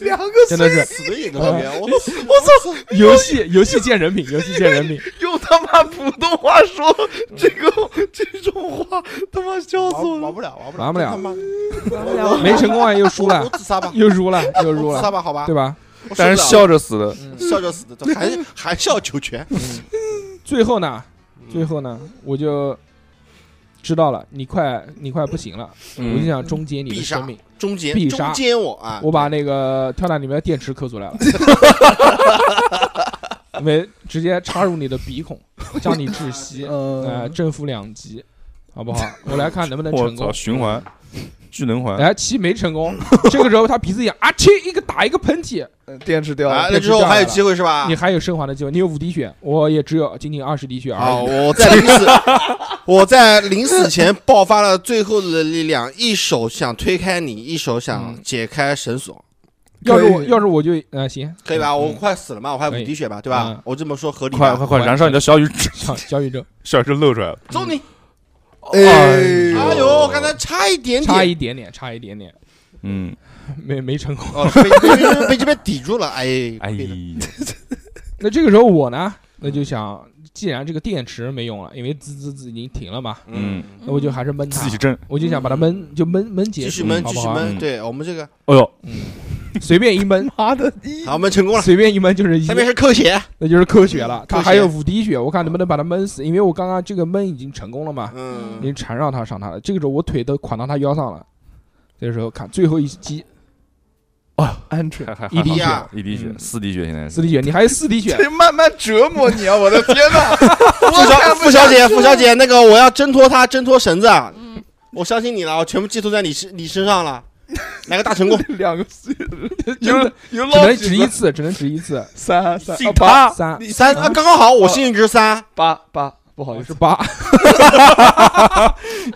C: 两个
A: 真的是
F: 死的也能边，
A: 嗯
F: 我
C: 我操，
A: 游戏游戏见人品，游戏见人品。
C: 用他妈普通话说这个这种话，他妈笑死我
F: 玩
C: 了
F: 玩。不了，玩不了，
A: 玩不了
F: 真他妈
G: 玩不了，
A: 没成功啊，又输
F: 我我
A: 了，
F: 自杀
A: (laughs)
F: 吧，
A: 又输了，又输
F: 我自杀
A: 了，
F: 吧，好吧
A: 对，吧？
F: 我受不
E: 但
F: 了嗯
E: 是笑着死的，
F: 笑就死的，含含笑九泉，
A: (laughs) 最后呢，最后呢，我就知道了，你快你快不行了，我就
E: 嗯，
A: 想终结你的
F: 必杀
A: 生命，
F: 中间
A: 必杀
F: 中间我啊，
A: 我把那个跳蛋里面的电池抠出来了，没直接插入你的鼻孔，让你窒
C: (laughs)
A: 息，呃，
C: 嗯，
A: 正负两极，好不好？我来看能不能
E: 我
A: 成功
E: 操，。循环，聚能环，
A: 哎，七没成功，这个时候他鼻子痒啊，切一个打一个喷嚏，
C: 呃电池掉
F: 啊，
C: 了，
F: 那之后还有机会是吧
A: 你？还有生还的机会，你有五滴血，我也只有仅仅二十滴血
F: 啊！
A: 而已。
F: 我在临死，我在临死前爆发了最后的力量，一手想推开你，一手想
A: 嗯
F: 解开绳索，
A: 要是我
C: 可以
A: 要是我就呃行，
F: 可以吧？
A: 嗯
F: 我快死了嘛，我还有
A: 可以
F: 五滴血吧，对
A: 嗯
F: 吧？我这么说合理
E: 快快
F: 吧？
E: 快，燃烧你的 (laughs) 小宇宙，
A: 小小宇宙。
E: 小宇宙露出来了。
F: 走你！
A: 哎
F: 哎呦，刚才差一点
A: 差一
F: 点，
A: 点点，差一点 (laughs) 点，
E: 嗯，
A: 没没成功。
F: 哦，被被被这边抵住了，哎
E: 哎，
F: 被
A: 那这个时候我呢，那就想，既然这个电池没用了，因为滋滋滋已经停了嘛，
E: 嗯，
A: 那我就还是闷它
E: 自，己挣。
A: 我就想把它闷，就闷闷结
F: 继续
A: 束，
F: 闷，
A: 好
F: 继
A: 不
F: 续
A: 好？啊
F: 闷，
E: 嗯
F: 对我们这个，
E: (laughs) 哎呦，
A: 随便一闷，
C: (laughs) 妈的，
F: 好，我们成功了。
A: 随便一闷就是一
F: 下，面是扣血，
A: 那就是科学了。它
F: 科学
A: 还有五滴血，我看能不能把它闷死，因为我刚刚这个闷已经成功了嘛，已
F: 嗯，
A: 经缠绕它上它了。这个时候我腿都垮到它腰上了，这个时候看最后一击，
C: 安全，
E: 还还
A: 一滴
E: 还
F: 哎
A: 血
E: 好， (laughs) 一滴血，
A: 嗯
E: 哎四滴血现在
A: 四
E: 是。
A: 滴血，你还有四滴血，
C: 这慢慢折磨你啊！我的天哪，
F: 付小付小姐，付小姐，那个我要挣脱她，挣脱绳子，
D: 嗯，
F: 我相信你了，我全部寄托在你身你身上了，来个大成功，
C: 两个碎
A: 真的
C: 有有
A: 只
C: 老
A: 能值一次，只能值一次，
C: 三三
E: 信
C: 啊八
A: 三
C: 你
F: 三啊，刚刚好，我幸运值三，
C: 八八，不好意
A: 我是
C: 思，
A: 八，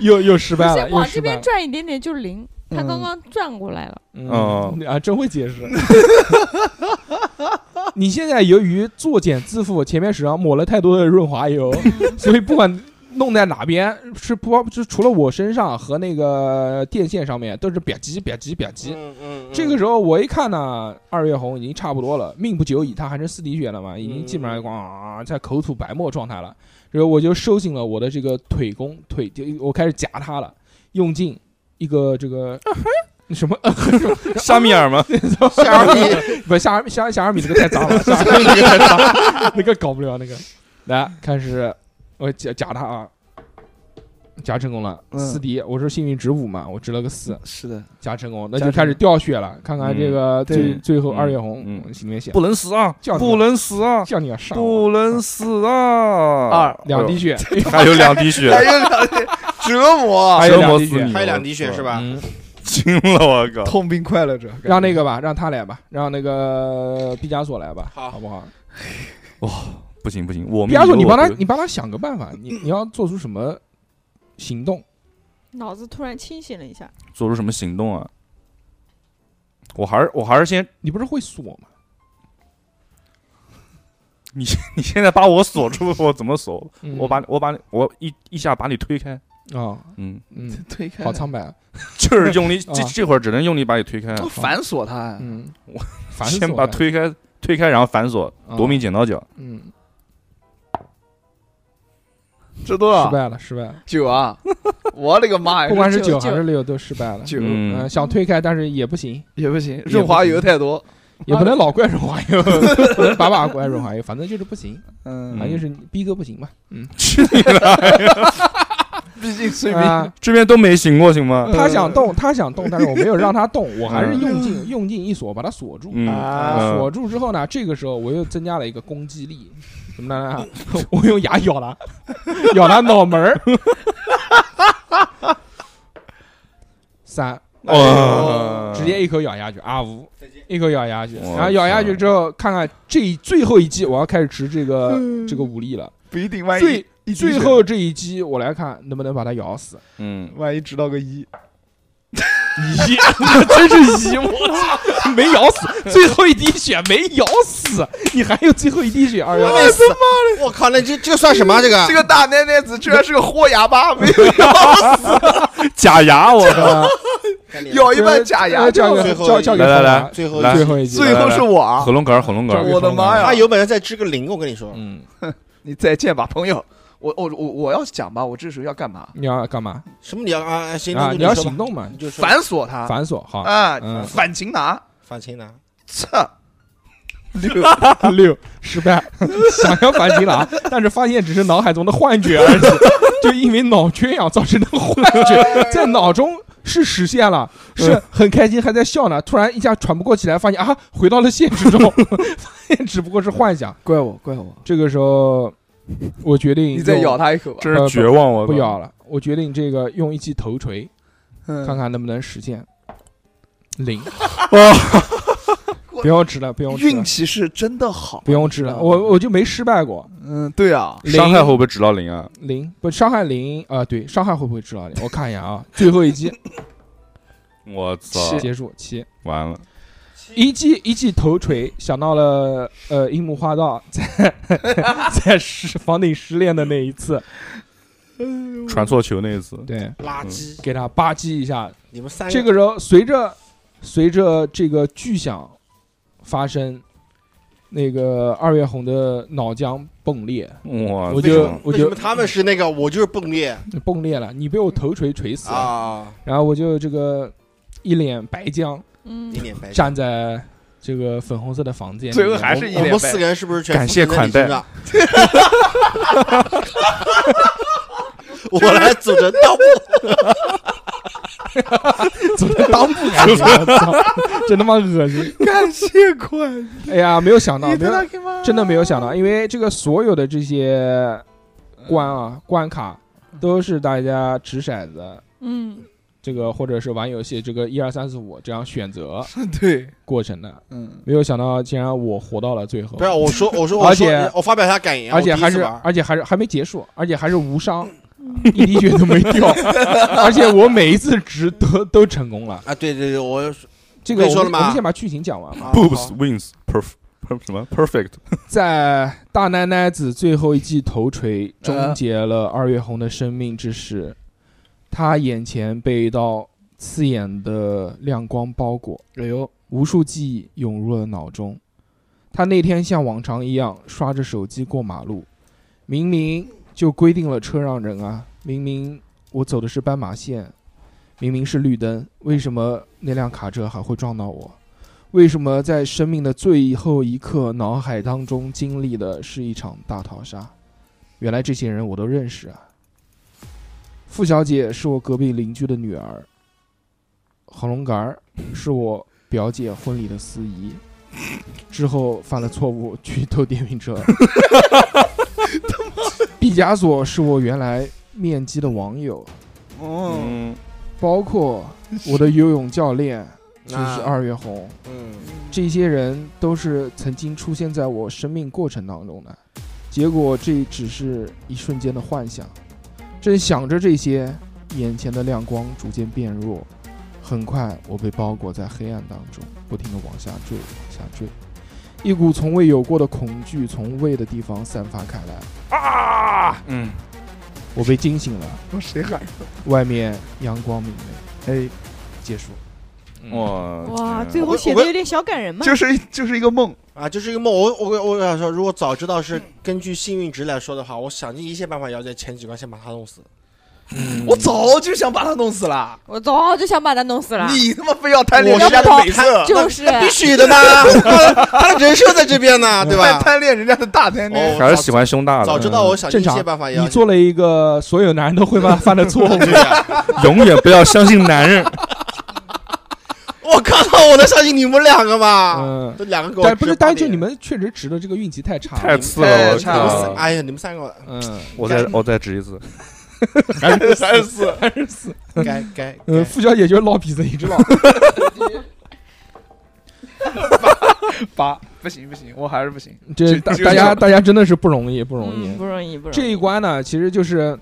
A: 又又失败了，
D: 先
A: 又
D: 往这
A: 失败
D: 边
A: 了。
D: 转一点点就零，他
A: 嗯
D: 刚刚转过来了，
E: 哦
A: 嗯啊，真会解释。 (laughs) 你现在由于作茧自缚，前面手上抹了太多的润滑油，
D: 嗯
A: 所以不管弄在哪边，是不就除了我身上和那个电线上面都是吧唧吧唧吧唧。
F: 嗯嗯，
A: 这个时候我一看呢，二月红已经差不多了，命不久矣，他还剩四滴血了嘛，已经基本上啊在口吐白沫状态了。然后我就收紧了我的这个腿功，腿就我开始夹他了，用尽一个这个什么
E: 夏米尔吗？
F: 夏尔米，
A: 不，夏尔夏夏尔米那个太脏了，夏尔米那个太脏了，那个搞不了那个。来，开始，我夹夹他啊，夹成功了，
C: 嗯
A: 四滴，我是幸运值五嘛，我值了个四，
C: 是的，
A: 夹成功，那
C: 夹
A: 就开
C: 成
A: 始掉血了，看看这个
C: 对
A: 最最后
E: 嗯
A: 二月红
E: 嗯
A: 心里面写，
E: 不能死啊！
A: 叫你
E: 不能死啊！
A: 叫你要杀我，
E: 不能死啊！
C: 二哎
A: 两滴血，
E: (laughs) 还有两滴血，
C: 还有两滴，折磨，啊
A: 还有
E: 折
A: 两
E: 磨
A: 滴
E: 死
A: 血
E: 你，
F: 还有两
E: 我
F: 滴血
E: 操
F: 是吧？
A: 嗯， (laughs)
E: 惊了，我靠！
C: 痛并快乐着。
A: 让那个吧，让他来吧，让那个毕加索来吧，
F: 好
A: 好不好？
E: (laughs) 不行不行，我
A: 毕
E: 们
A: 加
E: 以
A: 索，
E: 后
A: 你帮他
E: 我都，
A: 你帮他想个办法，你你要做出什么行动？
H: 脑子突然清醒了一下，
E: 做出什么行动啊？我还是我还是先， (laughs)
A: 你不是会锁吗？
E: 你现在把我锁住，我怎么锁？
A: 嗯
E: 我把我把我一一下把你推开，
A: 哦，
E: 嗯，
C: (laughs)
A: 嗯，
C: 推开
A: 好苍白啊，
E: 就是用力，
A: (laughs)
E: 这
A: 啊哦
E: 这会儿只能用力把你推开，
C: 都反锁他，啊
A: 嗯，
E: 我
A: 烦死
E: 先
A: 我
E: 把
A: 了，
E: 推开推开，然后反锁，
A: 啊
E: 夺命剪刀脚， (laughs)
A: 嗯，
C: 这多
A: 失
C: 少
A: 败了，失败了，
C: 九啊？我勒个妈呀！
A: 不管是
C: 这
A: 九还是六都失败了。
C: 九
E: 嗯
A: 嗯，想推开但是也不行，
C: 也不行，润滑油太多。
A: (laughs) 也不能老怪润滑 (laughs) 油，不能把把怪润滑油，反正就是不行，
C: 嗯
A: 反正就是逼哥不行嘛。嗯，
E: 去你的！
C: 毕竟睡眠
A: 啊，
E: 这边都没醒过，行吗？
A: 他想动，他想动，但是我没有让他 (laughs) 动，我还是
E: 嗯
A: 用劲用劲一锁把他锁住。
E: 嗯，
C: 啊
A: 啊，
E: 嗯
A: 锁住之后呢，这个时候我又增加了一个攻击力，什么呢？ (laughs) 我用牙咬他， (laughs) 咬他脑门儿。 (laughs) 三，
E: 哦，
A: 直接一口咬下去，啊呜，一口咬下去，
E: 哇
A: 然后咬下去之后，看看这最后一击，我要开始持这个这个武力了。
C: 不一定，万
A: 最
C: 一一滴
A: 最
C: 血
A: 后这一击，我来看能不能把它咬
C: (laughs)
A: 死。
E: 嗯，
A: (laughs)
C: 万一直到个一，
A: 咦，真是咦！我操，没咬死，最后一滴血没咬死，你还有最后一滴血，二幺
F: 累死！我靠，那这这算什么？这个
C: (laughs) 这个大奶奶子居然是个豁牙巴， (laughs) 没有
E: 假牙，我靠！
A: (laughs)
C: 咬一半假牙
A: 呃。交
F: 最
A: 给
F: 后
A: 交
F: 一
A: 交给
E: 来来
A: 冯
E: 来
A: 达
F: 最后
E: 来
A: 最后一集，
C: 最后是我啊
E: 合，龙杆儿，合龙杆
A: 交
E: 儿
A: 给，
C: 我的
A: 冯达
C: 妈呀
F: 他有本事再支个零，我跟你说，
A: 嗯，
C: 你再见吧，朋友。我我我我要讲吧，我这时候要干嘛？
A: 你要干嘛
F: 什么你要啊啊行，
A: 啊？
F: 那就
A: 你要
F: 说吧
A: 行，动嘛，
F: 你就说吧
C: 反锁他
A: 反锁好，
C: 啊
A: 嗯，
C: 反擒拿，
F: 反擒拿，
C: 这六
A: (laughs) 六失败，想要反击了啊，但是发现只是脑海中的幻觉而已， (laughs) 就因为脑缺氧造成的幻觉，在脑中是实现了，
C: 嗯
A: 是很开心还在笑呢，突然一下喘不过气来，发现啊，回到了现实中， (laughs) 发现只不过是幻想。
C: 怪我怪我，
A: 这个时候，我决定
C: 你再
A: 用
C: 咬他一口吧。
E: 真是绝望，我
A: 不
E: 靠
A: 咬了，我决定这个用一记头锤，看
C: 嗯，
A: 看能不能实现。零，
E: 哇
A: (laughs) 不用吃了，不用吃了
C: 运，气是真的好。
A: 不用吃了，我我就没失败过。
C: 嗯，对啊，
A: 零
E: 伤害会不会指到零啊？
A: 零不伤害零啊、对，伤害会不会知道点？我看一眼啊，最后一击
E: 我操，
A: 结束七，
E: 完了！
A: 一记一记头锤，想到了呃樱木花道在在失房顶失恋的那一次，
E: 传错球那一次，
A: 对，
F: 垃圾，
A: 给他吧唧一下。
F: 你们三
A: 这个时候随着随着这个巨响发生，那个二月红的脑浆迸裂，
E: 我
A: 嗯我
E: 操
A: 就我
F: 为什
A: 就啊
F: 么他们是那个，我就是崩裂
A: 迸裂了，你被我头锤锤死了，
F: 啊，
A: 然后我就这个一脸白浆。
H: 嗯
F: 一，脸白。
A: 站在这个粉红色的房间里面，
C: 最后还是一
F: 我们
C: 脸白
F: 四个人是不是全
E: 感谢
F: 附身在你身上？ (laughs) 我来组成盗墓，
A: 怎么当不敢
C: (laughs)
A: 我操，真他妈恶心！
C: (laughs) 感谢快乐，
A: 哎呀，没有想到，
C: 你
A: 没
C: 的
A: 有，
C: 那个吗
A: 真的没有想到，因为这个所有的这些关啊关卡都是大家掷骰子，
H: 嗯，
A: 这个或者是玩游戏这个一二三四五这样选择
C: 对，
A: 过程的，
C: 嗯，
A: 没有想到竟然我活到了最后
F: 不，是我说我说
A: 而
F: 我
A: 且
F: 说我发表一下感言，
A: 而且
F: 我第一
A: 还
F: 次
A: 是
F: 玩
A: 而且还是还没结束，而且还是无伤，一滴血都没掉， (laughs) 而且我每一次掷都都成功了。
F: 啊，对对对，我
A: 这个
F: 我跟你说
A: 我
F: 了
A: 们
F: 吗
A: 我们先把剧情讲完吧。
F: 啊
E: boobs
F: 好
E: wins perf perf 什么 perfect
A: 在大奶奶子最后一记头锤
F: 呃
A: 终结了二月红的生命之时，她眼前被一道刺眼的亮光包裹，
C: 哎呦，
A: 无数记忆涌入了脑中。她那天像往常一样刷着手机过马路，明明就规定了车让人啊，明明我走的是斑马线，明明是绿灯，为什么那辆卡车还会撞到我？为什么在生命的最后一刻，脑海当中经历的是一场大逃杀？原来这些人我都认识啊。付小姐是我隔壁邻居的女儿，郝龙杆儿是我表姐婚礼的司仪。之后犯了错误，去偷电瓶车。 (laughs) 毕加索是我原来面基的网友，
C: 嗯，
E: 嗯，
A: 包括我的游泳教练就
F: 那
A: 是二月红，
F: 嗯，
A: 这些人都是曾经出现在我生命过程当中的，结果这只是一瞬间的幻想。正想着这些，眼前的亮光逐渐变弱，很快我被包裹在黑暗当中，不停地往下坠，往下坠。一股从未有过的恐惧从胃的地方散发开来，
E: 嗯，
A: 我被惊醒了。
C: 我谁喊？
A: 外面阳光明媚，哎，结束。
F: 嗯
E: 嗯哇
H: 哇，
E: 天啊
H: 最后
F: 我
H: 写
F: 我
H: 的有点小感人嘛。
C: 就是就是一个梦，
F: 啊，就是一个梦。我我我想说，如果早知道是根据幸运值来说的话，我想尽一切办法要在前几关先把他弄死。
C: 我早就想把他弄死了，
D: 我早就想把他弄死了，
C: 你他妈非啊要贪恋
F: 我
C: 人
F: 是
C: 家的
F: 要
C: 美色，
D: 就是
F: 必须的呢，他的人设在这边呢，对
C: 还
F: 吧？
C: 贪恋人家的大贪恋
F: 哦，
E: 还是喜欢胸大的，
F: 早知道我想尽一切办法也要
A: 你做了一个所有男人都会犯犯的错误，
F: 对呀。
E: 嗯永远不要相信
F: (laughs)
E: 男人。
F: 我靠，我能相信你们两个吗？
A: 嗯，
F: 这两个给我
A: 但不是，
F: 指八
A: 但
F: 点
A: 就你们确实值的这个运气太差了，
E: 太次了，我
C: 太差
F: 你们
C: 了
F: 四
E: 靠！
F: 哎呀，你们三个
A: 嗯，
E: 我再我再指一次，
C: 三十四，
F: 该该
A: 呃，
F: 该
A: 付小姐就是老痞子一直老，
C: 八不行不行，我还是不行，
A: 这大大家大家真的是不容易，不容易
H: 嗯，。不容易，不容易。
A: 这一关呢，其实就是，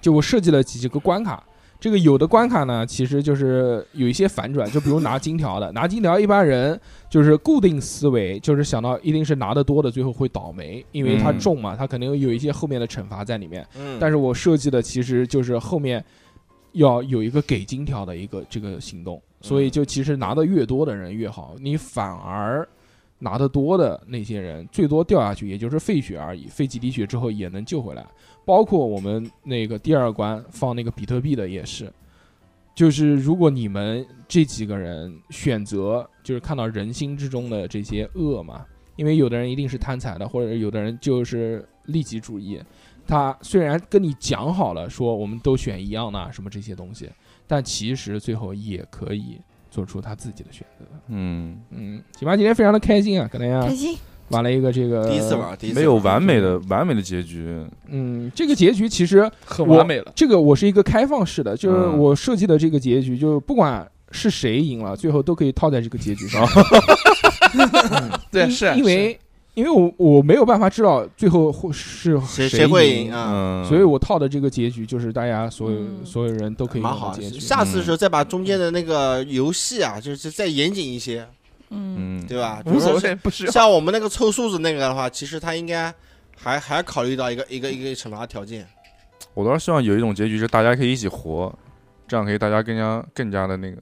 A: 就我设计了几个关卡。这个有的关卡呢，其实就是有一些反转，就比如拿金条的，拿金条一般人就是固定思维，就是想到一定是拿得多的，最后会倒霉，因为他
E: 嗯
A: 重嘛，他肯定有一些后面的惩罚在里面。
F: 嗯，
A: 但是我设计的其实就是后面要有一个给金条的一个这个行动，所以就其实拿的越多的人越好，你反而拿的多的那些人最多掉下去也就是废血而已，废几滴血之后也能救回来。包括我们那个第二关放那个比特币的也是，就是如果你们这几个人选择就是看到人心之中的这些恶嘛，因为有的人一定是贪财的，或者有的人就是利己主义。他虽然跟你讲好了说我们都选一样的啊什么这些东西，但其实最后也可以做出他自己的选择。
E: 嗯，
A: 嗯，行吧，今天非常的开心啊，跟大家
G: 开心，
A: 玩了一个这个
F: 第一次，玩，第一次
E: 没有
F: 玩
E: 完美
F: 嗯
E: 的完美的结局，
A: 嗯，这个结局其实
C: 很
A: 我
C: 完美了，
A: 这个我是一个开放式的，就是
E: 嗯
A: 我设计的这个结局，就不管是谁赢了，最后都可以套在这个结局上。
C: 对
A: 因
C: 啊是，
A: 因为因为我我没有办法知道最后会是谁
F: 谁谁会赢啊？
E: 嗯，
A: 所以我套的这个结局就是大家所有、
H: 嗯
A: 所有人都可以
F: 蛮
A: 用的
F: 好
A: 结，局。
F: 下次的时候再把中间的那个游戏啊，就是再严谨一些，
H: 嗯，
E: 嗯，
F: 对吧？比
C: 无
F: 如
C: 所
F: 说
C: 谓，不 (laughs) 需要，
F: 像我们那个凑数字那个的话，其实他应该还还考虑到一个一个一个惩罚条件。
E: 我倒是希望有一种结局是大家可以一起活，这样可以大家更加更加的那个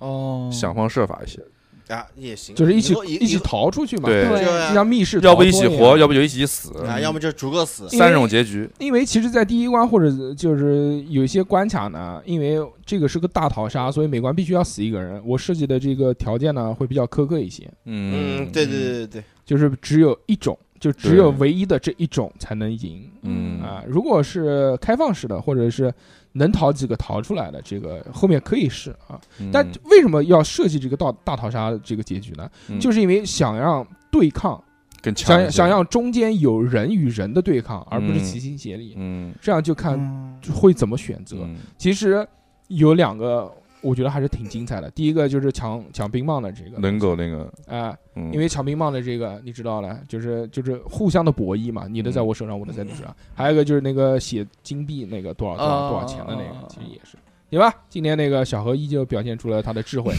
A: 嗯
C: 哦
E: 想方设法一些。
F: 啊，也行，
A: 就是一起
F: 以后以
A: 一起
F: 以后
A: 逃出去嘛，
E: 对
H: 对
F: 就
A: 就
F: 啊
A: 像密室逃脱
E: 要不一起活，
A: 样
E: 要不就一起死，
F: 啊，要么就逐个死。
E: 三种结局。
A: 因为其实，在第一关或者就是有一些关卡呢，因为这个是个大逃杀，所以每关必须要死一个人。我设计的这个条件呢会比较苛刻一些，
F: 嗯，对对对对对，
A: 就是只有一种，就只有
E: 对
A: 唯一的这一种才能赢
E: 嗯
A: 啊。如果是开放式的，或者是能逃几个逃出来的，这个后面可以试啊。
E: 嗯
A: 但为什么要设计这个大大逃杀这个结局呢？
E: 嗯
A: 就是因为想让对抗，
E: 更强一
A: 想
E: 些
A: 想让中间有人与人的对抗，而不是
E: 嗯
A: 齐心协力。
E: 嗯
A: 这样就看
C: 嗯
A: 会怎么选择。
E: 嗯
A: 其实有两个，我觉得还是挺精彩的。第一个就是抢抢冰棒的这个
E: 能狗那个，
A: 啊、
E: 嗯
A: 因为抢冰棒的这个你知道了，就是就是互相的博弈嘛，你的在
E: 嗯
A: 我手上，我的在你手上。还有一个就是那个写金币那个多少多少
C: 嗯啊
A: 多少钱的那
C: 啊
A: 个，其实也是。对吧？今天那个小何依旧表现出了他的智
C: (laughs)
A: 慧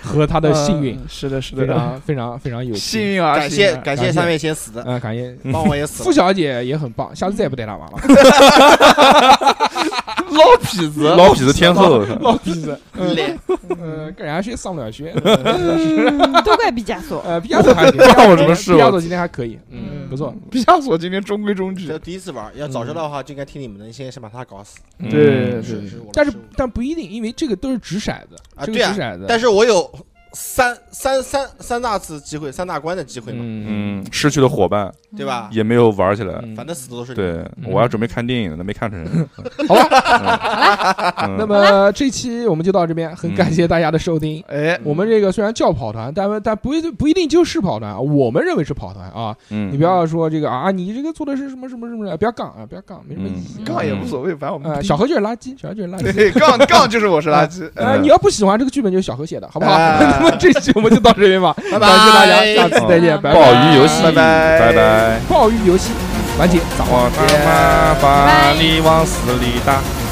A: 和他的幸运，
C: 嗯是的是
A: 非
C: 的，
A: 常非常非常有
C: 幸
A: 运
C: 运嗯而
F: 感谢感
A: 嗯感谢
F: 谢三位先死的，
A: 啊！感谢
F: 帮我也死
A: 付
F: 了。
A: 小姐也很棒，下次再也不带她玩了。
C: (laughs) 老痞子，
E: 老痞子天后，
A: 老逼子，嗯
F: 脸
A: 呃，跟人家学上不了
C: (laughs)
A: 学。 (laughs)
H: 嗯都怪毕加索。
A: 呃，毕加索还可以，
E: 关我什么事
A: 毕加
E: 我
A: 索今天还可以，嗯，不错。
C: 毕加索今天中规中矩
F: 这，第一次玩，要早
A: 嗯
F: 知道的话，就应该听你们的，先先把他搞死。
E: 嗯
C: 对
F: 是是，我的
A: 但是
F: 失误
A: 但不一定，因为这个都是掷骰子
F: 啊
A: 这个
F: 对啊
A: 掷骰子。
F: 但是我有三三三三大次机会，三大关的机会嘛，
A: 嗯
E: 嗯，失去了伙伴，
F: 对吧？
E: 也没有玩起来。
F: 反正死的都是你。
E: 对，
A: 嗯
E: 我要准备看电影了，那没看成。
A: (laughs)
E: 嗯
A: 好
E: 吧，
A: 那么这期我们就到这边，很感谢大家的收听。
C: 哎，
A: 我们这个虽然叫跑团，但但不一定不一定就是跑团啊，我们认为是跑团啊。
E: 嗯，
A: 你不要说这个啊，你这个做的是什么什么什么的，不要杠啊，不要杠，没什么意义。
C: 杠也无所谓，反正我们
A: 啊，
C: 不听
A: 小何就是垃圾，小何就是垃圾。
C: (laughs) 对杠杠就是我是垃圾，
A: 呃，
E: 嗯
A: 你要不喜欢这个剧本，就是小何写的，好不好？
C: 哎
A: (laughs) 那么这期我们就到这边吧，
F: 拜
C: 呃
F: 拜，
A: 感谢大家，下次再见，拜
E: 鲍
A: 拜。
E: 鱼游戏，
C: 拜拜
E: 拜拜。
A: 暴雨游戏，完结，早安。
E: 我他妈把你往死里打！